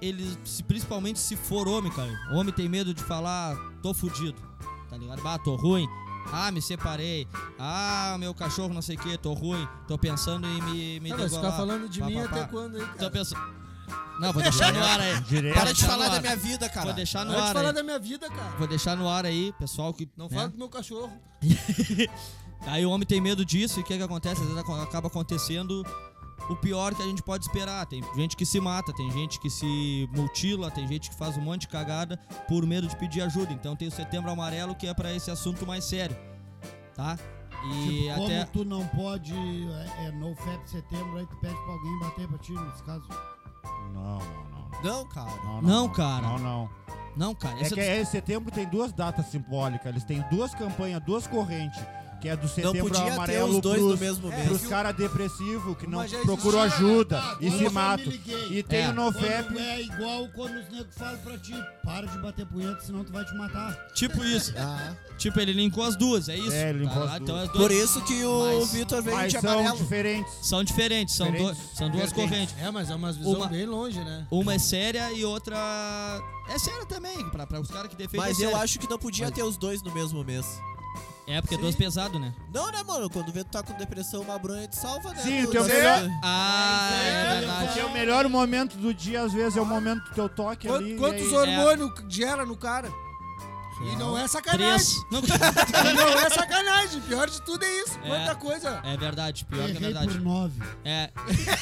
Speaker 2: ele se- principalmente se for homem, cara. Homem tem medo de falar, tô fudido, tá ligado? Bah, tô ruim. Ah, me separei. Ah, meu cachorro não sei o que, tô ruim. Tô pensando em me, me
Speaker 5: Não, mas ficar
Speaker 2: degolar.
Speaker 5: falando de
Speaker 2: Pá,
Speaker 5: mim
Speaker 2: pá,
Speaker 5: até
Speaker 2: pá.
Speaker 5: quando aí,
Speaker 2: Tô
Speaker 5: cara?
Speaker 2: pensando... Não, vou deixar no ar aí.
Speaker 1: Direto.
Speaker 2: Para
Speaker 7: Para
Speaker 2: de
Speaker 7: de
Speaker 2: tá no
Speaker 7: falar
Speaker 2: ar.
Speaker 7: da minha vida, cara.
Speaker 2: Vou deixar no
Speaker 5: Para de
Speaker 2: ar
Speaker 5: falar
Speaker 2: aí.
Speaker 5: da minha vida, cara.
Speaker 2: Vou deixar no ar aí, pessoal que...
Speaker 5: Não
Speaker 2: né?
Speaker 5: fala do meu cachorro.
Speaker 2: Aí o homem tem medo disso e o que, que acontece? Às vezes aco- acaba acontecendo o pior que a gente pode esperar. Tem gente que se mata, tem gente que se mutila, tem gente que faz um monte de cagada por medo de pedir ajuda. Então tem o Setembro Amarelo que é pra esse assunto mais sério, tá? E
Speaker 3: Tipo, como
Speaker 2: até.
Speaker 3: tu não pode. É, é no FAP setembro, aí tu pede pra alguém bater pra ti, nesse caso.
Speaker 1: Não, não, não.
Speaker 4: Não, cara.
Speaker 1: Não,
Speaker 2: Não, cara.
Speaker 1: Não, não.
Speaker 2: Não, cara,
Speaker 1: É
Speaker 2: essa
Speaker 1: que é, setembro tem duas datas simbólicas. Eles têm duas campanhas, duas correntes. Que é do
Speaker 4: Não
Speaker 1: setembro
Speaker 4: podia ter
Speaker 1: amarelo
Speaker 4: os dois
Speaker 1: pros,
Speaker 4: no mesmo
Speaker 5: É,
Speaker 4: mês.
Speaker 5: que
Speaker 1: pros
Speaker 5: o-
Speaker 1: caras depressivos que não
Speaker 5: Mas já
Speaker 1: procuram
Speaker 5: existia,
Speaker 1: ajuda
Speaker 3: Ah,
Speaker 1: e
Speaker 3: agora
Speaker 1: se
Speaker 3: eu me
Speaker 1: matam.
Speaker 3: liguei.
Speaker 1: E tem
Speaker 2: É.
Speaker 1: o NoFap.
Speaker 3: Quando é igual quando os negros falam pra ti, para de bater punheta, senão tu vai te matar.
Speaker 2: Tipo isso.
Speaker 4: Ah.
Speaker 2: tipo, ele linkou as duas, é isso?
Speaker 1: É, ele linkou as
Speaker 2: ligado? Então
Speaker 1: duas.
Speaker 2: as duas
Speaker 4: Por isso que o
Speaker 2: Mas-
Speaker 4: Vitor veio
Speaker 1: Mas
Speaker 4: de
Speaker 1: são
Speaker 4: amarelo.
Speaker 1: diferentes.
Speaker 2: são diferentes, são, do-
Speaker 1: Diferentes.
Speaker 2: são duas
Speaker 1: Vertentes.
Speaker 2: correntes.
Speaker 5: É, mas é umas visão
Speaker 2: Uma-
Speaker 5: bem longe, né?
Speaker 2: Uma é séria e outra. É séria também, pra, pra os caras que defendem.
Speaker 4: Mas
Speaker 2: é
Speaker 4: eu
Speaker 2: séria.
Speaker 4: acho que não podia ter os dois no mesmo mês.
Speaker 2: É porque é duas pesado, né?
Speaker 4: Não, né, mano? Quando vê tu tá com depressão, uma bronha te salva, né?
Speaker 1: Sim,
Speaker 4: Tu-
Speaker 1: o teu
Speaker 4: tu-
Speaker 1: melhor-
Speaker 2: Ah, é, verdade.
Speaker 1: Porque o melhor momento do dia, às vezes, é o momento do teu toque
Speaker 5: Quant-
Speaker 1: ali.
Speaker 5: quantos
Speaker 1: e aí-
Speaker 5: hormônios gera no cara? E não é sacanagem.
Speaker 2: Três.
Speaker 5: <laughs>
Speaker 2: <laughs> Não,
Speaker 5: não é sacanagem. Pior de tudo é isso.
Speaker 2: É.
Speaker 5: Quanta coisa.
Speaker 2: é verdade, pior que é
Speaker 3: Errei por
Speaker 2: verdade.
Speaker 3: nove.
Speaker 2: É. <laughs>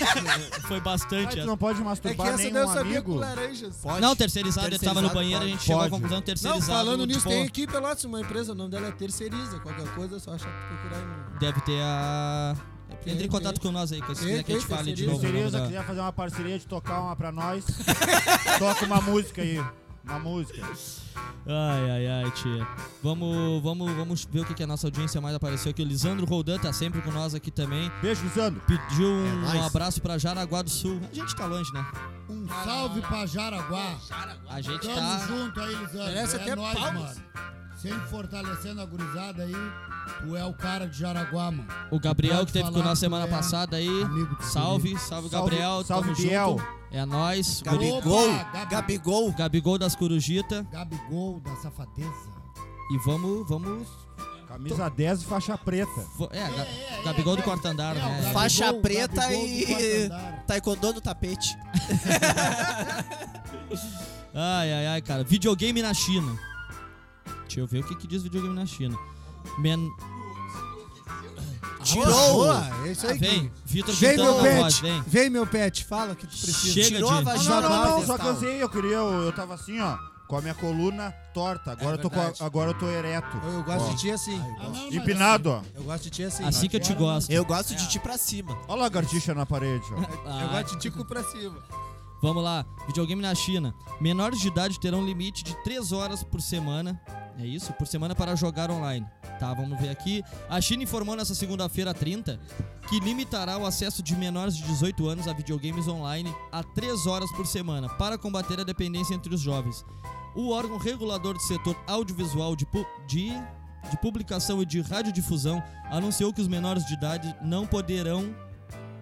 Speaker 2: Foi
Speaker 1: Ah,
Speaker 2: bastante.
Speaker 1: tu
Speaker 2: essa.
Speaker 1: não pode
Speaker 5: É que
Speaker 1: masturbar
Speaker 5: essa
Speaker 1: nem
Speaker 5: daí eu
Speaker 1: um
Speaker 5: sabia com
Speaker 1: amigo.
Speaker 5: laranjas.
Speaker 4: Pode.
Speaker 2: Não, terceirizado, ele tava no
Speaker 4: Terceirizado,
Speaker 2: banheiro, a
Speaker 4: pode.
Speaker 2: gente chegou à
Speaker 1: Pode.
Speaker 2: conclusão
Speaker 5: Não,
Speaker 2: terceirizado. tipo, de
Speaker 5: falando nisso,
Speaker 2: boa.
Speaker 5: tem aqui em Pelotas uma empresa, o nome dela é Terceiriza. Qualquer coisa, é só achar procurar. aí no-
Speaker 2: Deve ter a.
Speaker 5: Tem,
Speaker 2: Entre em
Speaker 5: tem.
Speaker 2: contato com nós aí, que eu
Speaker 5: Tem,
Speaker 2: quiser que a gente
Speaker 5: tem,
Speaker 2: fale de
Speaker 5: terceiriza.
Speaker 2: novo. o nome
Speaker 1: Terceiriza,
Speaker 2: da-
Speaker 1: quiser fazer uma parceria de tocar uma pra nós, <laughs> toca uma música aí. Uma música.
Speaker 2: Ai, ai, ai, tia. Vamos, vamos, vamos ver o que, que a nossa audiência mais apareceu aqui. O Lisandro Roldan tá sempre com nós aqui também.
Speaker 1: Beijo, Lisandro.
Speaker 2: Pediu um,
Speaker 4: É nóis.
Speaker 2: um abraço pra Jaraguá do Sul. A gente tá longe, né?
Speaker 3: Um salve pra Jaraguá.
Speaker 2: A gente
Speaker 3: Tamo
Speaker 2: tá.
Speaker 3: junto aí, Lisandro.
Speaker 5: Merece
Speaker 3: é
Speaker 5: até
Speaker 3: nóis,
Speaker 5: palmas.
Speaker 3: mano. Sempre fortalecendo a gurizada aí. Tu é o cara de Jaraguá, mano.
Speaker 2: O Gabriel
Speaker 3: Pode
Speaker 2: que teve
Speaker 3: falar
Speaker 2: com nós
Speaker 3: que
Speaker 2: semana
Speaker 3: é
Speaker 2: passada aí.
Speaker 3: Amigo de
Speaker 2: Salve, salve Gabriel.
Speaker 1: Salve,
Speaker 2: tamo
Speaker 1: Biel.
Speaker 2: junto. É nóis. O Guri-
Speaker 4: Gabigol.
Speaker 3: Opa, Gabi-
Speaker 4: Gabigol.
Speaker 2: O Gabigol das Corujita.
Speaker 3: Gabigol da safadeza.
Speaker 2: E vamos, vamos.
Speaker 1: Camisa 10 e faixa preta.
Speaker 2: vo- É, Ga- Gabigol do quarto andar,
Speaker 3: É, o
Speaker 2: né?
Speaker 3: Gabigol,
Speaker 4: Faixa
Speaker 3: Gabigol
Speaker 4: preta
Speaker 3: do
Speaker 4: e-
Speaker 3: quarto andar.
Speaker 4: Taekwondo no tapete.
Speaker 2: Ai, ai, ai, cara. Videogame na China. Deixa eu ver o que, que diz videogame na China. Men...
Speaker 4: Tirou.
Speaker 5: Boa, é isso
Speaker 2: Ah,
Speaker 5: aí.
Speaker 2: vem,
Speaker 5: Gui.
Speaker 2: Vitor
Speaker 5: Vem,
Speaker 2: Quintana
Speaker 5: meu
Speaker 2: na voz,
Speaker 5: pet.
Speaker 2: vem.
Speaker 5: Vem, meu pet. Fala o que tu precisa.
Speaker 2: Chega
Speaker 4: Tirou a
Speaker 2: de...
Speaker 4: vagina.
Speaker 1: Não, não, não,
Speaker 4: do
Speaker 1: só
Speaker 4: cristal.
Speaker 1: cansei. Eu queria. Eu, eu tava assim, ó, com a minha coluna torta. Agora,
Speaker 4: É
Speaker 1: eu, tô com a-
Speaker 4: verdade.
Speaker 1: agora eu tô ereto.
Speaker 5: Eu, eu gosto
Speaker 1: Ó.
Speaker 5: de ti assim.
Speaker 3: Ah, não, mas
Speaker 1: Empinado, ó.
Speaker 5: Eu gosto de ti assim.
Speaker 2: Assim que eu te gosto.
Speaker 4: Eu gosto de ti pra cima.
Speaker 1: Olha a lagartixa na parede, ó.
Speaker 5: Eu
Speaker 2: Ah,
Speaker 5: gosto de ti com pra cima.
Speaker 2: Vamos lá, videogame na China. Menores de idade terão limite de 3 horas por semana. É isso? Por semana para jogar online. Tá, vamos ver aqui. A China informou nessa segunda-feira 30 que limitará o acesso de menores de 18 anos a videogames online a 3 horas por semana para combater a dependência entre os jovens. O órgão regulador do setor audiovisual de, pu- de- de publicação e de radiodifusão anunciou que os menores de idade não poderão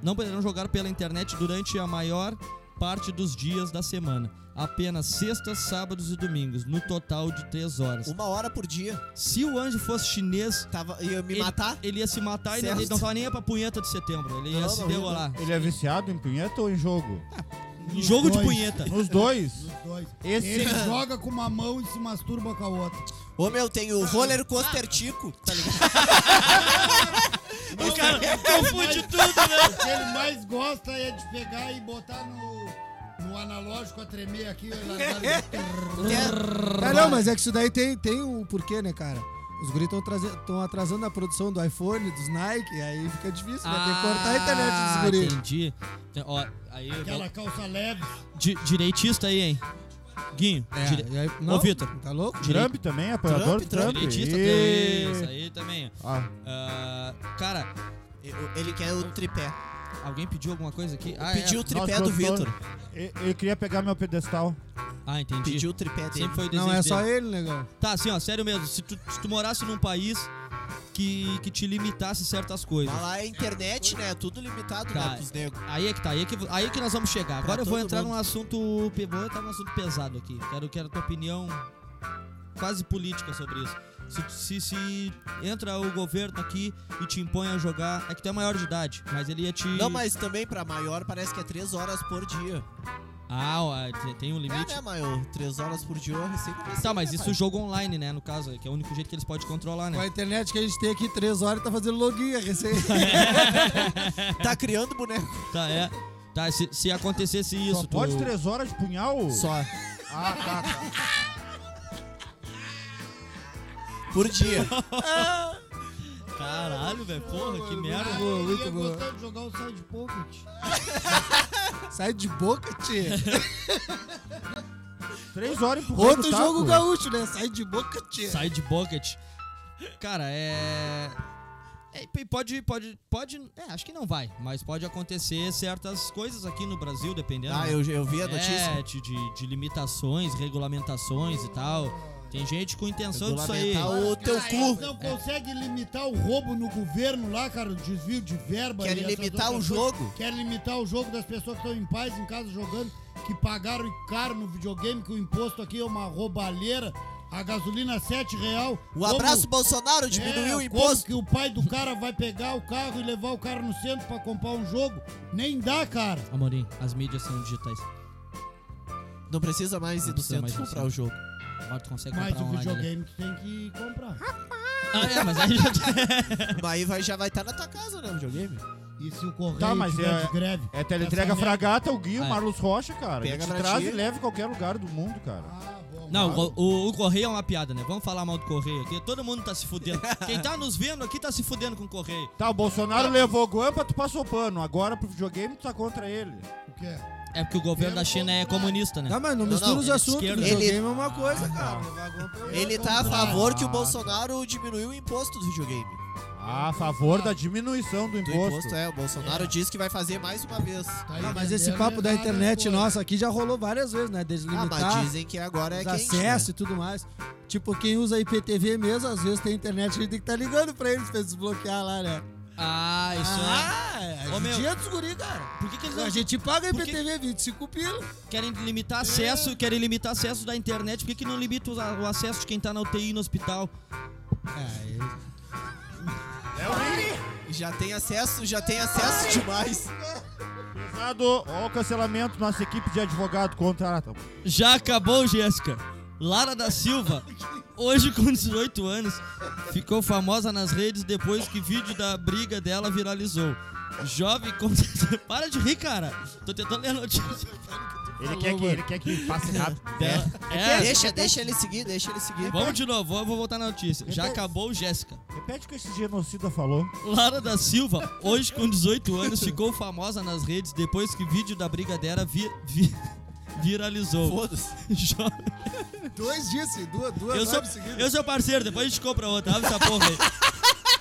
Speaker 2: não poderão jogar pela internet durante a maior parte dos dias da semana. Apenas sextas, sábados e domingos, no total de três horas.
Speaker 4: Uma hora por dia.
Speaker 2: Se o anjo fosse chinês,
Speaker 4: Tava, ia me
Speaker 2: Ele-
Speaker 4: matar.
Speaker 2: ele ia se matar e
Speaker 4: Certo.
Speaker 2: ele não tava nem aí pra punheta de setembro. Ele ia
Speaker 4: Não,
Speaker 2: se
Speaker 4: não,
Speaker 2: degolar.
Speaker 1: Ele é viciado em punheta ou em jogo?
Speaker 2: Em Jogo de
Speaker 3: Dois.
Speaker 2: punheta.
Speaker 1: Nos dois.
Speaker 3: Os é dois.
Speaker 1: Esse-
Speaker 3: Ele joga com uma mão e se masturba com a outra.
Speaker 4: Ô, meu, tem
Speaker 2: Ah,
Speaker 4: o roller coaster tico, tá ligado?
Speaker 2: O cara confunde tudo, né?
Speaker 3: é O que ele mais gosta é de pegar e botar no, no analógico a tremer aqui.
Speaker 5: Ah, não, mas é que isso daí tem, tem um porquê, né, cara? Os guris estão atrasando a produção do iPhone, dos Nike, aí fica difícil, né? Tem que cortar a
Speaker 2: Ah,
Speaker 5: internet dos guris.
Speaker 2: Entendi. Tem- Ó, aí,
Speaker 3: Aquela calça leve.
Speaker 2: di- direitista aí, hein? Guinho, dire-
Speaker 5: É, e aí,
Speaker 2: Ô, Vitor.
Speaker 5: Tá louco?
Speaker 2: direi-
Speaker 1: Trump também, apoiador
Speaker 4: Trump,
Speaker 1: do
Speaker 4: Trump,
Speaker 1: Trump.
Speaker 2: direitista.
Speaker 1: E-
Speaker 2: Isso aí também.
Speaker 1: Ah,
Speaker 2: Ah, cara,
Speaker 4: Ele quer o tripé.
Speaker 2: Alguém pediu alguma coisa aqui? Ah, é.
Speaker 4: Pediu o
Speaker 1: Nós
Speaker 4: tripé do
Speaker 1: gostamos-
Speaker 4: Vitor.
Speaker 1: E- Ele queria pegar meu pedestal.
Speaker 2: Ah, entendi.
Speaker 4: Pediu o tripé dele.
Speaker 2: Sempre foi o
Speaker 5: Não
Speaker 2: desejo
Speaker 5: é só
Speaker 2: dele.
Speaker 5: ele, negão.
Speaker 2: Tá, assim, ó, sério mesmo. Se tu, se tu morasse num país que, que te limitasse certas coisas.
Speaker 4: Mas lá é internet, né? Tudo limitado,
Speaker 2: Tá.
Speaker 4: né? Pros negros.
Speaker 2: Aí é que tá, aí é que, aí é que nós vamos chegar.
Speaker 4: Pra
Speaker 2: Agora eu vou
Speaker 4: todo
Speaker 2: entrar
Speaker 4: mundo.
Speaker 2: num assunto. pe- Vou entrar num assunto pesado aqui. Quero, quero a tua opinião quase política sobre isso. Se, se, se entra o governo aqui e te impõe a jogar. É que tu é maior de idade, mas ele ia te.
Speaker 4: Não, mas também pra maior parece que é 3 horas por dia.
Speaker 2: Ah, ó, te- tem um limite.
Speaker 4: É, né, maior? 3 horas por dia eu recém comecei.
Speaker 2: Tá, mas
Speaker 4: né,
Speaker 2: isso
Speaker 4: pai?
Speaker 2: é jogo online, né? No caso, que é o único jeito que eles podem controlar,
Speaker 5: Com a
Speaker 2: né?
Speaker 5: internet que a gente tem aqui, três horas, tá fazendo login.
Speaker 2: <laughs>
Speaker 5: Recém...
Speaker 4: Tá criando boneco.
Speaker 2: Tá, é. Tá, se, se acontecesse
Speaker 1: Só
Speaker 2: isso, tu.
Speaker 1: pode três horas de punhal?
Speaker 4: Só.
Speaker 1: Ah, tá. tá.
Speaker 2: <laughs>
Speaker 4: Por dia.
Speaker 2: Caralho, velho. Porra, que merda.
Speaker 5: boa, muito
Speaker 3: eu
Speaker 5: boa.
Speaker 3: gostava de jogar o side pocket.
Speaker 5: Sai de boca, tia.
Speaker 1: Três horas empurrando
Speaker 5: Outro
Speaker 1: o taco.
Speaker 5: jogo gaúcho, né? Sai de boca, tia.
Speaker 2: Sai de bucket. Cara, é. é, p- pode, pode, pode. É, acho que não vai, mas pode acontecer certas coisas aqui no Brasil, dependendo.
Speaker 4: Ah,
Speaker 2: né?
Speaker 4: eu, eu vi a notícia.
Speaker 2: É, de, de, de limitações, regulamentações e tal. Tem gente com intenção disso aí.
Speaker 4: Regulamentar o teu
Speaker 3: Cara,
Speaker 4: cu.
Speaker 3: eles Não consegue limitar o roubo no governo lá, cara, o desvio de verba.
Speaker 4: Querem
Speaker 3: e essas
Speaker 4: limitar o
Speaker 3: outras
Speaker 4: jogo.
Speaker 3: Quer limitar o jogo das pessoas que estão em paz em casa jogando, que pagaram caro no videogame, que o imposto aqui é uma roubalheira, a gasolina R$ 7 real. é,
Speaker 4: O abraço, Bolsonaro,
Speaker 5: É,
Speaker 4: diminuiu o imposto.
Speaker 3: que o pai do cara vai pegar o carro e levar o cara no centro pra comprar um jogo? Nem dá, cara.
Speaker 2: Amorim, as mídias são digitais.
Speaker 4: Não precisa mais ir
Speaker 2: Não
Speaker 4: do
Speaker 2: precisa
Speaker 4: centro
Speaker 2: mais ir no
Speaker 4: comprar o jogo.
Speaker 2: Agora tu consegue
Speaker 3: Mas
Speaker 2: comprar
Speaker 3: o
Speaker 2: online. né?
Speaker 3: um videogame tu tem que comprar.
Speaker 2: Ah, é, mas aí já
Speaker 4: <laughs> Mas aí vai, já vai estar na tua casa, né, o videogame?
Speaker 3: E se o correio
Speaker 1: Tá, mas
Speaker 3: tiver
Speaker 1: é-
Speaker 3: de greve?
Speaker 1: É teleentrega
Speaker 3: Essa
Speaker 1: fragata, o Gui, o
Speaker 2: Ah, é.
Speaker 1: Marlos Rocha, cara.
Speaker 4: Pega
Speaker 1: Ele te
Speaker 4: pra
Speaker 1: traz
Speaker 4: ti.
Speaker 1: e leva em qualquer lugar do mundo, cara.
Speaker 3: Ah, bom.
Speaker 2: Não, o, o- o Correio é uma piada, né? Vamos falar mal do Correio aqui. Todo mundo tá se fudendo. Quem tá nos vendo aqui tá se fudendo com o Correio.
Speaker 1: Tá, o Bolsonaro levou guampa, tu passou pano. Agora pro videogame tu tá contra ele.
Speaker 3: O quê?
Speaker 2: É porque o governo da China é comunista, né?
Speaker 5: Tá, mas não mistura
Speaker 4: não,
Speaker 5: os
Speaker 4: ele é de
Speaker 5: assuntos.
Speaker 2: esquerda.
Speaker 5: Videogame
Speaker 4: Ele-
Speaker 5: é uma coisa, cara.
Speaker 4: Ele tá a favor que o Bolsonaro diminuiu o imposto do videogame.
Speaker 1: Ah, a favor da diminuição do
Speaker 4: Do
Speaker 1: imposto.
Speaker 4: imposto, é. O Bolsonaro disse que vai fazer mais uma vez.
Speaker 3: Tá
Speaker 5: Ah, mas
Speaker 2: é
Speaker 3: entendendo
Speaker 5: esse papo da
Speaker 3: errado,
Speaker 5: internet
Speaker 3: pô.
Speaker 5: nossa aqui já rolou várias vezes, né?
Speaker 4: Ah, mas
Speaker 5: Deslimitar
Speaker 4: dizem que agora é
Speaker 5: os
Speaker 4: quente,
Speaker 5: acessos
Speaker 2: né?
Speaker 5: e tudo mais. Tipo, quem usa IPTV mesmo, às vezes tem internet, a gente tem que estar ligando pra eles pra eles desbloquear lá, né?
Speaker 2: Ah, isso é.
Speaker 5: é.
Speaker 2: Ô, meu.
Speaker 5: Dia dos guri, cara.
Speaker 2: Por que, que eles não
Speaker 5: A gente paga
Speaker 2: Por que-
Speaker 5: IPTV 25 pila.
Speaker 2: querem limitar acesso? Querem limitar acesso da internet? Por que, que não limita o, a- o acesso de quem tá na UTI no hospital?
Speaker 4: né? Já tem acesso, já tem acesso demais.
Speaker 1: Pesado, ó o cancelamento, nossa equipe de advogado contrata.
Speaker 2: Já acabou, Jéssica. Lara da Silva, hoje com 18 anos, ficou famosa nas redes depois que vídeo da briga dela viralizou. Jovem com. <laughs> Para de rir, cara. Tô tentando ler a notícia.
Speaker 1: Ele quer que, ele quer que passe rápido.
Speaker 2: dela. É,
Speaker 4: Deixa, deixa ele seguir, deixa ele seguir.
Speaker 2: Vamos de novo, eu vou voltar na notícia. Já
Speaker 1: Então-
Speaker 2: acabou o Jéssica.
Speaker 1: <laughs> Repete o que esse genocida falou.
Speaker 2: Lara da Silva, hoje com 18 anos, ficou famosa nas redes depois que vídeo da brigadeira vi- vi- viralizou.
Speaker 4: Foda-se.
Speaker 2: Jo-
Speaker 5: Dois dias, assim, duas, duas
Speaker 2: Eu sou,
Speaker 5: lives seguidas.
Speaker 2: eu sou parceiro, depois a gente compra outra. Abre essa porra aí.
Speaker 5: É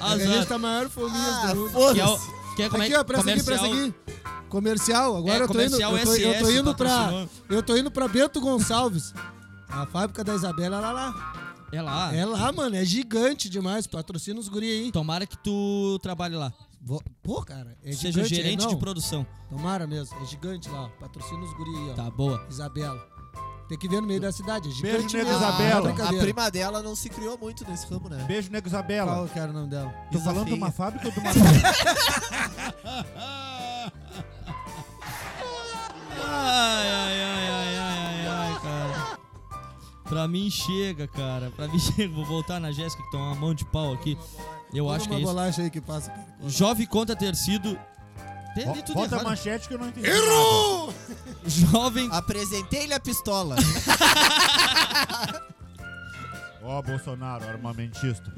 Speaker 5: A gente
Speaker 2: Azar.
Speaker 5: tá maior fominha
Speaker 4: Ah,
Speaker 5: do mundo.
Speaker 2: Que é o,
Speaker 4: foda-se.
Speaker 2: que é como é
Speaker 5: aqui, ó, presta aqui,
Speaker 2: comercial.
Speaker 5: presta aqui. Comercial, agora
Speaker 2: É,
Speaker 5: eu tô indo,
Speaker 2: comercial
Speaker 5: eu tô, eu tô
Speaker 2: SS
Speaker 5: indo pra,
Speaker 2: patrocinou.
Speaker 5: eu tô indo pra Bento Gonçalves. A fábrica da Isabela lá lá.
Speaker 2: É lá.
Speaker 5: É lá, mano, é gigante demais, patrocina os guri aí.
Speaker 2: Tomara que tu trabalhe lá.
Speaker 5: Vou- Pô, cara, é
Speaker 2: Seja
Speaker 5: gigante,
Speaker 2: gerente
Speaker 5: é, não.
Speaker 2: de produção.
Speaker 5: Tomara mesmo, é gigante lá, ó. patrocina os guri aí, ó.
Speaker 2: Tá, boa.
Speaker 5: Isabela. Tem que ver no meio da cidade, é gigante
Speaker 1: nego
Speaker 5: mesmo,
Speaker 1: Isabela.
Speaker 5: não é
Speaker 4: A
Speaker 5: brincadeira.
Speaker 4: prima dela não se criou muito nesse ramo, né?
Speaker 1: Beijo, nego Isabela.
Speaker 5: Qual que era o nome dela?
Speaker 1: Tô
Speaker 4: Isa
Speaker 1: falando de uma
Speaker 4: feia.
Speaker 1: fábrica ou de um uma.
Speaker 2: Ai, ai, ai, ai, ai, ai, ai, cara. Pra mim chega, cara. Pra mim <laughs> chega. Vou voltar na Jéssica que tá uma mão de pau aqui. Eu acho que
Speaker 5: uma
Speaker 2: é isso.
Speaker 5: bolacha aí que passa. cara.
Speaker 2: Jovem conta ter sido. Tem ali tudo
Speaker 1: Bota a
Speaker 2: errado.
Speaker 1: manchete que eu não entendi. Errou!
Speaker 2: Jovem.
Speaker 4: Apresentei-lhe a pistola.
Speaker 1: Ó, Bolsonaro, armamentista.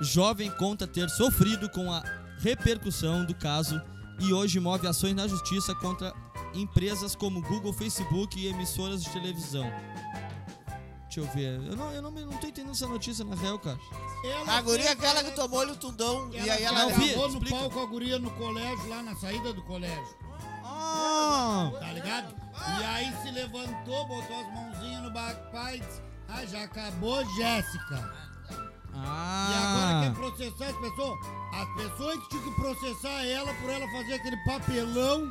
Speaker 2: Jovem conta ter sofrido com a repercussão do caso e hoje move ações na justiça contra empresas como Google, Facebook e emissoras de televisão. Deixa eu ver. Eu não, eu não, me- não tô entendendo essa notícia na real, cara.
Speaker 3: Ela
Speaker 10: A guria
Speaker 3: fez-
Speaker 10: aquela que tomou-lhe o tundão e aí
Speaker 3: ela um
Speaker 10: ela...
Speaker 2: Não vi.
Speaker 3: gravou no
Speaker 2: explica.
Speaker 3: palco a guria no colégio, lá na saída do colégio.
Speaker 2: Ah!
Speaker 3: Tá ligado? E aí se levantou, botou as mãozinhas no backpack. Ah, já acabou, Jéssica. E agora quer
Speaker 2: Ah!
Speaker 3: processar as pessoas? As pessoas que tinham que processar ela por ela fazer aquele papelão,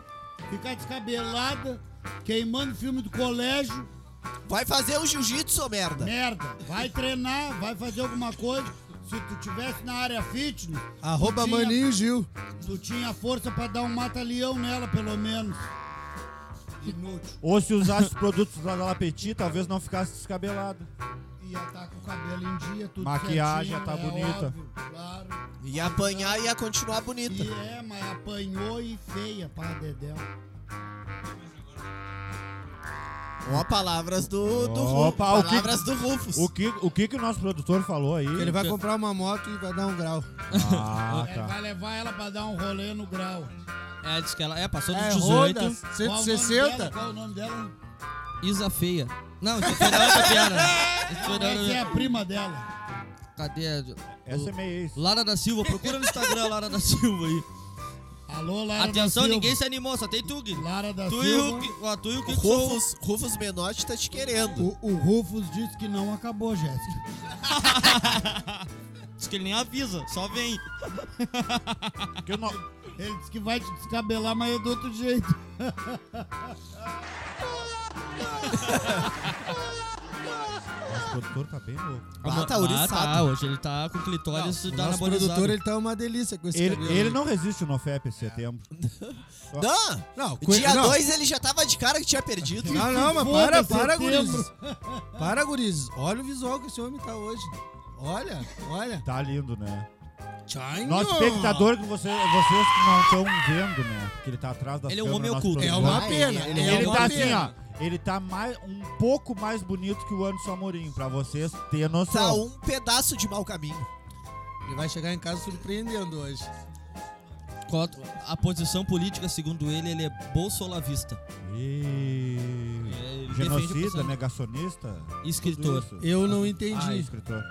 Speaker 3: ficar descabelada, queimando filme do colégio.
Speaker 10: Vai fazer
Speaker 4: um
Speaker 10: o jiu-jitsu, ô merda.
Speaker 3: Merda, vai treinar, vai fazer alguma coisa. Se tu tivesse na área fitness,
Speaker 7: Arroba
Speaker 3: Tinha-
Speaker 7: Maninho Gil.
Speaker 3: tu tinha força pra dar um mata-leão nela, pelo menos. Inútil.
Speaker 1: Ou se usasse <laughs> os produtos lá da Lapeti, talvez não ficasse descabelado.
Speaker 3: Ia tá com o cabelo em dia, tudo
Speaker 1: Maquiagem,
Speaker 3: certinho,
Speaker 1: tá
Speaker 3: é
Speaker 1: bonita.
Speaker 3: óbvio, claro.
Speaker 10: Ia apanhar e ia continuar bonita.
Speaker 3: E é, mas apanhou e feia pra Dedéu.
Speaker 10: Ó, palavras do, do Rufus.
Speaker 1: Opa, o que-
Speaker 10: Palavras do Rufus.
Speaker 1: O que o, que que o nosso produtor falou aí?
Speaker 5: Ele vai comprar uma moto e vai dar um grau.
Speaker 1: Ah, <laughs>
Speaker 3: É,
Speaker 1: tá.
Speaker 3: vai levar ela pra dar um rolê no grau.
Speaker 2: É, diz que ela. É, passou dos
Speaker 5: É,
Speaker 2: 18.
Speaker 5: roda,
Speaker 3: Qual o nome
Speaker 5: 160.
Speaker 3: dela? Qual o nome dela?
Speaker 2: Isa feia. Não, isso foi da outra
Speaker 1: <laughs>
Speaker 2: piada. Isso foi da
Speaker 3: Essa é
Speaker 2: outra...
Speaker 3: a prima dela.
Speaker 2: Cadê?
Speaker 1: Essa é meio isso.
Speaker 2: Lara da Silva, procura no Instagram Lara da Silva aí.
Speaker 3: Alô, Lara
Speaker 2: Atenção,
Speaker 3: da Silva.
Speaker 2: ninguém se animou, só tem Tug.
Speaker 3: Lara da
Speaker 2: Tu e o
Speaker 3: Silva.
Speaker 2: que. ó, Tu e o que que sou.
Speaker 10: Rufus, Rufus Menotti tá te querendo.
Speaker 3: O, o Rufus disse que não acabou, Jéssica.
Speaker 2: Diz que ele nem avisa, só vem.
Speaker 1: Porque o no-
Speaker 3: Ele disse que vai te descabelar, mas é do outro jeito.
Speaker 1: O produtor tá bem louco.
Speaker 10: Ah, tá
Speaker 2: Ah,
Speaker 10: ouriçado.
Speaker 2: tá, hoje ele tá com clitóris
Speaker 5: O
Speaker 2: da
Speaker 5: nosso produtor, ele tá uma delícia com esse
Speaker 1: Ele,
Speaker 5: cabelo.
Speaker 1: ele não resiste no FEP em setembro.
Speaker 10: Não,
Speaker 5: Não, coi-
Speaker 10: dia
Speaker 5: não.
Speaker 10: 2 ele já tava de cara que tinha perdido.
Speaker 5: Não, não, mas
Speaker 3: Foda,
Speaker 1: é
Speaker 5: para,
Speaker 3: setembro.
Speaker 5: para, gurizes. Para, gurizes. Olha o visual que esse homem tá hoje. Olha, olha.
Speaker 1: Tá lindo, né? Nosso espectador, que você, vocês que não estão vendo, né? Que ele tá atrás da
Speaker 2: Ele é um
Speaker 1: câmera,
Speaker 2: homem
Speaker 1: nosso
Speaker 2: oculto.
Speaker 5: É
Speaker 1: produtor.
Speaker 5: uma pena.
Speaker 10: ele-
Speaker 5: é
Speaker 1: Ele
Speaker 5: uma
Speaker 1: tá assim,
Speaker 5: pena.
Speaker 1: ó. Ele tá mais, um pouco mais bonito que o Anderson Amorim, pra vocês terem
Speaker 10: Tá
Speaker 1: noção.
Speaker 10: um pedaço de mau caminho.
Speaker 5: Ele vai chegar em casa surpreendendo hoje.
Speaker 2: Qual a- A posição política, segundo ele, ele é bolsolavista.
Speaker 1: E...
Speaker 2: É, ele defende a
Speaker 1: Genocida,
Speaker 2: posição-
Speaker 1: negacionista.
Speaker 2: Escritor.
Speaker 1: tudo isso.
Speaker 5: Eu não
Speaker 1: Ah,
Speaker 5: entendi.
Speaker 1: escritor.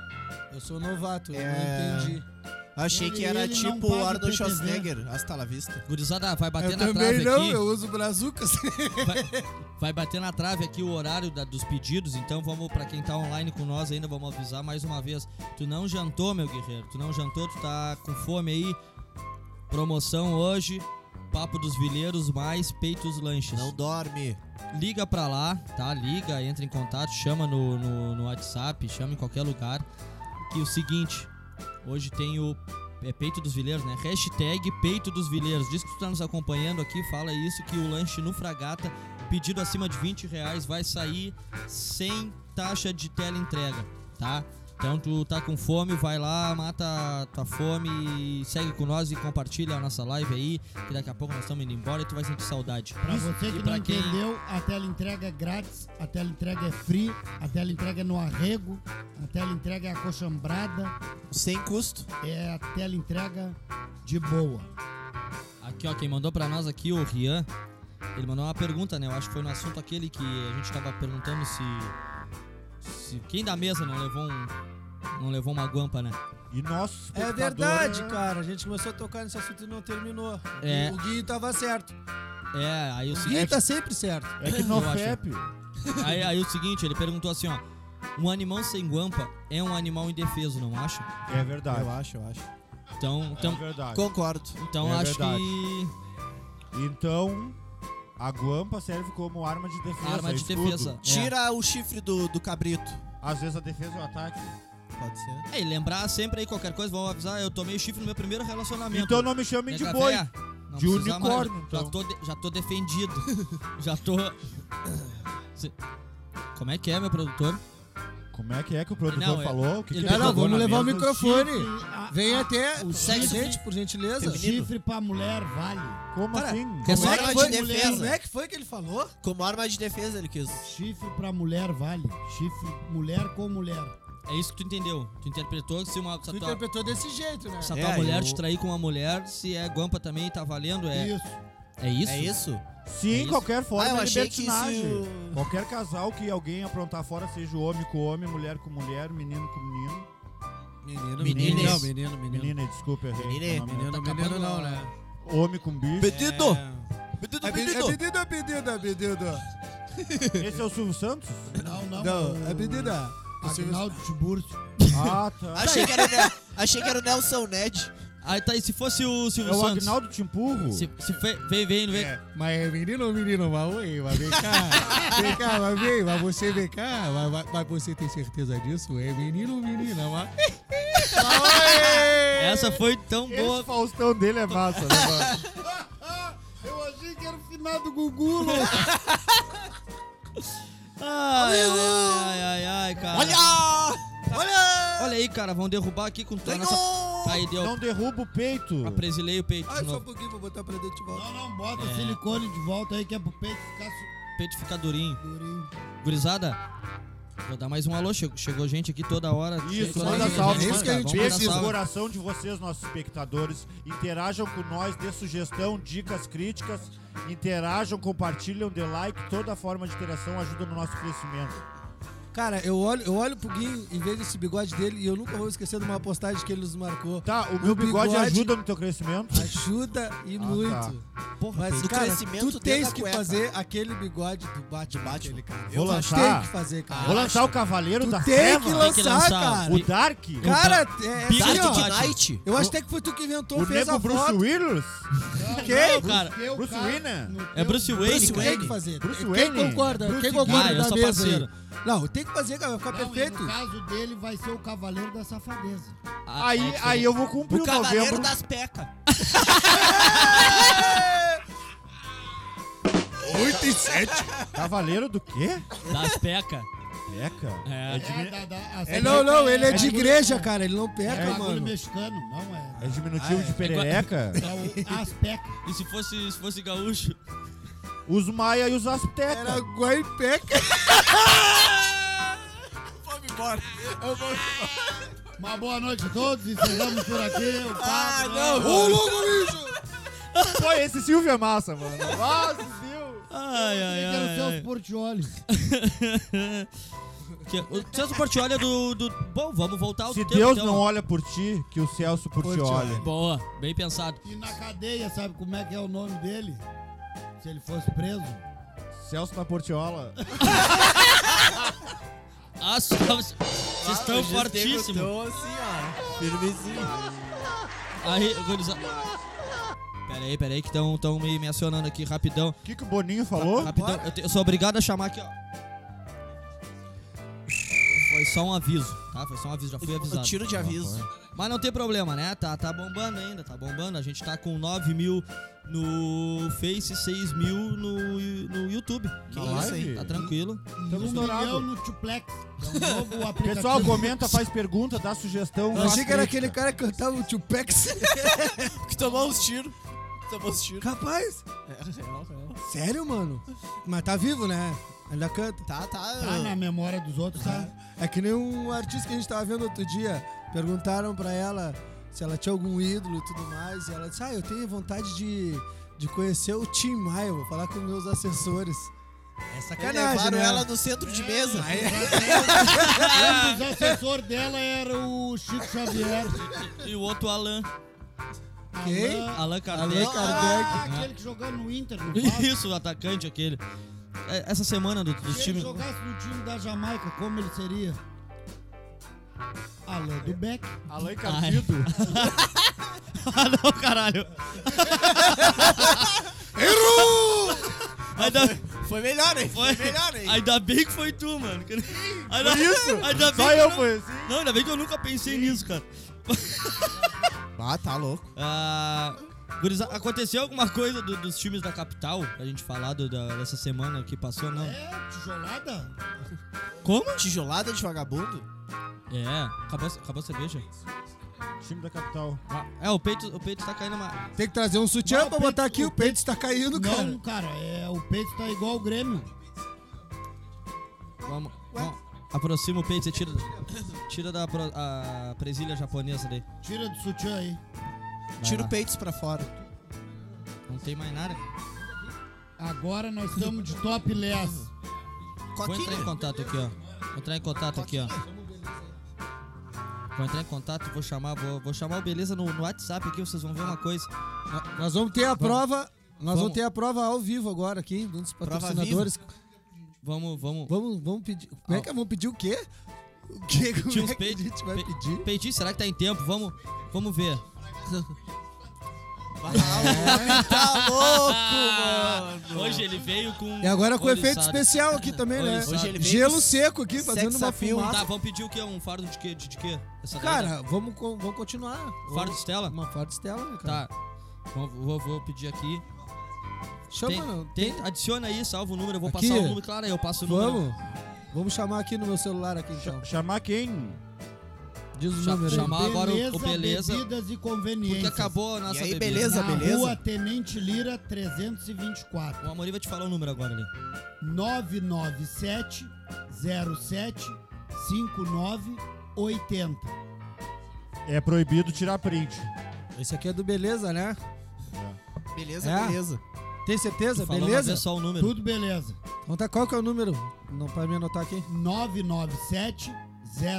Speaker 5: Eu sou novato,
Speaker 10: É.
Speaker 5: eu não entendi.
Speaker 10: Achei
Speaker 3: Ele-
Speaker 10: que era
Speaker 3: ele não
Speaker 10: tipo
Speaker 3: paga
Speaker 10: o
Speaker 3: o
Speaker 10: Arnold
Speaker 3: PTV.
Speaker 10: Schwarzenegger. Hasta la vista.
Speaker 2: Gurizada, vai bater
Speaker 5: Eu
Speaker 2: na
Speaker 5: também
Speaker 2: trave
Speaker 5: não,
Speaker 2: aqui.
Speaker 5: eu uso brazucas.
Speaker 2: Vai bater na trave aqui o horário da- dos pedidos, então vamos pra quem tá online com nós ainda, vamos avisar mais uma vez. Tu não jantou, meu guerreiro, tu não jantou, tu tá com fome aí. Promoção hoje, Papo dos Vileiros mais Peitos Lanches.
Speaker 10: Não dorme.
Speaker 2: Liga pra lá, tá? Liga, entra em contato, chama no, no, no WhatsApp, chama em qualquer lugar. Que o seguinte, hoje tem o é Peito dos Vileiros, né? Hashtag Peito dos Vileiros. Diz que tu tá nos acompanhando aqui, fala isso, que o lanche no Fragata, pedido acima de 20 reais, vai sair sem taxa de teleentrega, tá? Então tu tá com fome, vai lá, mata a tua fome, e segue com nós e compartilha a nossa live aí, que daqui a pouco nós estamos indo embora e tu vai sentir saudade.
Speaker 3: Pra você que
Speaker 2: pra
Speaker 3: não
Speaker 2: quem-
Speaker 3: entendeu, a tela entrega é grátis, a tela entrega é free, a tela entrega é no arrego, a tela entrega é acochambrada,
Speaker 10: Sem custo.
Speaker 3: é a tela entrega de boa.
Speaker 2: Aqui, ó, quem mandou pra nós aqui, o Rian, ele mandou uma pergunta, né? Eu acho que foi no assunto aquele que a gente tava perguntando se. se quem da mesa não levou um. Não levou uma guampa, né?
Speaker 1: E nosso
Speaker 5: É
Speaker 1: espectador
Speaker 5: verdade,
Speaker 1: é-
Speaker 5: cara. A gente começou a tocar nesse assunto e não terminou.
Speaker 2: É.
Speaker 5: O Gui tava certo.
Speaker 2: É, aí o
Speaker 5: O Gui
Speaker 2: seguinte.
Speaker 5: tá sempre certo.
Speaker 1: É que no
Speaker 2: Eu acho.
Speaker 1: FEP...
Speaker 2: Aí, aí o seguinte, ele perguntou assim, ó. Um animal sem guampa é um animal indefeso, não acha?
Speaker 1: É verdade.
Speaker 4: Eu acho, eu acho.
Speaker 2: Então,
Speaker 1: É
Speaker 2: então,
Speaker 1: verdade.
Speaker 10: Concordo.
Speaker 2: então
Speaker 1: É
Speaker 2: acho
Speaker 1: verdade.
Speaker 2: que.
Speaker 1: Então, a guampa serve como arma de defesa.
Speaker 2: Arma de
Speaker 1: escudo.
Speaker 2: defesa. É.
Speaker 10: Tira o chifre do, do cabrito.
Speaker 1: Às vezes a defesa é o ataque.
Speaker 10: Pode ser.
Speaker 2: É, e lembrar sempre aí qualquer coisa, vão avisar, eu tomei chifre no meu primeiro relacionamento.
Speaker 1: Então não me chamem de
Speaker 2: Nega
Speaker 1: boi.
Speaker 2: véia, não
Speaker 1: De
Speaker 2: precisa
Speaker 1: unicórnio,
Speaker 2: mais.
Speaker 1: então.
Speaker 2: Já tô, de- já tô defendido. <laughs> já tô. <coughs> Se- Como é que é, meu produtor?
Speaker 1: Como é que é que o produtor
Speaker 2: Não, é-
Speaker 1: falou? O que
Speaker 2: ele
Speaker 1: que
Speaker 2: tá-
Speaker 5: Não, não,
Speaker 1: jogou
Speaker 5: vamos
Speaker 1: na
Speaker 5: levar o
Speaker 1: mesa?
Speaker 5: microfone.
Speaker 3: Chifre, a-
Speaker 5: Vem
Speaker 3: a-
Speaker 5: até
Speaker 3: Ah, o
Speaker 5: ah, o
Speaker 3: sexo.
Speaker 5: gente, por gentileza.
Speaker 3: O chifre pra mulher vale.
Speaker 1: Como
Speaker 2: Cara,
Speaker 1: assim?
Speaker 10: Como
Speaker 2: Como é
Speaker 10: arma
Speaker 2: que
Speaker 10: de
Speaker 2: foi?
Speaker 10: defesa.
Speaker 5: Como é que foi que ele falou?
Speaker 3: Tá,
Speaker 10: Como arma de defesa ele quis.
Speaker 3: Chifre pra mulher vale. Chifre mulher com mulher.
Speaker 2: É isso que tu entendeu. Tu interpretou que se uma. Se
Speaker 5: Tu
Speaker 2: a tua,
Speaker 5: interpretou desse jeito, né?
Speaker 2: se a
Speaker 10: É,
Speaker 2: tua mulher
Speaker 10: eu-
Speaker 2: te trair com uma mulher, se é guampa também, tá valendo? É,
Speaker 3: Isso.
Speaker 2: É isso?
Speaker 4: É isso?
Speaker 1: Sim,
Speaker 2: É isso?
Speaker 1: qualquer forma
Speaker 10: Ah, eu
Speaker 1: é
Speaker 10: achei que
Speaker 1: libertinagem.
Speaker 10: isso-
Speaker 1: Qualquer casal que alguém aprontar fora, seja homem com homem, mulher com mulher, menino com menino.
Speaker 5: Menino,
Speaker 2: Meninas.
Speaker 5: menino. Não, menino, menino.
Speaker 1: Menina, desculpa, errei.
Speaker 10: Menine,
Speaker 1: o nome.
Speaker 5: Menino,
Speaker 2: Tá
Speaker 5: menino
Speaker 2: acabando
Speaker 5: não,
Speaker 2: a-
Speaker 5: né?
Speaker 1: Homem com bicho.
Speaker 2: Pedido!
Speaker 5: É.
Speaker 2: Pedido,
Speaker 7: É pedido, é pedido, é pedido, é pedido.
Speaker 5: Tá
Speaker 1: Esse é o Silvio Santos?
Speaker 3: Não, não.
Speaker 7: Não, é
Speaker 3: o-
Speaker 7: pedido.
Speaker 3: Agnaldo Tiburcio.
Speaker 1: Ah, tá.
Speaker 10: Achei que, era, o Ne- achei que era o Nelson Ned.
Speaker 2: Aí tá, e se fosse o Silvio
Speaker 1: É o
Speaker 2: Santos?
Speaker 1: Agnaldo Timpurro?
Speaker 2: Se, se fe, vem, vem, vem.
Speaker 7: Mas é menino ou menino? Mas oi, mas vem cá. Vem cá, mas vem, mas você vem cá. Mas, mas- mas você tem certeza disso? É menino ou menina? Mas...
Speaker 2: Essa foi tão boa.
Speaker 1: Esse Faustão dele é massa, né, mano?
Speaker 3: Eu achei que era o finado Gugu, louco.
Speaker 2: Ai, ai, ai, ai, ai, cara.
Speaker 10: Olha! Olha!
Speaker 2: Olha aí, cara, vão derrubar aqui com toda a nossa. Tá Aí deu.
Speaker 1: Não derruba o peito.
Speaker 2: Apresilei o peito de
Speaker 7: Ai, só um
Speaker 2: novo.
Speaker 7: pouquinho, vou botar pra dentro de volta.
Speaker 3: Não, não, bota silicone de volta aí que é pro peito ficar su-
Speaker 2: O peito fica durinho.
Speaker 3: durinho.
Speaker 2: Gurizada, vou dar mais um alô. Chegou, chegou gente aqui toda hora.
Speaker 1: Isso,
Speaker 2: toda
Speaker 1: manda
Speaker 2: hora.
Speaker 1: salve.
Speaker 7: É isso que a gente
Speaker 2: Vamos mandar
Speaker 1: Beijo no
Speaker 2: salve.
Speaker 1: coração de vocês, nossos espectadores. Interajam com nós, dê sugestão, dicas, críticas. Interajam, compartilham, dê like. Toda forma de interação ajuda no nosso crescimento.
Speaker 5: Cara, eu olho, eu olho pro Guinho e vejo esse bigode dele e eu nunca vou esquecer de uma postagem que ele nos marcou.
Speaker 1: Tá, o meu bigode,
Speaker 5: bigode-
Speaker 1: ajuda no teu crescimento?
Speaker 5: Ajuda e
Speaker 7: Ah,
Speaker 1: tá.
Speaker 5: muito.
Speaker 10: Porra,
Speaker 5: Mas,
Speaker 10: do
Speaker 5: cara,
Speaker 10: crescimento
Speaker 5: tu
Speaker 10: dentro
Speaker 5: tens
Speaker 10: da
Speaker 5: que
Speaker 10: cueca.
Speaker 5: fazer aquele bigode do Batman. Batman. Cara.
Speaker 1: Vou
Speaker 5: tu
Speaker 1: lançar.
Speaker 5: tem que fazer, cara.
Speaker 1: Vou lançar o Cavaleiro
Speaker 5: tu
Speaker 1: da
Speaker 5: tem
Speaker 1: Treva.
Speaker 5: que
Speaker 2: Tem que
Speaker 5: lançar,
Speaker 2: lançar.
Speaker 5: cara.
Speaker 1: O Dark?
Speaker 5: Cara, é, é
Speaker 2: Big
Speaker 5: assim,
Speaker 10: Dark
Speaker 5: ó.
Speaker 10: Knight.
Speaker 5: Eu acho até que foi tu que inventou,
Speaker 1: O
Speaker 5: fez
Speaker 1: Nego
Speaker 5: a
Speaker 1: Bruce
Speaker 5: foto.
Speaker 1: Willis?
Speaker 5: Quem?
Speaker 2: Cara,
Speaker 3: Teu
Speaker 1: Bruce
Speaker 3: cara-
Speaker 1: Wayne?
Speaker 3: no
Speaker 2: é
Speaker 3: teu-
Speaker 2: Bruce Wayne.
Speaker 10: Bruce
Speaker 2: cara.
Speaker 5: Tem que
Speaker 10: Wayne.
Speaker 5: fazer.
Speaker 1: Bruce
Speaker 5: quem
Speaker 1: Wayne?
Speaker 5: concorda?
Speaker 1: Bruce
Speaker 5: quem
Speaker 2: Wayne.
Speaker 5: concorda
Speaker 2: Ah, eu
Speaker 5: da
Speaker 2: sou
Speaker 5: mesa aí?
Speaker 2: parceiro.
Speaker 5: Não, tem que fazer, cara. Vai ficar
Speaker 3: Não, e
Speaker 5: perfeito.
Speaker 3: No caso dele, vai ser o Cavaleiro da Safadeza.
Speaker 2: Ah,
Speaker 1: Aí,
Speaker 2: é,
Speaker 1: aí eu vou cumprir
Speaker 10: O
Speaker 1: o
Speaker 10: Cavaleiro
Speaker 1: novembro.
Speaker 10: das Pecas.
Speaker 1: Cavaleiro do quê?
Speaker 2: Das peca.
Speaker 1: Peca?
Speaker 2: É.
Speaker 1: diminu-
Speaker 3: da- da- a
Speaker 5: É, não, não, ele é de
Speaker 3: bagulho-
Speaker 5: igreja, cara. Ele não
Speaker 3: É
Speaker 5: peca,
Speaker 3: bagulho
Speaker 5: mano.
Speaker 3: mexicano, não é.
Speaker 1: É diminutivo de perereca?
Speaker 3: É o Azteca.
Speaker 2: E se fosse, se fosse gaúcho?
Speaker 1: Os maia e os
Speaker 7: Era
Speaker 1: aztecas.
Speaker 7: Guaipeca.
Speaker 10: Vamos embora.
Speaker 3: Uma boa noite a todos, encerramos por aqui.
Speaker 5: <laughs>
Speaker 3: O papo,
Speaker 10: Ah,
Speaker 3: né?
Speaker 10: não.
Speaker 1: Pô, esse Silvio é massa, mano. Nossa, Deus.
Speaker 2: Ai, ai,
Speaker 3: Quero ser os
Speaker 2: ai.
Speaker 3: Portioli.
Speaker 2: ai. Que- o Celso Portiolli é do, do. Bom, vamos voltar ao
Speaker 1: Se
Speaker 2: tempo,
Speaker 1: Deus
Speaker 2: então.
Speaker 1: não olha por ti, que o Celso por ti olha.
Speaker 2: Boa, bem pensado.
Speaker 3: E na cadeia, sabe como é que é o nome dele? Se ele fosse preso.
Speaker 1: Celso na Portiola.
Speaker 2: Ah, vocês estão fortíssimos.
Speaker 10: Então, assim, ó. Firmezinho.
Speaker 2: Aí, organiza... Pera aí, pera aí, que estão me, me acionando aqui rapidão.
Speaker 1: O que, que o Boninho falou?
Speaker 2: rapidão. Eu, te- eu sou obrigado a chamar aqui, ó. Foi só um aviso, tá? Foi só um aviso, já fui
Speaker 10: O
Speaker 2: avisado.
Speaker 10: tiro de aviso.
Speaker 2: Mas não tem problema, né? Tá, tá bombando ainda, tá bombando. A gente tá com 9 mil no Face, 6 mil no, no YouTube.
Speaker 10: Que
Speaker 1: Na
Speaker 10: isso
Speaker 1: live?
Speaker 10: aí.
Speaker 2: Tá tranquilo.
Speaker 3: E
Speaker 1: Tamo
Speaker 3: um
Speaker 1: estourado.
Speaker 3: milhão no Tuplex. É um
Speaker 5: <laughs>
Speaker 3: novo aplicativo.
Speaker 1: Pessoal, comenta, faz pergunta, dá sugestão.
Speaker 5: Eu
Speaker 1: faz
Speaker 5: achei que era
Speaker 1: crítica.
Speaker 5: aquele cara que cantava o Tupac.
Speaker 10: Que tomou uns tiros. Tomou uns tiros.
Speaker 5: Capaz? Sério, mano? Mas tá vivo, né? Ainda canta.
Speaker 10: Tá, tá.
Speaker 3: Tá na memória dos outros,
Speaker 5: <laughs>
Speaker 3: tá?
Speaker 5: É que nem um artista que a gente tava vendo outro dia. Perguntaram pra ela se ela tinha algum ídolo e tudo mais. E ela disse: Ah, eu tenho vontade de, de conhecer o Tim Maia. Vou falar com meus assessores. É sacanagem,
Speaker 10: Levaram
Speaker 5: né?
Speaker 10: ela no centro de mesa.
Speaker 5: Ah.
Speaker 3: Um dos assessores dela era o Chico Xavier.
Speaker 2: E o outro Alan.
Speaker 5: Quem?
Speaker 3: Alan-
Speaker 2: Alan
Speaker 5: Allan
Speaker 2: Kardec. <laughs>
Speaker 3: Ah,
Speaker 5: Kardec.
Speaker 3: aquele que jogou no Inter, não fala?
Speaker 2: Isso, o atacante aquele. É, Essa semana do, dos
Speaker 3: Se ele
Speaker 2: times.
Speaker 3: jogasse no time da Jamaica, como ele seria? Alô do Beck.
Speaker 1: Além Cardido.
Speaker 2: Ah, não,
Speaker 1: <laughs>
Speaker 2: caralho. Errou! Ainda,
Speaker 10: Foi melhor, hein?
Speaker 2: foi,
Speaker 10: Foi melhor, hein?
Speaker 2: ainda bem que foi tu, mano. Ainda,
Speaker 1: isso?
Speaker 2: Ainda bem
Speaker 1: Só
Speaker 2: que
Speaker 1: eu
Speaker 2: não-
Speaker 1: fui assim.
Speaker 2: Não, ainda bem que eu nunca pensei nisso, cara.
Speaker 10: Ah, tá louco.
Speaker 2: Ah, guriza- aconteceu alguma coisa do- dos times da capital? Pra gente falar do- da- dessa semana que passou, não?
Speaker 3: É, tijolada?
Speaker 2: Como?
Speaker 10: Tijolada de vagabundo?
Speaker 2: É, acabou, a- acabou a cerveja.
Speaker 1: Time da capital.
Speaker 2: É, o peito, o peito tá caindo uma.
Speaker 5: Tem que trazer um sutiã
Speaker 3: Não,
Speaker 5: pra
Speaker 3: o
Speaker 5: botar
Speaker 3: peito-
Speaker 5: aqui. O
Speaker 3: o
Speaker 5: peito está caindo, cara.
Speaker 3: Não, cara, é, o peito tá igual o Grêmio.
Speaker 2: Vamos. vamos- Aproxima o peito, você tira, tira da pro- a presilha japonesa daí.
Speaker 3: Tira do sutiã aí.
Speaker 10: Tira o peitos pra fora.
Speaker 2: Não tem mais nada.
Speaker 3: Agora nós estamos de top less.
Speaker 2: Vou entrar em contato aqui, ó. Vou entrar em contato aqui, ó. Vou entrar em contato, vou chamar, vou, vou chamar o Beleza no, no WhatsApp aqui, vocês vão ver uma coisa.
Speaker 5: Nós vamos ter a prova. Nós
Speaker 2: Vamos.
Speaker 5: vamos ter a prova ao vivo agora aqui, um dos
Speaker 2: Prova
Speaker 5: patrocinadores.
Speaker 2: Vamos, vamos.
Speaker 5: Vamos, vamos pedir. Como é que vamos pedir o quê? O quê? Como
Speaker 2: Tio
Speaker 5: é que a
Speaker 2: Pedi-
Speaker 5: gente vai
Speaker 2: Pe-
Speaker 5: pedir?
Speaker 2: Pedi, será que tá em tempo? Vamos, vamos ver.
Speaker 10: Tá louco, mano.
Speaker 2: Hoje ele veio com.
Speaker 5: E agora com efeito
Speaker 2: oriçado.
Speaker 5: especial aqui também, né?
Speaker 2: Oriçado.
Speaker 5: Hoje ele veio Gelo com seco aqui, fazendo uma
Speaker 2: Sexafil.
Speaker 5: fumaça.
Speaker 2: Tá, vamos pedir o quê? Um fardo de quê? De, de quê? Essa daí,
Speaker 5: Cara, vamos, co- vamos continuar.
Speaker 2: né? Fardo de Stella?
Speaker 5: Uma farda estela, né, cara?
Speaker 2: Tá. Vou, vou, vou pedir aqui.
Speaker 5: Chama,
Speaker 2: Tá, Tem-
Speaker 5: não.
Speaker 2: tem- adiciona aí, salva o número. Eu vou
Speaker 5: Aqui?
Speaker 2: passar o número. Claro, aí eu passo o número.
Speaker 5: Vamos? Vamos chamar aqui no meu celular aqui, então.
Speaker 1: Chamar quem?
Speaker 5: Diz o
Speaker 2: Cha-
Speaker 5: número aí.
Speaker 2: chamar agora o- o,
Speaker 3: Beleza,
Speaker 2: Beleza.
Speaker 3: bebidas e
Speaker 2: Porque
Speaker 3: conveniências.
Speaker 2: acabou a nossa
Speaker 10: E aí,
Speaker 2: bebida.
Speaker 10: beleza,
Speaker 3: Na rua
Speaker 10: beleza?
Speaker 3: Tenente Lira 324.
Speaker 2: O Amorim vai te falar o número agora ali.
Speaker 3: 997 07 59 80.
Speaker 1: É proibido tirar print.
Speaker 5: Esse aqui é do Beleza, né?
Speaker 10: Beleza,
Speaker 5: É.
Speaker 10: beleza.
Speaker 5: Tem certeza?
Speaker 2: Falou uma
Speaker 5: Beleza?
Speaker 2: vez só o número.
Speaker 3: Tudo beleza.
Speaker 5: Então tá, qual que é o número? Não pode me anotar aqui.
Speaker 3: 997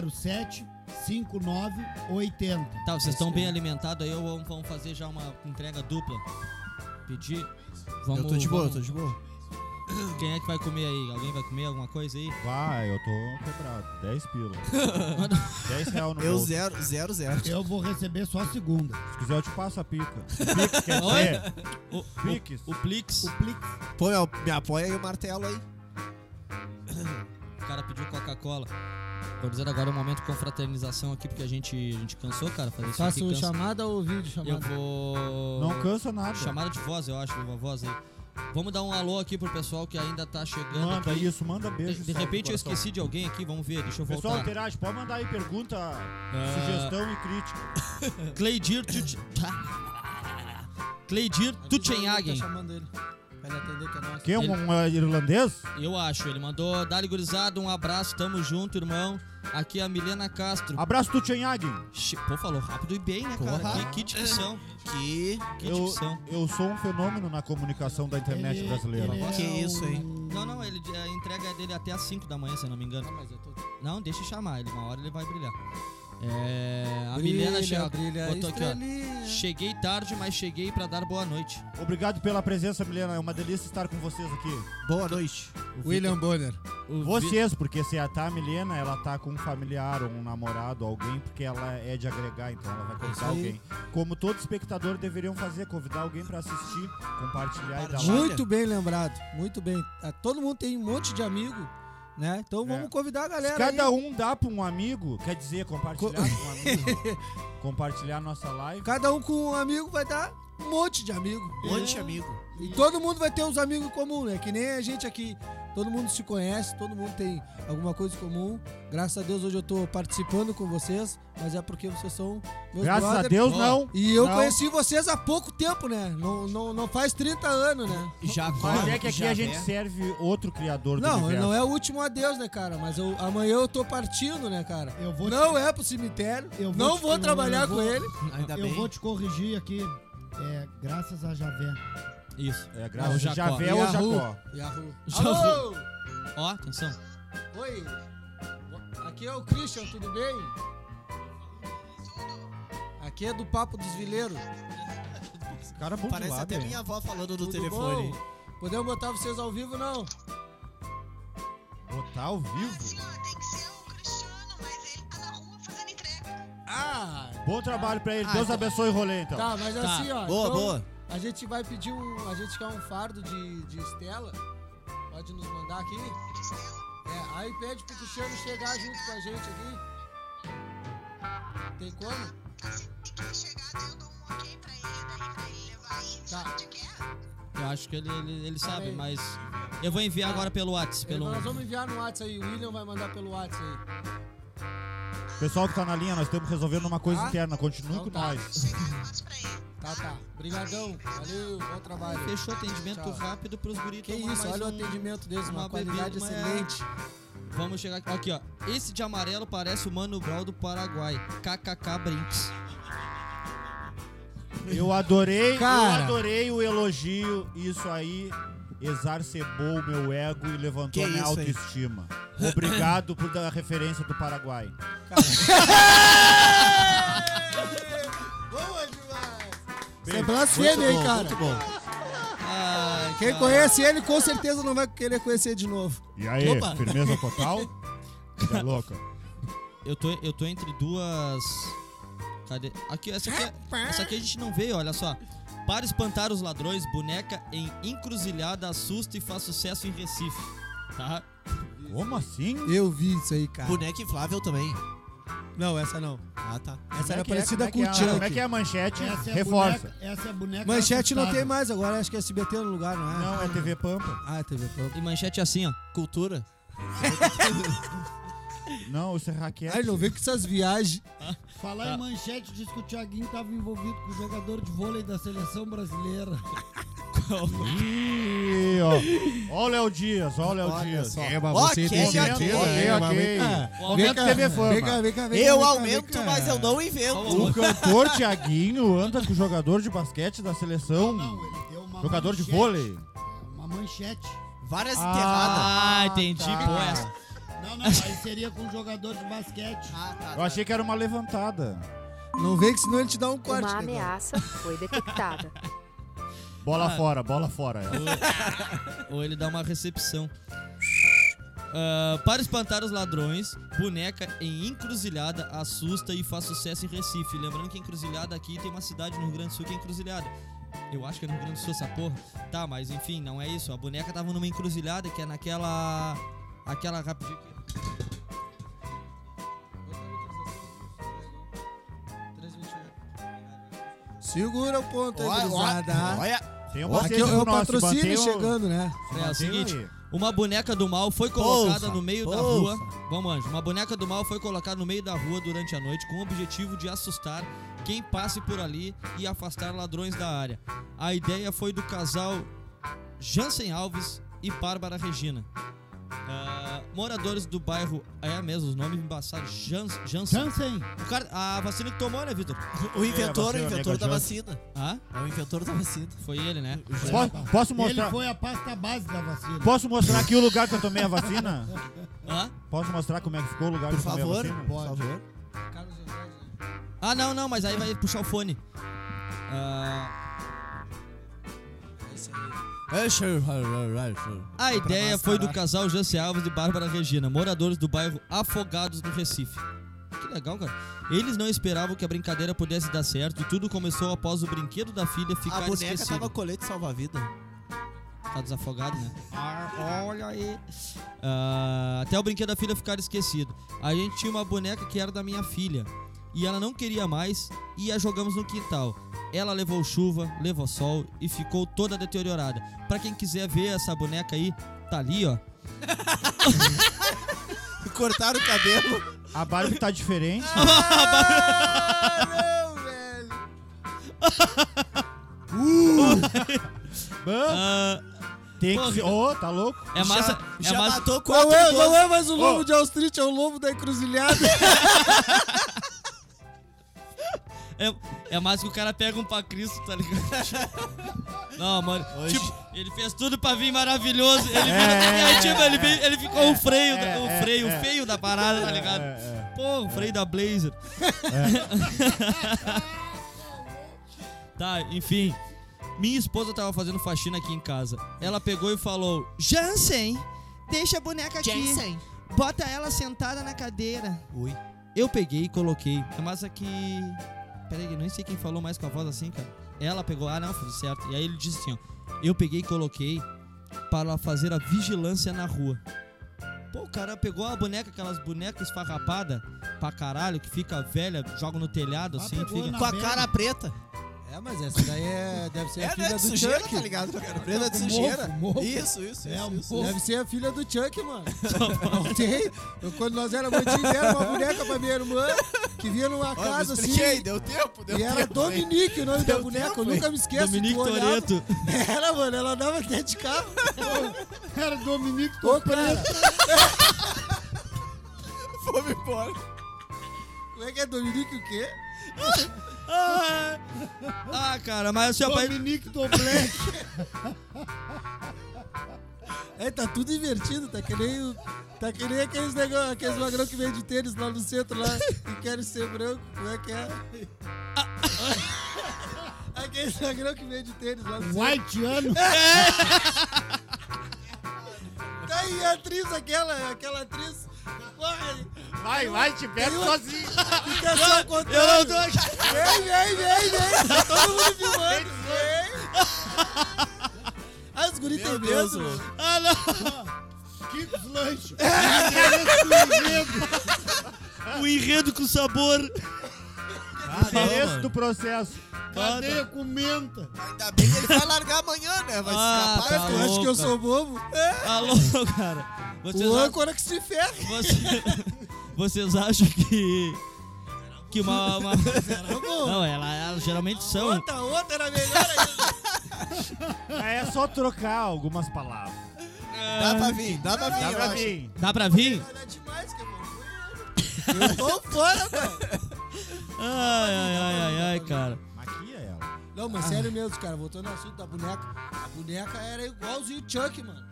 Speaker 3: 07 59 80.
Speaker 2: Tá, vocês estão bem alimentados aí, ou vamos- vamos fazer já uma entrega dupla? Pedir. Vamos,
Speaker 4: eu tô de boa, eu
Speaker 2: vamos-
Speaker 4: tô de boa.
Speaker 2: Quem é que vai comer aí? Alguém vai comer alguma coisa aí?
Speaker 1: Vai, eu tô quebrado. 10 pila.
Speaker 2: <laughs>
Speaker 1: 10 real no
Speaker 10: Eu
Speaker 1: bolso.
Speaker 10: zero, zero, zero.
Speaker 3: Eu vou receber só a segunda.
Speaker 1: Se quiser, eu te passo a pica. Pix, quer
Speaker 2: <laughs>
Speaker 1: dizer,
Speaker 2: O,
Speaker 1: Pix.
Speaker 2: o, o Plix.
Speaker 3: O Plix
Speaker 10: Pô, meu, me apoia aí o martelo aí.
Speaker 2: O cara pediu Coca-Cola. Vou dizer agora é um momento de confraternização aqui, porque a gente, a gente cansou, cara, fazer isso
Speaker 3: um
Speaker 2: aqui.
Speaker 5: Faço
Speaker 2: cansa.
Speaker 5: chamada ou vídeo
Speaker 2: Eu
Speaker 5: chamada?
Speaker 2: vou.
Speaker 1: Não cansa nada.
Speaker 2: Chamada de voz, eu acho, uma voz aí. Vamos dar um alô aqui pro pessoal que ainda tá chegando
Speaker 1: Manda
Speaker 2: aqui.
Speaker 1: isso, manda
Speaker 2: De,
Speaker 1: beijo.
Speaker 2: de
Speaker 1: salve,
Speaker 2: repente eu
Speaker 1: coração.
Speaker 2: esqueci de alguém aqui, vamos ver, deixa eu
Speaker 1: Pessoal,
Speaker 2: voltar.
Speaker 1: interage. Pode mandar aí pergunta,
Speaker 2: Ah.
Speaker 1: sugestão e crítica.
Speaker 2: Cleidir Tuch- Cleidir
Speaker 5: Tá
Speaker 2: Tuchenhagen.
Speaker 5: chamando ele. Vai ele atender que é nós.
Speaker 1: Quem? Um, um, uh, irlandês?
Speaker 2: Eu acho, ele mandou. Dali gurizada, um abraço, tamo junto, irmão. Aqui é a Milena Castro.
Speaker 1: Abraço do Tchenhagen.
Speaker 2: Che- Pô, falou rápido e bem, né, cara?
Speaker 10: Porra.
Speaker 2: Que, que discussão,
Speaker 10: Que.
Speaker 2: que
Speaker 1: Eu,
Speaker 2: discussão.
Speaker 1: eu sou um fenômeno na comunicação da internet
Speaker 3: Ele-
Speaker 1: brasileira.
Speaker 3: ele é
Speaker 10: Que isso, hein?
Speaker 3: um-
Speaker 2: Não, não, ele, a entrega dele é até às 5 da manhã, se eu não me engano.
Speaker 5: Ah, mas eu tô...
Speaker 2: Não, deixa eu chamar ele, uma hora ele vai brilhar. É, a
Speaker 5: Brilha,
Speaker 2: Milena chega,
Speaker 5: brilha,
Speaker 2: botou aqui, ó.
Speaker 5: estrelinha.
Speaker 2: Cheguei tarde, mas cheguei pra dar boa noite.
Speaker 1: Obrigado pela presença, Milena. É uma delícia estar com vocês aqui.
Speaker 10: Boa noite.
Speaker 5: William Bonner.
Speaker 2: O Vi-
Speaker 1: Vocês, porque se a tá a Milena, ela tá com um familiar ou um namorado, alguém, porque ela é de agregar, então ela vai convidar
Speaker 5: aí.
Speaker 1: alguém. Como todo espectador deveriam fazer, convidar alguém pra assistir, compartilhar e
Speaker 2: Tá
Speaker 1: dar like.
Speaker 2: né?
Speaker 5: Muito bem lembrado, muito bem. Ah, Todo mundo tem um monte de amigo, né? Então vamos
Speaker 1: É.
Speaker 5: convidar a
Speaker 1: Se
Speaker 5: galera.
Speaker 1: cada
Speaker 5: aí.
Speaker 1: um dá pra um amigo, quer dizer, compartilhar
Speaker 5: Co-
Speaker 1: com um
Speaker 5: <laughs>
Speaker 1: amigo, compartilhar nossa live.
Speaker 5: Cada um com um amigo vai dar um monte de amigo.
Speaker 10: Um monte de amigo.
Speaker 5: E todo mundo vai ter uns amigos em comum, né? Que nem a gente aqui. Todo mundo se conhece, todo mundo tem alguma coisa em comum. Graças a Deus hoje eu tô participando com vocês, mas é porque vocês são meus
Speaker 1: Graças a
Speaker 5: brother.
Speaker 1: Deus,
Speaker 2: Ó,
Speaker 1: não.
Speaker 5: E eu
Speaker 1: Não.
Speaker 5: conheci vocês há pouco tempo, né? Não, não, não faz 30 anos, né?
Speaker 2: Jacó.
Speaker 1: Mas é que aqui
Speaker 2: Javé.
Speaker 1: a gente serve outro criador do
Speaker 5: Não,
Speaker 1: universo.
Speaker 5: não é o último adeus, né, cara? Mas eu- amanhã eu tô partindo, né, cara?
Speaker 3: Eu vou te-
Speaker 5: não é pro cemitério.
Speaker 3: Eu vou
Speaker 5: não
Speaker 3: te-
Speaker 5: vou trabalhar
Speaker 3: eu vou-
Speaker 5: com ele.
Speaker 10: Ainda
Speaker 3: Eu
Speaker 10: bem.
Speaker 3: vou te corrigir aqui. É, graças a Javé.
Speaker 2: Isso.
Speaker 1: É
Speaker 2: É o
Speaker 1: graças a
Speaker 2: Jacó.
Speaker 1: Javé ou
Speaker 5: Yahoo.
Speaker 1: Jacó.
Speaker 5: Yahoo.
Speaker 2: Alô?
Speaker 5: Alô!
Speaker 2: Ó, atenção.
Speaker 5: Oi! Aqui é o Christian, tudo bem? Aqui é do Papo dos Vileiros.
Speaker 1: Cara bom de
Speaker 10: Parece
Speaker 1: lá,
Speaker 10: até
Speaker 1: velho.
Speaker 10: minha avó falando do
Speaker 5: Tudo
Speaker 10: telefone.
Speaker 5: bom? Podemos botar vocês ao vivo, não?
Speaker 1: Botar tá ao vivo.
Speaker 5: Ah!
Speaker 1: Bom trabalho pra ele.
Speaker 5: Ah,
Speaker 1: Deus
Speaker 5: tá.
Speaker 1: abençoe o rolê, então.
Speaker 5: Tá, mas
Speaker 2: Tá.
Speaker 5: assim, ó.
Speaker 10: Boa,
Speaker 5: então,
Speaker 10: boa.
Speaker 5: A gente vai pedir um. A gente quer um fardo de, de Estela. Pode nos mandar aqui. É, aí pede pro Cristiano chegar junto com a gente aqui. Tem como? Tá.
Speaker 2: Eu acho que ele, ele, ele sabe,
Speaker 5: Peraí.
Speaker 2: mas. Eu vou enviar agora pelo WhatsApp. Pelo...
Speaker 5: Nós vamos enviar no WhatsApp aí. O William vai mandar pelo WhatsApp aí.
Speaker 1: Pessoal que tá na linha, nós estamos resolvendo uma coisa
Speaker 5: Tá.
Speaker 1: interna. Continue
Speaker 5: Então
Speaker 1: com
Speaker 5: tá.
Speaker 1: nós.
Speaker 5: Tá, tá. Obrigadão. Valeu. Bom trabalho.
Speaker 2: um Fechou atendimento rápido pros guritos.
Speaker 5: Que isso,
Speaker 2: um.
Speaker 5: olha o atendimento deles, uma,
Speaker 2: uma
Speaker 5: qualidade
Speaker 2: bebida, uma-
Speaker 5: excelente.
Speaker 2: Vamos chegar aqui. Aqui, ó. Esse de amarelo parece o Mano Brown do Paraguai. KKK Brinks.
Speaker 1: Eu adorei,
Speaker 5: Cara.
Speaker 1: eu adorei o elogio. Isso aí exacerbou o meu ego e levantou
Speaker 4: Que
Speaker 1: a minha
Speaker 4: isso aí?
Speaker 1: autoestima. Obrigado por dar a referência do Paraguai.
Speaker 5: <laughs> Boa demais! Isso é
Speaker 1: Beijo.
Speaker 5: blasfêmia,
Speaker 1: Muito
Speaker 5: hein,
Speaker 1: bom,
Speaker 5: cara?
Speaker 1: muito
Speaker 2: Ai,
Speaker 5: Quem
Speaker 2: cara.
Speaker 5: conhece ele com certeza não vai querer conhecer de novo.
Speaker 1: E aí,
Speaker 2: Opa.
Speaker 1: firmeza
Speaker 5: <laughs>
Speaker 1: total? Você é louca?
Speaker 2: Eu tô, eu tô entre duas. Cadê? Aqui, essa aqui, é- essa aqui a gente não veio, olha só. Para espantar os ladrões, boneca em encruzilhada assusta e faz sucesso em Recife. Tá?
Speaker 1: Como assim?
Speaker 5: Eu vi isso aí, cara.
Speaker 4: Boneca inflável também.
Speaker 5: Não, essa não.
Speaker 4: Ah, tá.
Speaker 5: Essa
Speaker 1: Como
Speaker 5: era
Speaker 1: é que é?
Speaker 5: parecida
Speaker 1: Como é
Speaker 5: com
Speaker 1: que
Speaker 5: o
Speaker 1: é?
Speaker 5: Chuck.
Speaker 1: Como é que é a manchete?
Speaker 3: Essa é a
Speaker 1: Reforça.
Speaker 3: boneca- Essa é a boneca.
Speaker 5: Manchete não
Speaker 3: assustada.
Speaker 5: tem mais agora, acho que é SBT no lugar, não é?
Speaker 1: Não, é TV Pampa.
Speaker 5: Ah, é TV Pampa.
Speaker 2: E manchete assim, ó.
Speaker 4: Cultura.
Speaker 1: Não, isso é raquete.
Speaker 5: Ai, Ah, não vem com essas viagens.
Speaker 3: Falar em manchete, diz que o Thiaguinho estava envolvido com o jogador de vôlei da seleção brasileira.
Speaker 1: Ih, ó. Ó o Léo Dias, ó o Léo Dias.
Speaker 7: É, mas
Speaker 4: Ó,
Speaker 7: você
Speaker 4: quem
Speaker 7: tem
Speaker 4: é
Speaker 7: certeza?
Speaker 4: quem?
Speaker 5: né?
Speaker 7: É, mas vem
Speaker 1: Ok.
Speaker 7: cá.
Speaker 1: Momento TV Fama.
Speaker 5: Ah, Vem cá, vem cá, vem cá.
Speaker 4: Eu
Speaker 5: vem cá,
Speaker 4: aumento,
Speaker 5: vem cá.
Speaker 4: mas eu não invento.
Speaker 1: O cantor Tiaguinho anda com o jogador de basquete da seleção.
Speaker 3: Não, ele deu uma
Speaker 1: Jogador de
Speaker 3: manchete.
Speaker 1: vôlei.
Speaker 3: Uma manchete.
Speaker 4: Várias
Speaker 1: Ah.
Speaker 4: enterradas.
Speaker 2: Ah, entendi, pô,
Speaker 1: tá.
Speaker 2: essa.
Speaker 3: Não, <laughs> não, aí seria com um jogador de basquete.
Speaker 4: Ah, tá.
Speaker 1: Eu achei que era uma levantada.
Speaker 5: Não vem que senão ele te dá um corte.
Speaker 6: Uma
Speaker 5: negão.
Speaker 6: ameaça foi detectada.
Speaker 1: Bola fora, bola fora.
Speaker 2: Ou ele dá uma recepção. Ah, para espantar os ladrões, boneca em encruzilhada assusta e faz sucesso em Recife. Lembrando que encruzilhada aqui tem uma cidade no Rio Grande do Sul que é encruzilhada. Eu acho que é no Rio Grande do Sul essa porra. Tá, mas enfim, não é isso. A boneca tava numa encruzilhada que é naquela. Aquela rapidinho que.
Speaker 5: Segura o ponto aí, gurizada.
Speaker 4: olha.
Speaker 1: Tem uma
Speaker 5: Aqui é
Speaker 1: sede
Speaker 5: o
Speaker 1: do nosso,
Speaker 5: patrocínio
Speaker 1: mantém o-
Speaker 5: chegando, né?
Speaker 2: É, é o
Speaker 1: mantém
Speaker 2: seguinte,
Speaker 1: aí.
Speaker 2: Uma boneca do mal foi colocada
Speaker 4: Ouça,
Speaker 2: no meio da
Speaker 4: ouça.
Speaker 2: rua. Vamos, anjo. Uma boneca do mal foi colocada no meio da rua durante a noite com o objetivo de assustar quem passe por ali e afastar ladrões da área. A ideia foi do casal Jansen Alves e Bárbara Regina. Ah, moradores do bairro. É mesmo, os nomes embaçados. Jans, Jansen.
Speaker 3: Jansen,
Speaker 2: O cara- a vacina que tomou, né, Vitor?
Speaker 4: O inventor,
Speaker 1: É,
Speaker 4: o
Speaker 1: você,
Speaker 4: inventor
Speaker 1: Omega
Speaker 4: da
Speaker 1: Jones.
Speaker 4: vacina.
Speaker 2: Ah,
Speaker 4: É o inventor da vacina.
Speaker 2: foi ele, né?
Speaker 1: Posso, posso
Speaker 3: ele
Speaker 1: mostrar?
Speaker 3: foi a pasta base da vacina.
Speaker 1: Posso mostrar aqui o lugar que eu tomei a vacina?
Speaker 2: Hã?
Speaker 1: Posso mostrar como é que ficou o lugar
Speaker 4: Por
Speaker 1: que eu tomei
Speaker 4: favor,
Speaker 1: a vacina?
Speaker 4: por favor.
Speaker 2: Ah, não, não, mas aí vai puxar o fone. Ah, a ideia foi do casal Jansen Alves e Bárbara Regina, moradores do bairro Afogados, no Recife. Que legal, cara. Eles não esperavam que a brincadeira pudesse dar certo e tudo começou após o brinquedo da filha
Speaker 4: A
Speaker 2: ficar
Speaker 4: boneca
Speaker 2: esquecido.
Speaker 4: tava colete salva-vida.
Speaker 2: Tá desafogado, né? olha aí. até o brinquedo da filha ficar esquecido. A gente tinha uma boneca que era da minha filha. E ela não queria mais e a jogamos no quintal. Ela levou chuva, levou sol e ficou toda deteriorada. Pra quem quiser ver essa boneca aí, tá ali, ó.
Speaker 4: <laughs> Cortaram o cabelo.
Speaker 1: A Barbie tá diferente.
Speaker 4: Ah,
Speaker 1: Bã,
Speaker 2: Ah,
Speaker 1: Uh! Tem
Speaker 2: Pô,
Speaker 1: que ser. Ô, tá louco?
Speaker 2: é massa. é
Speaker 4: Já
Speaker 2: massa.
Speaker 4: matou
Speaker 5: Não
Speaker 4: quatro
Speaker 5: é,
Speaker 4: e
Speaker 5: não
Speaker 4: dois.
Speaker 5: é mais o lobo
Speaker 1: Ô.
Speaker 5: de Wall Street, é o lobo da encruzilhada.
Speaker 2: É, é massa que o cara pega um pra Cristo, tá ligado?
Speaker 1: <laughs>
Speaker 2: Não, mano. Tipo, ele fez tudo pra vir maravilhoso. Ele, vira- e aí, tipo, ele, vem- ele ficou o freio, da-
Speaker 1: é,
Speaker 2: o
Speaker 1: é,
Speaker 2: freio
Speaker 1: é.
Speaker 2: feio da parada, tá ligado?
Speaker 1: É, é.
Speaker 2: Pô, o freio
Speaker 1: <laughs>
Speaker 2: da Blazer. tá, enfim. Minha esposa tava fazendo faxina aqui em casa. Ela pegou e falou: Jansen, deixa a boneca aqui.
Speaker 4: Jensen.
Speaker 2: Bota ela sentada na cadeira.
Speaker 4: Ui.
Speaker 2: Eu peguei e coloquei. É Mas aqui. Peraí, eu nem sei quem falou mais com a voz assim, cara. Ela pegou. Ah, não, tudo certo. E aí ele disse assim: ó. Eu peguei e coloquei para fazer a vigilância na rua. Pô, o cara pegou a boneca, aquelas bonecas esfarrapadas pra caralho, que fica velha, joga no telhado
Speaker 3: Ah,
Speaker 2: assim,
Speaker 3: pegou
Speaker 2: fica.
Speaker 3: na-
Speaker 4: Com a
Speaker 3: Bela.
Speaker 4: cara preta.
Speaker 5: <laughs> É, mas essa daí é, deve ser
Speaker 4: É,
Speaker 5: a
Speaker 4: né?
Speaker 5: filha
Speaker 4: De
Speaker 5: do
Speaker 4: sujeira,
Speaker 5: Chuck.
Speaker 4: tá ligado? Com a cara preta de
Speaker 3: Com mofo,
Speaker 4: sujeira.
Speaker 3: mofo.
Speaker 4: Isso, isso,
Speaker 3: É,
Speaker 4: isso.
Speaker 3: um
Speaker 4: isso.
Speaker 3: pouco.
Speaker 5: Deve ser a filha do Chuck, mano. <laughs> Não tem. Eu, quando nós éramos tinha deram uma boneca pra minha irmã, que vinha numa
Speaker 4: Ó, eu
Speaker 5: casa assim.
Speaker 4: expliquei, deu tempo, deu
Speaker 5: E
Speaker 1: é
Speaker 5: era
Speaker 4: tempo. hein?
Speaker 5: Dominique o nome da
Speaker 4: Deu
Speaker 5: boneca, eu
Speaker 4: tempo, hein?
Speaker 5: nunca me esqueço.
Speaker 2: Dominique
Speaker 5: tu olhava-
Speaker 2: Toretto.
Speaker 5: <laughs> Era, mano, ela dava até de carro.
Speaker 3: Era Dominique
Speaker 5: Ô, cara, <laughs>
Speaker 4: Vamos embora.
Speaker 5: como é que é Dominique o quê?
Speaker 2: Ah, ah, cara, mas assim, ó, pra-
Speaker 3: Dominique Doblec.
Speaker 5: É, tá tudo invertido, tá que nem, o- tá que nem aqueles, nego- aqueles magrão que vende tênis lá no centro lá e querem ser branco, como é
Speaker 2: <laughs>
Speaker 5: que é? aqueles magrão que vende tênis lá no centro.
Speaker 3: Whiteano.
Speaker 5: Tá aí a atriz, aquela, aquela atriz. Corre!
Speaker 1: Vai, vai, te pega
Speaker 5: Tem um-
Speaker 1: sozinho.
Speaker 5: Fica só
Speaker 2: eu
Speaker 5: ao
Speaker 2: não tô
Speaker 5: contrário.
Speaker 2: aqui.
Speaker 5: Vem, vem, vem, vem! Tá todo mundo filmando, vem! As guri tem medo, mano.
Speaker 2: Ah, não.
Speaker 3: Kicks Lanche.
Speaker 1: É.
Speaker 2: O enredo com sabor.
Speaker 1: Endereço
Speaker 2: mano.
Speaker 1: do processo.
Speaker 3: Cadeia com menta.
Speaker 4: Ainda bem que ele vai largar amanhã, né? Vai
Speaker 2: Ah,
Speaker 4: se escapar.
Speaker 2: tá
Speaker 5: Tu acha que eu
Speaker 2: louco,
Speaker 5: sou bobo? É,
Speaker 2: Alô, cara. Vocês,
Speaker 5: o
Speaker 2: a-
Speaker 5: âncora que se ferre.
Speaker 2: vocês- vocês acham que. Que uma. uma- Não, ela, ela- geralmente são.
Speaker 5: Tá Outra, outra era melhor ainda.
Speaker 1: É só trocar algumas palavras.
Speaker 4: Dá pra vir, dá pra vir.
Speaker 1: Dá
Speaker 4: eu
Speaker 1: pra
Speaker 4: acho.
Speaker 1: mim.
Speaker 2: Ah, Dá pra vir?
Speaker 5: Era demais, que eu vou- Eu tô fora, velho.
Speaker 2: Ai, ai, ai, ai, ai, cara.
Speaker 1: Maquia ela.
Speaker 5: Não,
Speaker 2: Ah.
Speaker 5: mas sério mesmo, cara. Voltando ao assunto da boneca. A boneca era igualzinho o Chuck, mano.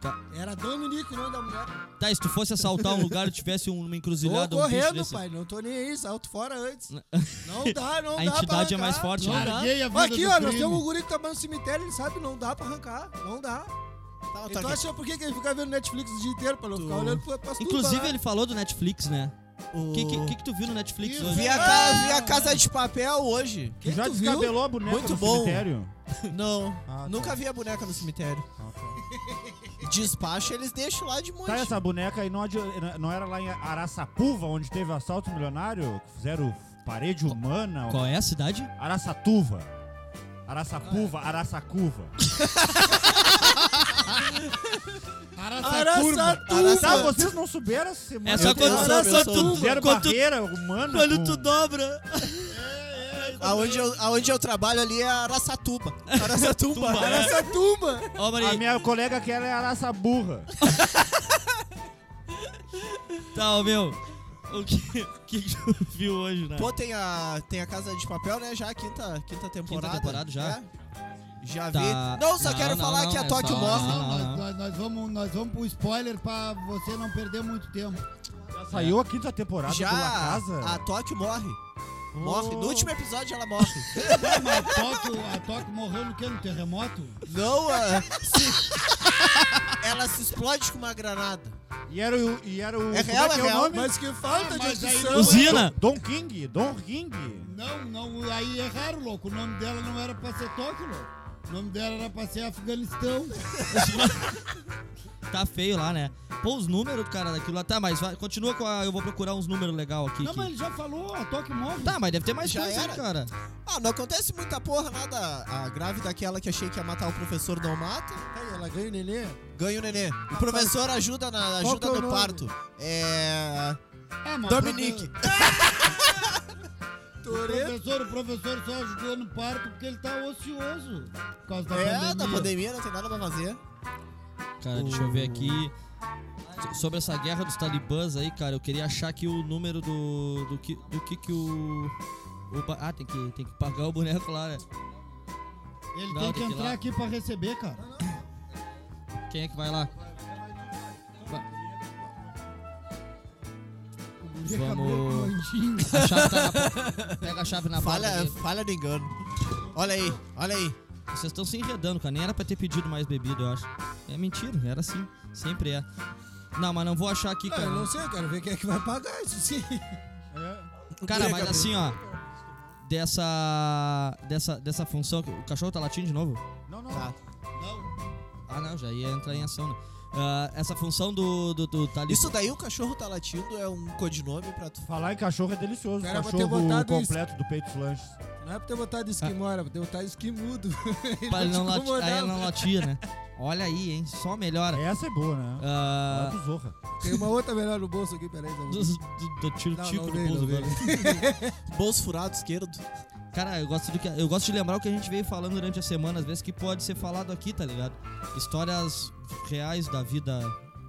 Speaker 2: Tá.
Speaker 5: Era Dominique o nome da boneca.
Speaker 2: Tá, e se tu fosse assaltar um lugar e tivesse um- uma
Speaker 5: Tô
Speaker 2: encruzilhada, um bicho
Speaker 5: correndo,
Speaker 2: desse.
Speaker 5: pai. Não tô nem aí. Salto fora antes. Não
Speaker 2: <laughs>
Speaker 5: dá, não dá
Speaker 2: A entidade
Speaker 5: pra
Speaker 2: é mais
Speaker 5: arrancar.
Speaker 2: forte, né?
Speaker 3: Larguei a vida
Speaker 5: Ó, Aqui,
Speaker 3: do
Speaker 5: ó. Nós
Speaker 3: crime.
Speaker 5: temos um guri que tá mais no cemitério. Ele sabe, não dá pra arrancar. Não dá.
Speaker 4: Tá,
Speaker 5: Então
Speaker 4: tá aqui.
Speaker 5: achou por que que ele fica vendo Netflix o dia inteiro pra não ficar olhando pra, pras
Speaker 2: Inclusive,
Speaker 5: tudo,
Speaker 2: ele falou do Netflix, né? O
Speaker 4: O-
Speaker 2: que, que, que que tu viu no Netflix
Speaker 3: Isso,
Speaker 2: hoje?
Speaker 4: Vi, a ca- vi a Casa de Papel hoje.
Speaker 1: Tu já
Speaker 5: tu viu?
Speaker 1: descabelou a boneca
Speaker 4: Muito
Speaker 1: no
Speaker 4: bom.
Speaker 1: cemitério?
Speaker 4: Não,
Speaker 1: Ah, tá. Ah,
Speaker 4: nunca vi a boneca no cemitério.
Speaker 2: <laughs>
Speaker 4: Despacho eles deixam lá de monte.
Speaker 1: Tá,
Speaker 2: é
Speaker 1: essa boneca aí não, adi- não era lá em Araçatuva, onde teve o assalto milionário? Que Fizeram parede humana?
Speaker 2: Qual é a cidade?
Speaker 1: Araçatuva. Araçapuva, Araçacuva. Tá,
Speaker 4: Araça-
Speaker 1: vocês não souberam essa semana.
Speaker 2: É só
Speaker 4: Eu
Speaker 2: quando,
Speaker 4: tenho
Speaker 2: só
Speaker 4: soube, eu
Speaker 2: quando
Speaker 4: soube.
Speaker 2: tu,
Speaker 1: Fizeram
Speaker 2: quando, tu-
Speaker 1: barreira humana.
Speaker 2: quando
Speaker 1: com-
Speaker 2: tu dobra.
Speaker 4: Aonde eu, aonde eu trabalho ali é Araçatuba. Araçatuba.
Speaker 2: Tumba,
Speaker 4: Araçatuba.
Speaker 5: Essa É tumba.
Speaker 2: Ó,
Speaker 1: A
Speaker 2: Maria,
Speaker 1: minha colega que era é Araçaburra.
Speaker 2: tá, ó, meu. O que, o que que tu viu hoje, né?
Speaker 4: Pô, tem a, tem a Casa de Papel, né? Já a quinta, quinta temporada.
Speaker 2: temporada já?
Speaker 4: É. Já
Speaker 2: Tá.
Speaker 4: vi. Não, só
Speaker 2: Não,
Speaker 4: quero
Speaker 2: não,
Speaker 4: falar
Speaker 2: não,
Speaker 4: que a
Speaker 2: é
Speaker 4: Tóquio
Speaker 2: só-
Speaker 4: morre.
Speaker 2: não, não,
Speaker 3: Nós,
Speaker 2: não.
Speaker 3: nós- nós vamos, nós vamos pro spoiler pra você não perder muito tempo.
Speaker 1: Já saiu a quinta temporada do La
Speaker 4: Já
Speaker 1: Casa.
Speaker 4: a Tóquio morre. Morre.
Speaker 5: Oh.
Speaker 4: No último episódio ela morre.
Speaker 3: Ah, mas a Tóquio, a Tóquio morreu no quê? No terremoto?
Speaker 4: Não, a- se- ela se <laughs> explode com uma granada.
Speaker 1: E era o. E era o
Speaker 4: É
Speaker 1: como
Speaker 4: real,
Speaker 1: é que
Speaker 4: é
Speaker 1: é o
Speaker 4: real,
Speaker 1: nome?
Speaker 5: Mas que falta
Speaker 3: Ah,
Speaker 5: de
Speaker 3: mas aí
Speaker 5: edição.
Speaker 2: Usina!
Speaker 1: Don King, Don King.
Speaker 3: Não, não, aí erraram, louco. O nome dela não era pra ser Tóquio, louco. O nome dela era pra ser Afeganistão.
Speaker 2: Tá feio lá, né? Pô, os números, cara, daquilo lá. Tá, mas vai- continua com a. Eu vou procurar uns números legal aqui.
Speaker 3: Não,
Speaker 2: que-
Speaker 3: mas ele já falou, a Tóquio morre.
Speaker 2: Tá, mas deve ter mais
Speaker 4: Já
Speaker 2: coisa,
Speaker 4: era?
Speaker 2: hein, cara.
Speaker 4: Ah, não acontece muita porra, nada. A grávida aquela que achei que ia matar o professor não mata.
Speaker 5: Aí, ela ganha o nenê. Ah,
Speaker 4: Ganha o nenê. O professor ajuda na
Speaker 5: que é
Speaker 4: ajuda
Speaker 5: o
Speaker 4: no
Speaker 5: nome?
Speaker 4: parto. É.
Speaker 3: Ah, mas
Speaker 4: Dominique.
Speaker 3: O professor, o professor só ajudou no parto porque ele tá ocioso. Por causa da
Speaker 4: É,
Speaker 3: pandemia.
Speaker 4: da pandemia não tem nada pra fazer.
Speaker 2: Cara, deixa eu ver aqui. So- Sobre essa guerra dos talibãs aí, cara, eu queria achar aqui o número do. do que, do que, que o. o ba- ah, tem que, tem que pagar o boneco lá, né?
Speaker 3: Ele
Speaker 2: Não,
Speaker 3: tem
Speaker 2: tem
Speaker 3: que
Speaker 2: que ir
Speaker 3: entrar
Speaker 2: lá.
Speaker 3: aqui pra receber, cara.
Speaker 2: Quem é que vai lá? Vamos. A chave tá na porta. Pega a chave na palha.
Speaker 4: Falha, falha do engano. Olha aí, olha aí.
Speaker 2: Vocês estão se enredando, cara. Nem era pra ter pedido mais bebida, eu acho. É mentira, era assim. Sempre é. Não, mas não vou achar aqui,
Speaker 5: Ah,
Speaker 2: cara.
Speaker 5: eu não sei, eu quero ver quem é que vai pagar isso sim.
Speaker 2: Cara,
Speaker 1: É.
Speaker 4: Pega,
Speaker 2: mas
Speaker 4: meu.
Speaker 2: assim, ó. Dessa. Dessa. Dessa função. que- O cachorro tá latindo de novo?
Speaker 1: Não, não.
Speaker 4: Tá.
Speaker 2: Ah, não, já ia entrar em ação, né? Ah, essa função do, do, do talibã.
Speaker 4: Isso daí o cachorro tá latindo é um codinome pra tu.
Speaker 1: Falar em cachorro é delicioso.
Speaker 5: Era pra ter
Speaker 1: cachorro
Speaker 5: botado isso.
Speaker 1: completo do Peitos Lanches.
Speaker 5: Não é pra ter botado esquimó, era pra ter botado esquimudo. Ele
Speaker 2: Pra ele não
Speaker 5: te
Speaker 2: lati-
Speaker 5: incomodava.
Speaker 2: aí ela não latia, né? Olha aí, hein? Só melhora.
Speaker 1: Essa é boa, né? Fala
Speaker 2: Ah,
Speaker 1: do Zorra.
Speaker 5: <laughs> Tem uma outra melhor no bolso aqui, peraí. Não,
Speaker 2: do, do, do tiro
Speaker 5: Não,
Speaker 2: tico
Speaker 5: não
Speaker 2: do
Speaker 5: veio,
Speaker 2: bolso
Speaker 5: não
Speaker 2: agora. <laughs>
Speaker 4: Bolso furado esquerdo.
Speaker 2: Cara, eu gosto, do que, eu gosto de lembrar o que a gente veio falando durante a semana, às vezes que pode ser falado aqui, tá ligado? Histórias reais da vida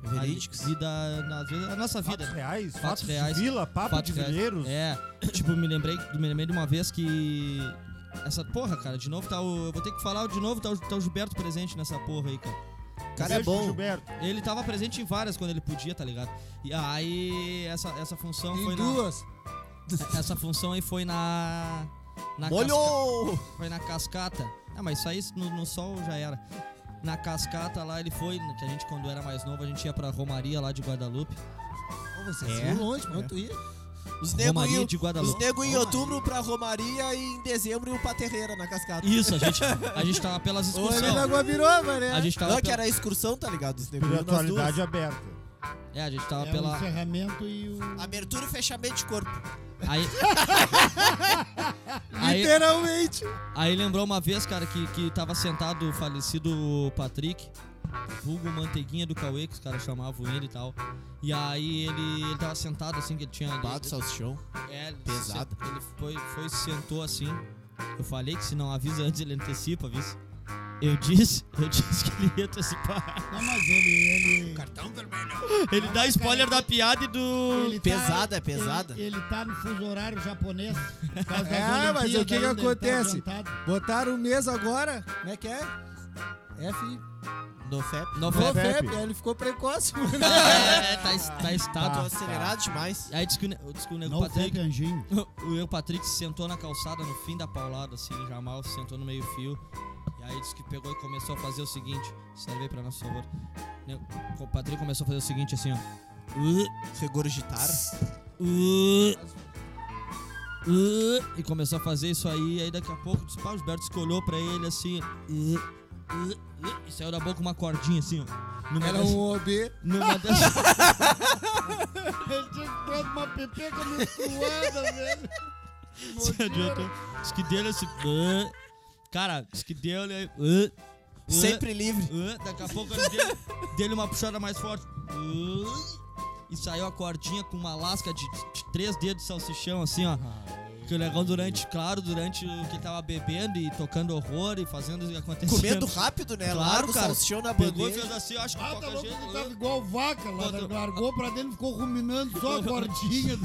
Speaker 4: Verídicos.
Speaker 2: A vida, na- às vezes, a nossa vida.
Speaker 1: Fatos reais?
Speaker 2: Fatos
Speaker 1: Fatos,
Speaker 2: reais.
Speaker 1: de vila? Papo
Speaker 2: Fatos
Speaker 1: de
Speaker 2: reais.
Speaker 1: vileiros?
Speaker 2: É, tipo, me lembrei, me lembrei de uma vez que. Essa porra, cara, de novo tá o. Eu vou ter que falar de novo, tá o, tá o Gilberto presente nessa porra aí, cara.
Speaker 10: cara é
Speaker 1: Beijo pro
Speaker 10: bom.
Speaker 1: Gilberto.
Speaker 2: Ele tava presente em várias quando ele podia, tá ligado? E aí, essa, essa função
Speaker 5: Em
Speaker 2: foi
Speaker 5: duas.
Speaker 2: na. É, Essa função aí foi na. na
Speaker 10: Molhou!
Speaker 2: Foi na cascata. Ah, mas isso aí no, no sol já era. Na cascata lá ele foi, que a gente quando era mais novo, a gente ia pra Romaria lá de Guadalupe.
Speaker 5: Pô, Você
Speaker 2: É.
Speaker 5: é.
Speaker 10: assim,
Speaker 5: longe, quanto ia?
Speaker 10: Os nego,
Speaker 2: Romaria
Speaker 10: em,
Speaker 2: de Guadalupe.
Speaker 10: os nego em
Speaker 5: Romaria.
Speaker 10: outubro pra Romaria e em dezembro o pra Terreira na cascata.
Speaker 2: Isso, a gente, a gente tava pelas
Speaker 5: Ô, ele
Speaker 2: excursões.
Speaker 5: da Guabiroba, né?
Speaker 2: A gente tava
Speaker 10: Não, que
Speaker 2: pela,
Speaker 10: era excursão, tá ligado? Os nego iam nas duas.
Speaker 1: Espiritualidade aberta.
Speaker 2: É, a gente tava
Speaker 3: É o
Speaker 2: pela.
Speaker 3: encerramento e o.
Speaker 10: Abertura e fechamento de corpo.
Speaker 2: Aí, <laughs>
Speaker 10: <laughs>
Speaker 2: aí,
Speaker 5: Literalmente.
Speaker 2: aí lembrou uma vez, cara, que, que tava sentado o falecido Patrick, vulgo Manteiguinha do Cauê, que os caras chamavam ele e tal. E aí ele, ele tava sentado assim, que ele tinha. ele-
Speaker 10: Bato, salsichão.
Speaker 2: É, ele se-
Speaker 10: Pesado.
Speaker 2: Ele foi, foi se sentou assim. Eu falei que se não avisa antes, ele antecipa, viu? Eu disse, eu disse que ele ia antecipar.
Speaker 3: <laughs> Não, mas ele. ele...
Speaker 2: Ele dá spoiler da piada e do.
Speaker 3: Ele tá-
Speaker 10: Pesada, é pesada.
Speaker 3: Ele, ele tá no fuso horário japonês. por
Speaker 5: <laughs>
Speaker 3: causa das
Speaker 5: É, mas
Speaker 3: Olimpíadas
Speaker 5: o que que
Speaker 3: ainda, ele tá
Speaker 5: acontece?
Speaker 3: adiantado.
Speaker 5: Botaram o mês agora. Como é que é? F.
Speaker 10: No FEP.
Speaker 2: Não,
Speaker 5: <laughs> No
Speaker 2: é,
Speaker 5: FEP. Aí ele ficou precoce, <laughs> mano.
Speaker 2: é, tá, es- tá
Speaker 10: Tô
Speaker 2: estátua.
Speaker 10: acelerado demais.
Speaker 2: Aí disse que o, ne- disse que o nego
Speaker 3: Não foi
Speaker 2: Patrick.
Speaker 3: canjinho.
Speaker 2: O Nego Patrick se sentou na calçada no fim da paulada, assim, já mal se sentou no meio-fio. E aí disse que pegou e começou a fazer o seguinte: serve aí pra nós, por favor. Nego- O Patrick começou a fazer o seguinte, assim, ó.
Speaker 10: Regurgitar.
Speaker 2: Uh, uh, e começou a fazer isso aí, aí daqui a pouco disse, pá, o Gilberto se olhou pra ele assim. Uh, uh, uh, e saiu da boca uma cordinha assim, ó. Numa
Speaker 5: Era
Speaker 2: das-
Speaker 5: um OB. <laughs>
Speaker 2: numa <laughs> das-
Speaker 3: Ele tinha que pôr uma pepeca menstruada, velho.
Speaker 2: se adiantou. Diz que deu esse. Uh, cara, diz que deu ele. Uh, uh,
Speaker 10: Sempre livre.
Speaker 2: uh, daqui a pouco ele deu, deu uma puxada mais forte. Uh, e saiu a cordinha com uma lasca de, de três dedos de salsichão, assim, ó. Que o negão durante, claro, durante o que ele tava bebendo e tocando horror e fazendo acontecer.
Speaker 10: Comendo rápido, né?
Speaker 2: Claro,
Speaker 10: Larga o
Speaker 2: cara.
Speaker 10: salsichão na
Speaker 2: Pegou e
Speaker 10: bandeja.
Speaker 2: fez assim, eu acho que
Speaker 3: Ah, tá
Speaker 2: qualquer
Speaker 3: louco,
Speaker 2: jeito.
Speaker 3: ele tava igual vaca lá.
Speaker 2: Bota-
Speaker 3: Largou pra dentro, ficou ruminando só a cordinha.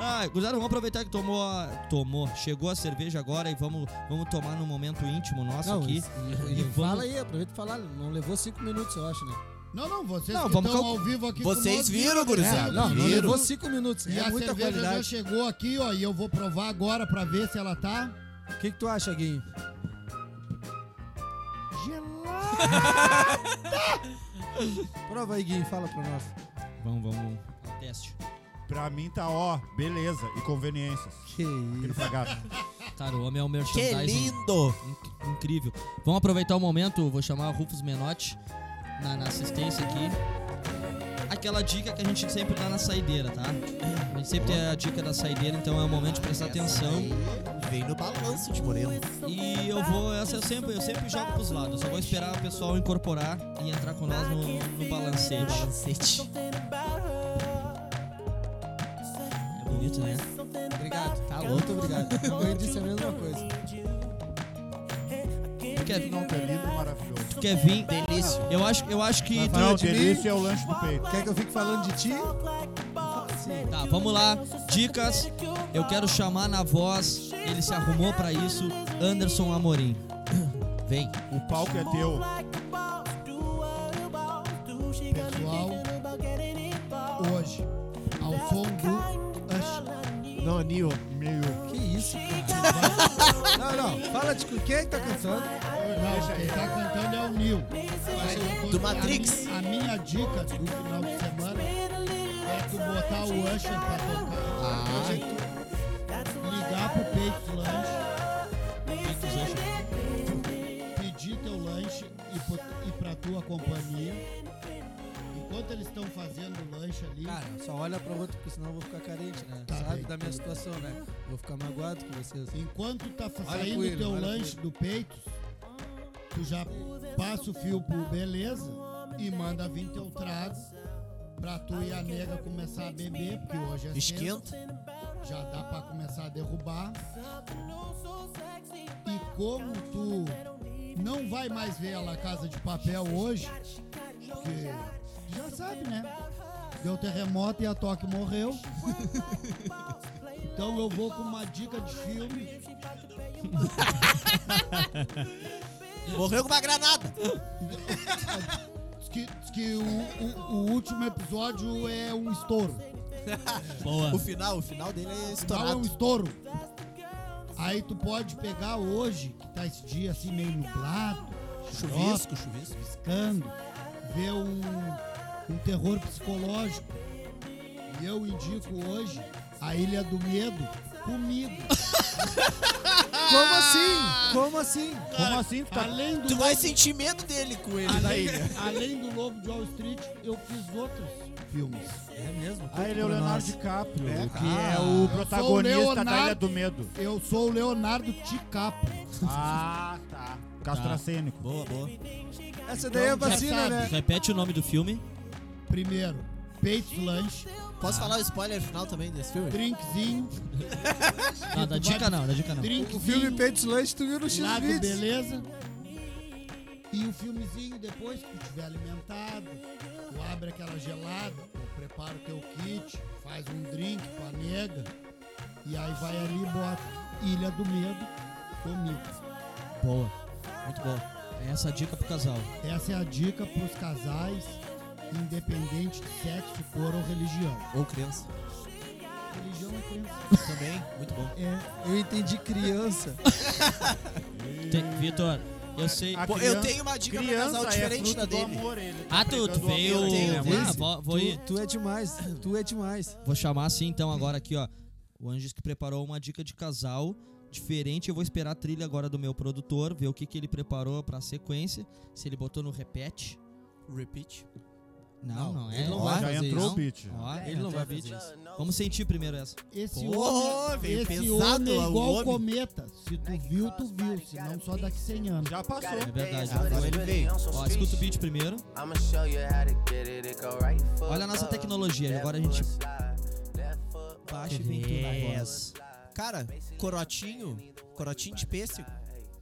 Speaker 2: Ah, gurizada, vamos aproveitar que tomou a- Tomou. Chegou a cerveja agora e vamos, vamos tomar num momento íntimo nosso
Speaker 5: Não,
Speaker 2: aqui.
Speaker 5: isso- E
Speaker 2: vamos-
Speaker 5: fala aí, aproveita e fala. Não levou cinco minutos, eu acho, né?
Speaker 3: Não, não, vocês
Speaker 2: Não,
Speaker 3: que
Speaker 2: vamos
Speaker 3: estão
Speaker 2: cal-
Speaker 3: ao vivo aqui
Speaker 10: Vocês
Speaker 3: conosco,
Speaker 10: viram,
Speaker 3: viram,
Speaker 10: gurizada?
Speaker 3: viram,
Speaker 5: Não, não
Speaker 3: viram.
Speaker 5: levou cinco minutos.
Speaker 3: E
Speaker 5: é
Speaker 3: a
Speaker 5: muita
Speaker 3: cerveja já
Speaker 5: qualidade.
Speaker 3: chegou aqui, ó, e eu vou provar agora pra ver se ela tá
Speaker 5: O que, que tu acha, Guinho?
Speaker 3: gelada.
Speaker 5: Prova aí, Guinho, fala pra nós.
Speaker 2: Vamos, vamos. ao Teste.
Speaker 1: Pra mim tá ó, beleza e conveniências.
Speaker 5: Que isso.
Speaker 1: Aquele fragado.
Speaker 2: Cara, o homem é um
Speaker 10: Que
Speaker 2: merchandising
Speaker 10: lindo.
Speaker 2: inc- incrível. Vamos aproveitar o momento, vou chamar o Rufus Menotti na, na assistência aqui. Aquela dica que a gente sempre dá na saideira, tá? A gente sempre tem a dica da saideira, então é o momento de prestar atenção.
Speaker 10: Aí Vem no balanço de Moreno.
Speaker 2: E eu vou, essa eu sempre, eu sempre jogo pros lados. Eu só vou esperar o pessoal incorporar e entrar com nós no, no balancete.
Speaker 10: Cacete.
Speaker 2: É bonito, né?
Speaker 5: Obrigado, tá? Muito obrigado. <laughs> Eu disse a mesma coisa.
Speaker 2: Tu quer,
Speaker 1: Não, que lindo, maravilhoso.
Speaker 2: tu quer vir? Delícia. Eu acho, eu acho que. tu-
Speaker 1: Não,
Speaker 5: de mim?
Speaker 1: delícia é o lanche do peito.
Speaker 5: Quer que eu fique falando de ti?
Speaker 2: Tá, vamos lá. Dicas. Eu quero chamar na voz. Ele se arrumou pra isso. Anderson Amorim. <clears throat> Vem.
Speaker 1: O palco é teu.
Speaker 3: Pessoal, hoje, ao som do Usher.
Speaker 10: Não, Nil.
Speaker 1: Meio.
Speaker 5: Que isso, cara. Não, não. Fala de quem é que tá cantando.
Speaker 3: Não, quem tá cantando é o Nil.
Speaker 10: Do Matrix.
Speaker 3: A minha, a minha dica do final de semana é tu botar o Usher pra tocar.
Speaker 10: Ah.
Speaker 3: E tu ligar pro peito lanche, pedir teu lanche e, pro, e pra tua companhia. Enquanto eles estão fazendo o lanche ali,
Speaker 5: Cara, só olha pra outro, porque senão eu vou ficar carente, né?
Speaker 3: Tá
Speaker 5: Sabe
Speaker 3: bem.
Speaker 5: da minha situação, né? Vou ficar magoado com vocês.
Speaker 3: enquanto tá fa-
Speaker 5: Olha
Speaker 3: saindo
Speaker 5: pro
Speaker 3: o
Speaker 5: ele,
Speaker 3: teu
Speaker 5: olha pro
Speaker 3: lanche do peito, tu já passa o fio pro beleza e manda vir teu trago pra tu e a nega começar a beber, porque hoje é sexta.
Speaker 10: Esquenta.
Speaker 3: já dá pra começar a derrubar. E como tu não vai mais ver a La Casa de Papel hoje, Porque já sabe, né? Deu terremoto e a Toque morreu. Então eu vou com uma dica de filme.
Speaker 4: Morreu com uma granada.
Speaker 3: Diz que, diz que o, o- o último episódio é um estouro.
Speaker 2: Boa.
Speaker 4: O final, o final dele é
Speaker 3: O final é um
Speaker 4: estourado.
Speaker 3: estouro. Aí tu pode pegar hoje, que tá esse dia assim meio nublado,
Speaker 4: Chuvisco, chuvisco.
Speaker 3: piscando, ver um, um terror psicológico. E eu indico hoje a Ilha do Medo
Speaker 4: <laughs>
Speaker 3: comigo.
Speaker 5: Como assim? Como assim?
Speaker 1: Como assim? Tu tá...
Speaker 3: Além do,
Speaker 4: Tu vai sentir medo dele com ele na
Speaker 3: além,
Speaker 4: ilha.
Speaker 3: além do Lobo de Wall Street, eu fiz outros filmes.
Speaker 5: É mesmo?
Speaker 1: Ah, ele é o Leonardo DiCaprio, que é
Speaker 3: eu sou o
Speaker 1: o protagonista da Ilha do
Speaker 3: Leonardo.
Speaker 1: Medo.
Speaker 3: Eu sou o Leonardo DiCaprio.
Speaker 1: Ah, tá. Castracênico.
Speaker 2: Boa, boa.
Speaker 5: Essa daí é
Speaker 3: Então, já
Speaker 5: vacina,
Speaker 3: sabe.
Speaker 5: né?
Speaker 2: Repete o nome do filme.
Speaker 3: Primeiro, peito de lanche,
Speaker 4: Posso falar o spoiler final também desse filme?
Speaker 3: drinkzinho,
Speaker 2: Não, dá dica não, dá dica não.
Speaker 5: O
Speaker 3: drinkzinho.
Speaker 5: filme Peitos Lanche tu viu no
Speaker 3: Lago
Speaker 5: X-Videos.
Speaker 3: Beleza. E o filmezinho depois que tu estiver alimentado, tu abre aquela gelada, tu prepara o teu kit, faz um drink com a nega, e aí vai ali e bota Ilha do Medo comigo.
Speaker 2: Boa. Muito boa. É essa a dica pro casal.
Speaker 3: Essa é a dica pros casais, independente de sexo, cor ou religião.
Speaker 4: Ou criança.
Speaker 3: Religião é crença.
Speaker 4: Também, muito bom.
Speaker 5: É, eu entendi criança.
Speaker 2: Tem- Vitor, eu sei.
Speaker 1: A
Speaker 4: Pô, eu
Speaker 1: criança-
Speaker 4: tenho uma dica pra casal
Speaker 1: Criança é
Speaker 4: diferente
Speaker 1: fruto
Speaker 4: da
Speaker 1: do
Speaker 4: dele.
Speaker 1: amor, ele tá
Speaker 2: Ah, tu, tu
Speaker 1: pregando o amor,
Speaker 2: veio.
Speaker 1: ele é
Speaker 4: Eu tenho
Speaker 2: Ah,
Speaker 4: esse.
Speaker 2: vou, vou, ir-
Speaker 5: Tu, tu é demais, tu é demais.
Speaker 2: vou chamar assim então agora aqui, ó. O Angis que preparou uma dica de casal diferente. Eu vou esperar a trilha agora do meu produtor, ver o que, que ele preparou pra sequência. Se ele botou no repete.
Speaker 4: Repeat.
Speaker 2: Não, não, é.
Speaker 5: Ah,
Speaker 4: ele não
Speaker 2: Ó,
Speaker 4: vai
Speaker 1: Já
Speaker 4: fazer
Speaker 1: entrou
Speaker 4: isso.
Speaker 1: o beat.
Speaker 2: ó,
Speaker 4: Ele não vai
Speaker 2: fazer
Speaker 4: fazer
Speaker 2: isso. Vamos sentir primeiro essa.
Speaker 3: Esse
Speaker 4: Pô,
Speaker 3: homem,
Speaker 4: veio
Speaker 3: esse
Speaker 4: pesado,
Speaker 3: homem é
Speaker 4: o
Speaker 3: igual
Speaker 4: homem.
Speaker 3: cometa. Se tu viu, tu viu. Se não, só daqui 100 anos.
Speaker 1: Já passou.
Speaker 2: É verdade.
Speaker 4: Ah, então ele veio.
Speaker 2: Ó, escuta o beat primeiro. Olha a nossa tecnologia, agora a gente.
Speaker 4: Baixa e vem tudo agora. Cara, corotinho, corotinho de pêssego,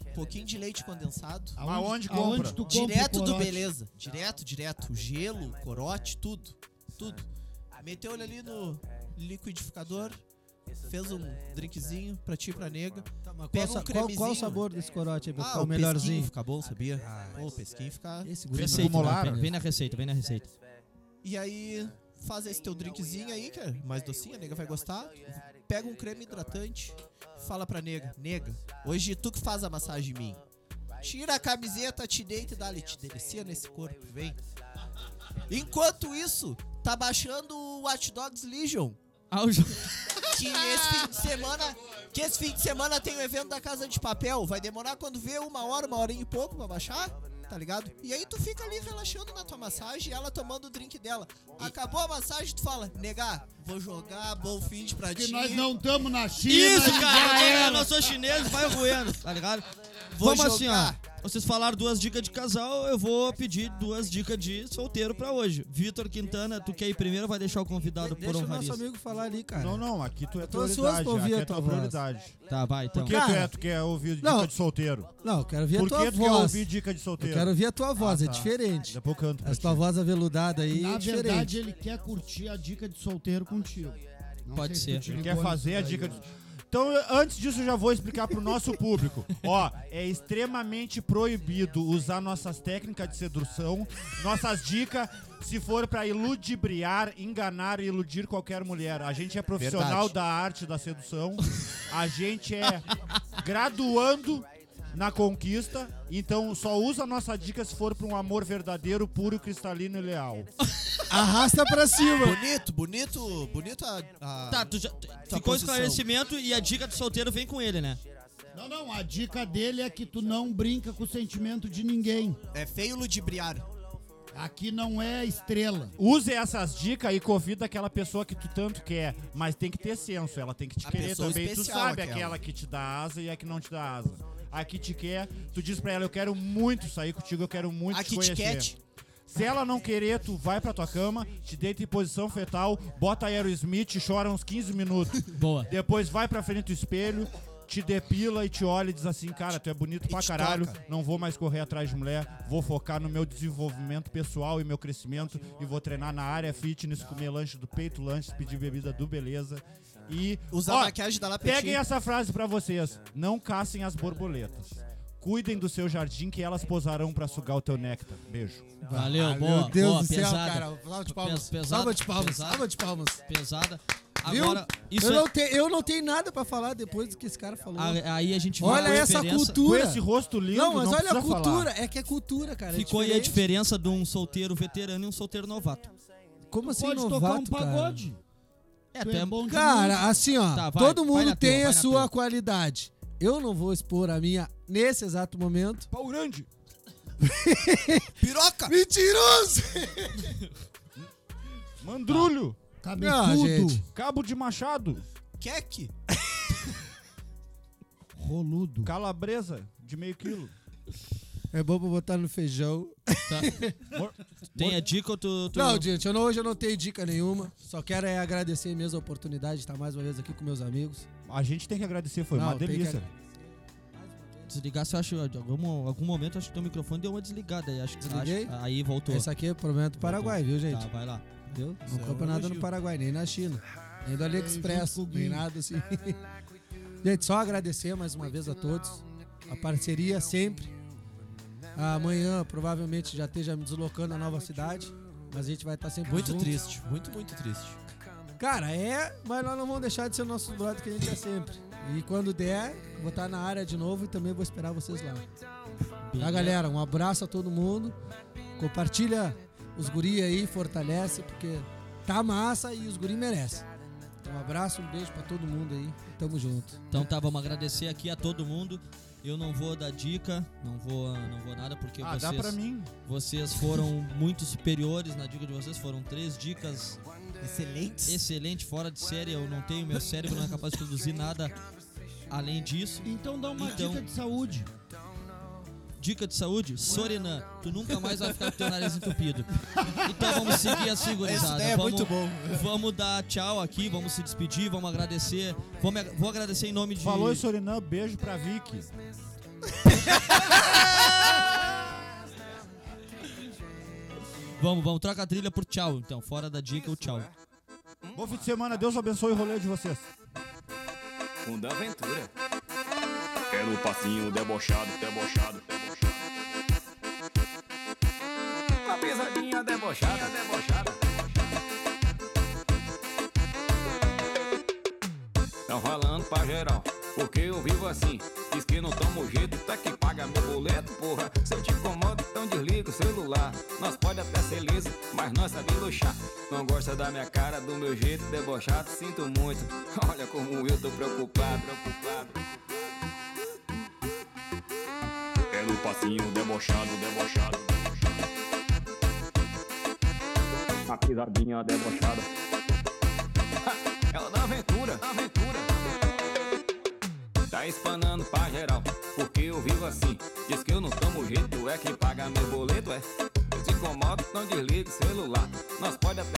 Speaker 4: um pouquinho de leite condensado.
Speaker 1: Mas onde compra?
Speaker 3: Aonde tu compra o
Speaker 4: Direto do
Speaker 3: corote?
Speaker 4: beleza. Direto, direto. Gelo, corote, tudo. Tudo. Meteu ele ali no liquidificador. Fez um drinkzinho pra ti e pra nega. Pega um
Speaker 5: Qual, qual, qual
Speaker 4: cremezinho.
Speaker 5: o sabor desse corote aí pra
Speaker 4: Ah,
Speaker 5: ficar
Speaker 4: o
Speaker 5: o
Speaker 4: melhorzinho.
Speaker 5: melhorzinho?
Speaker 4: Fica bom, sabia? Pô, o pesquinho fica.
Speaker 5: Esse guri
Speaker 2: Receita,
Speaker 1: Vamos
Speaker 2: né?
Speaker 1: lá.
Speaker 2: vem, vem na receita, vem na receita.
Speaker 4: E aí, faz esse teu drinkzinho aí, que é mais docinho, a nega vai gostar. Pega um creme hidratante, fala pra nega, nega, hoje tu que faz a massagem em mim. Tira a camiseta, te deita e dá-lhe, te delicia nesse corpo, vem. Enquanto isso, tá baixando o Watch Dogs Legion,
Speaker 2: Ah, o jo-
Speaker 4: que esse fim de semana, que esse fim de semana tem o evento da Casa de Papel, vai demorar quando vê uma hora, uma hora e pouco pra baixar, tá ligado? E aí tu fica ali relaxando na tua massagem e ela tomando o drink dela. Acabou a massagem, tu fala, negar, vou jogar, bom fim de pra
Speaker 3: Que
Speaker 4: ti.
Speaker 3: nós não estamos na China. né?
Speaker 2: Isso,
Speaker 3: e
Speaker 2: cara! é?
Speaker 3: já
Speaker 2: Eu
Speaker 3: era.
Speaker 2: não sou chinês, vai roendo, tá ligado? <laughs>
Speaker 4: Vou
Speaker 2: Vamos assim, ó.
Speaker 4: jogar.
Speaker 2: Vocês falaram duas dicas de casal, eu vou pedir duas dicas de solteiro pra hoje. Vitor Quintana, tu quer ir primeiro ou vai deixar o convidado por um
Speaker 5: Deixa o nosso
Speaker 2: honrarias?
Speaker 5: amigo falar ali, cara.
Speaker 1: Não, não, aqui tu é
Speaker 5: tô ansioso
Speaker 1: prioridade.
Speaker 5: pra ouvir
Speaker 1: Aqui é
Speaker 5: a tua
Speaker 1: tua
Speaker 5: voz.
Speaker 1: prioridade.
Speaker 2: Tá, vai então.
Speaker 1: Por que tu, é, tu quer ouvir dica
Speaker 5: Não.
Speaker 1: de solteiro?
Speaker 5: Não, eu quero ver
Speaker 1: Por
Speaker 5: a tua
Speaker 1: que tu quer
Speaker 5: voz.
Speaker 1: ouvir dica de
Speaker 5: Eu
Speaker 1: solteiro?
Speaker 5: quero ouvir a tua voz, é
Speaker 1: tá. Daqui
Speaker 5: diferente.
Speaker 1: a pouco eu canto pra
Speaker 5: A tua
Speaker 1: ti.
Speaker 5: voz aveludada aí
Speaker 3: Na
Speaker 5: é diferente.
Speaker 3: verdade, ele quer curtir a dica de solteiro contigo. Não
Speaker 2: Pode
Speaker 3: sei se
Speaker 2: ser.
Speaker 3: tu te
Speaker 1: Ele
Speaker 3: ligou
Speaker 1: quer fazer a
Speaker 3: nisso
Speaker 1: dica
Speaker 3: daí,
Speaker 1: de... Então, eu- antes disso, eu já vou explicar pro nosso <laughs> público. Ó, é extremamente proibido usar nossas técnicas de sedução, nossas dicas, se for pra iludibriar, enganar e iludir qualquer mulher. A gente é profissional
Speaker 4: Verdade.
Speaker 1: da arte da sedução, a gente é graduando na conquista, então só usa a nossa dica se for pra um amor verdadeiro, puro, cristalino e leal.
Speaker 5: Arrasta pra cima.
Speaker 4: Bonito, bonito, bonito a. a-
Speaker 2: Tá, tu já tu- ficou
Speaker 4: posição.
Speaker 2: esclarecimento e a dica do solteiro vem com ele, né?
Speaker 3: Não, não, a dica dele é que tu não brinca com o sentimento de ninguém.
Speaker 4: É feio ludibriar.
Speaker 3: Aqui não é estrela.
Speaker 1: Use essas dicas e convida aquela pessoa que tu tanto quer, mas tem que ter senso, ela tem que te
Speaker 4: A
Speaker 1: querer
Speaker 4: pessoa
Speaker 1: também. Tu
Speaker 4: especial
Speaker 1: sabe
Speaker 4: aquela.
Speaker 1: aquela. que te dá asa e a que não te dá asa. A que te quer, tu diz pra ela, eu quero muito sair contigo, eu quero muito
Speaker 4: A
Speaker 1: te
Speaker 4: Kit
Speaker 1: conhecer.
Speaker 5: é
Speaker 4: Kat.
Speaker 1: Se ela não querer, tu vai pra tua cama, te deita em posição fetal, bota Aerosmith e chora uns 15 minutos.
Speaker 2: Boa.
Speaker 1: Depois vai pra frente do espelho, te depila e te olha e diz assim, cara, tu é bonito pra
Speaker 10: te
Speaker 1: caralho,
Speaker 10: toca.
Speaker 1: não vou mais correr atrás de mulher, vou focar no meu desenvolvimento pessoal e meu crescimento e vou treinar na área fitness, comer lanche do peito, lanches, pedir bebida do beleza e...
Speaker 10: Usar
Speaker 1: Ó,
Speaker 10: maquiagem da La Petite.
Speaker 1: Peguem essa frase pra vocês. Não caçem as borboletas. Cuidem do seu jardim que elas posarão pra sugar o teu néctar. Beijo.
Speaker 2: Valeu,
Speaker 5: Ah,
Speaker 2: boa.
Speaker 5: Meu Deus
Speaker 2: boa,
Speaker 5: do céu,
Speaker 2: pesada.
Speaker 5: cara. Salva de palmas.
Speaker 2: Pes- pesada,
Speaker 5: Salva de palmas.
Speaker 2: pesada.
Speaker 5: Salva de palmas.
Speaker 2: Pesada.
Speaker 5: Viu?
Speaker 2: Agora, isso
Speaker 5: eu,
Speaker 2: é-
Speaker 5: não te- eu não tenho nada pra falar depois do que esse cara falou.
Speaker 2: a- aí a gente
Speaker 5: olha
Speaker 2: vê a
Speaker 5: essa
Speaker 2: diferença-
Speaker 1: Com
Speaker 5: cultura.
Speaker 1: esse rosto lindo,
Speaker 5: Não, mas olha a
Speaker 1: precisa falar.
Speaker 5: cultura. É que é cultura, cara. é
Speaker 2: Ficou aí a
Speaker 5: diferente.
Speaker 2: diferença de um solteiro veterano e um solteiro novato.
Speaker 5: Como assim,
Speaker 3: Pode
Speaker 5: novato,
Speaker 3: tocar um
Speaker 5: cara?
Speaker 3: pagode.
Speaker 2: É,
Speaker 3: Tu
Speaker 2: até
Speaker 3: é bom
Speaker 5: Cara, assim, ó.
Speaker 2: Tá, vai,
Speaker 5: todo
Speaker 2: vai na
Speaker 5: mundo
Speaker 2: tua,
Speaker 5: tem
Speaker 2: vai
Speaker 5: a
Speaker 2: na
Speaker 5: sua
Speaker 2: tua.
Speaker 5: qualidade. Eu não vou expor a minha nesse exato momento.
Speaker 1: Pau grande.
Speaker 10: Piroca!
Speaker 5: Mentiroso!
Speaker 1: Mandrulho.
Speaker 5: Não,
Speaker 3: Cabeçudo.
Speaker 5: gente.
Speaker 1: Cabo de machado.
Speaker 10: Kek!
Speaker 3: Roludo.
Speaker 1: Calabresa de meio quilo.
Speaker 5: É bom pra botar no feijão.
Speaker 2: Tem a dica ou tu. tu-
Speaker 5: Não, gente, eu não- hoje eu não tenho dica nenhuma. Só quero é agradecer mesmo a oportunidade de estar mais uma vez aqui com meus amigos.
Speaker 1: A gente tem que agradecer, foi
Speaker 5: Não,
Speaker 1: uma
Speaker 5: tem que
Speaker 1: delícia.
Speaker 2: Desligar, se eu acho. em Algum, algum momento, acho que teu microfone deu uma desligada aí. Acho que
Speaker 5: Desliguei?
Speaker 2: acho- Aí voltou.
Speaker 5: Esse aqui é problema do Paraguai, viu, gente?
Speaker 2: Tá, vai lá.
Speaker 5: Viu?
Speaker 10: Isso
Speaker 5: Não
Speaker 10: é um
Speaker 5: compra nada no
Speaker 10: elogio. É,
Speaker 5: Paraguai, nem na China, nem do AliExpress,
Speaker 3: junto com o
Speaker 5: nem
Speaker 3: Gui.
Speaker 10: <laughs>
Speaker 5: nada assim. Gente, só agradecer mais uma vez a todos, a parceria sempre. Amanhã provavelmente já esteja me deslocando à nova cidade, mas a gente vai estar sempre
Speaker 10: Muito
Speaker 5: junto.
Speaker 10: triste, muito, muito triste.
Speaker 5: Cara, é, mas nós não vamos deixar de ser nossos brothers que a gente é sempre. E quando der, vou estar na área de novo e também vou esperar vocês lá. Tá, galera? Um abraço a todo mundo. Compartilha os guri aí, fortalece, porque tá massa e os guri merecem. Então, Um abraço, um beijo pra todo mundo aí. Tamo junto.
Speaker 2: Então tá, vamos agradecer aqui a todo mundo. Eu não vou dar dica, não vou, não vou nada, porque
Speaker 1: Ah,
Speaker 2: vocês,
Speaker 1: dá pra mim.
Speaker 2: vocês foram muito superiores na dica de vocês. Foram três dicas
Speaker 10: Excelentes.
Speaker 2: excelentes, fora de série. Eu não tenho, meu cérebro não é capaz de produzir nada além disso.
Speaker 3: Então dá uma
Speaker 2: Então-
Speaker 3: dica de saúde.
Speaker 2: Dica de saúde, Sorinã, tu nunca mais vai ficar com teu nariz entupido. Então vamos seguir assim,
Speaker 10: Essa
Speaker 2: gurizada.
Speaker 10: ideia é
Speaker 2: vamos,
Speaker 10: muito bom.
Speaker 2: vamos dar tchau aqui, vamos se despedir, vamos agradecer. Vamos, ag- vou agradecer em nome de.
Speaker 1: Falou em Sorinã, beijo pra Vicky.
Speaker 2: Vamos, vamos, troca a trilha por tchau, então. Fora da dica, o tchau.
Speaker 1: Bom fim de semana, Deus abençoe o rolê de vocês.
Speaker 11: Mundo Aventura. Quero o passinho debochado, debochado, debochado. Uma pisadinha debochada, debochada. Tão falando pra geral, porque eu vivo assim. Diz que não tomo jeito, tá que paga meu boleto, porra. Se eu te incomodo, então desliga o celular. Nós pode até ser liso, mas nós sabemos chá. Não gosta da minha cara, do meu jeito debochado, sinto muito. Olha como eu tô preocupado, preocupado. Quero o passinho debochado, debochado. A pisadinha debochada. Ela da É aventura, da aventura. Tá espanando pra geral, porque eu vivo assim. Diz que eu não tomo jeito, é que paga meu boleto, é. Eu te incomodo, então desliga o celular.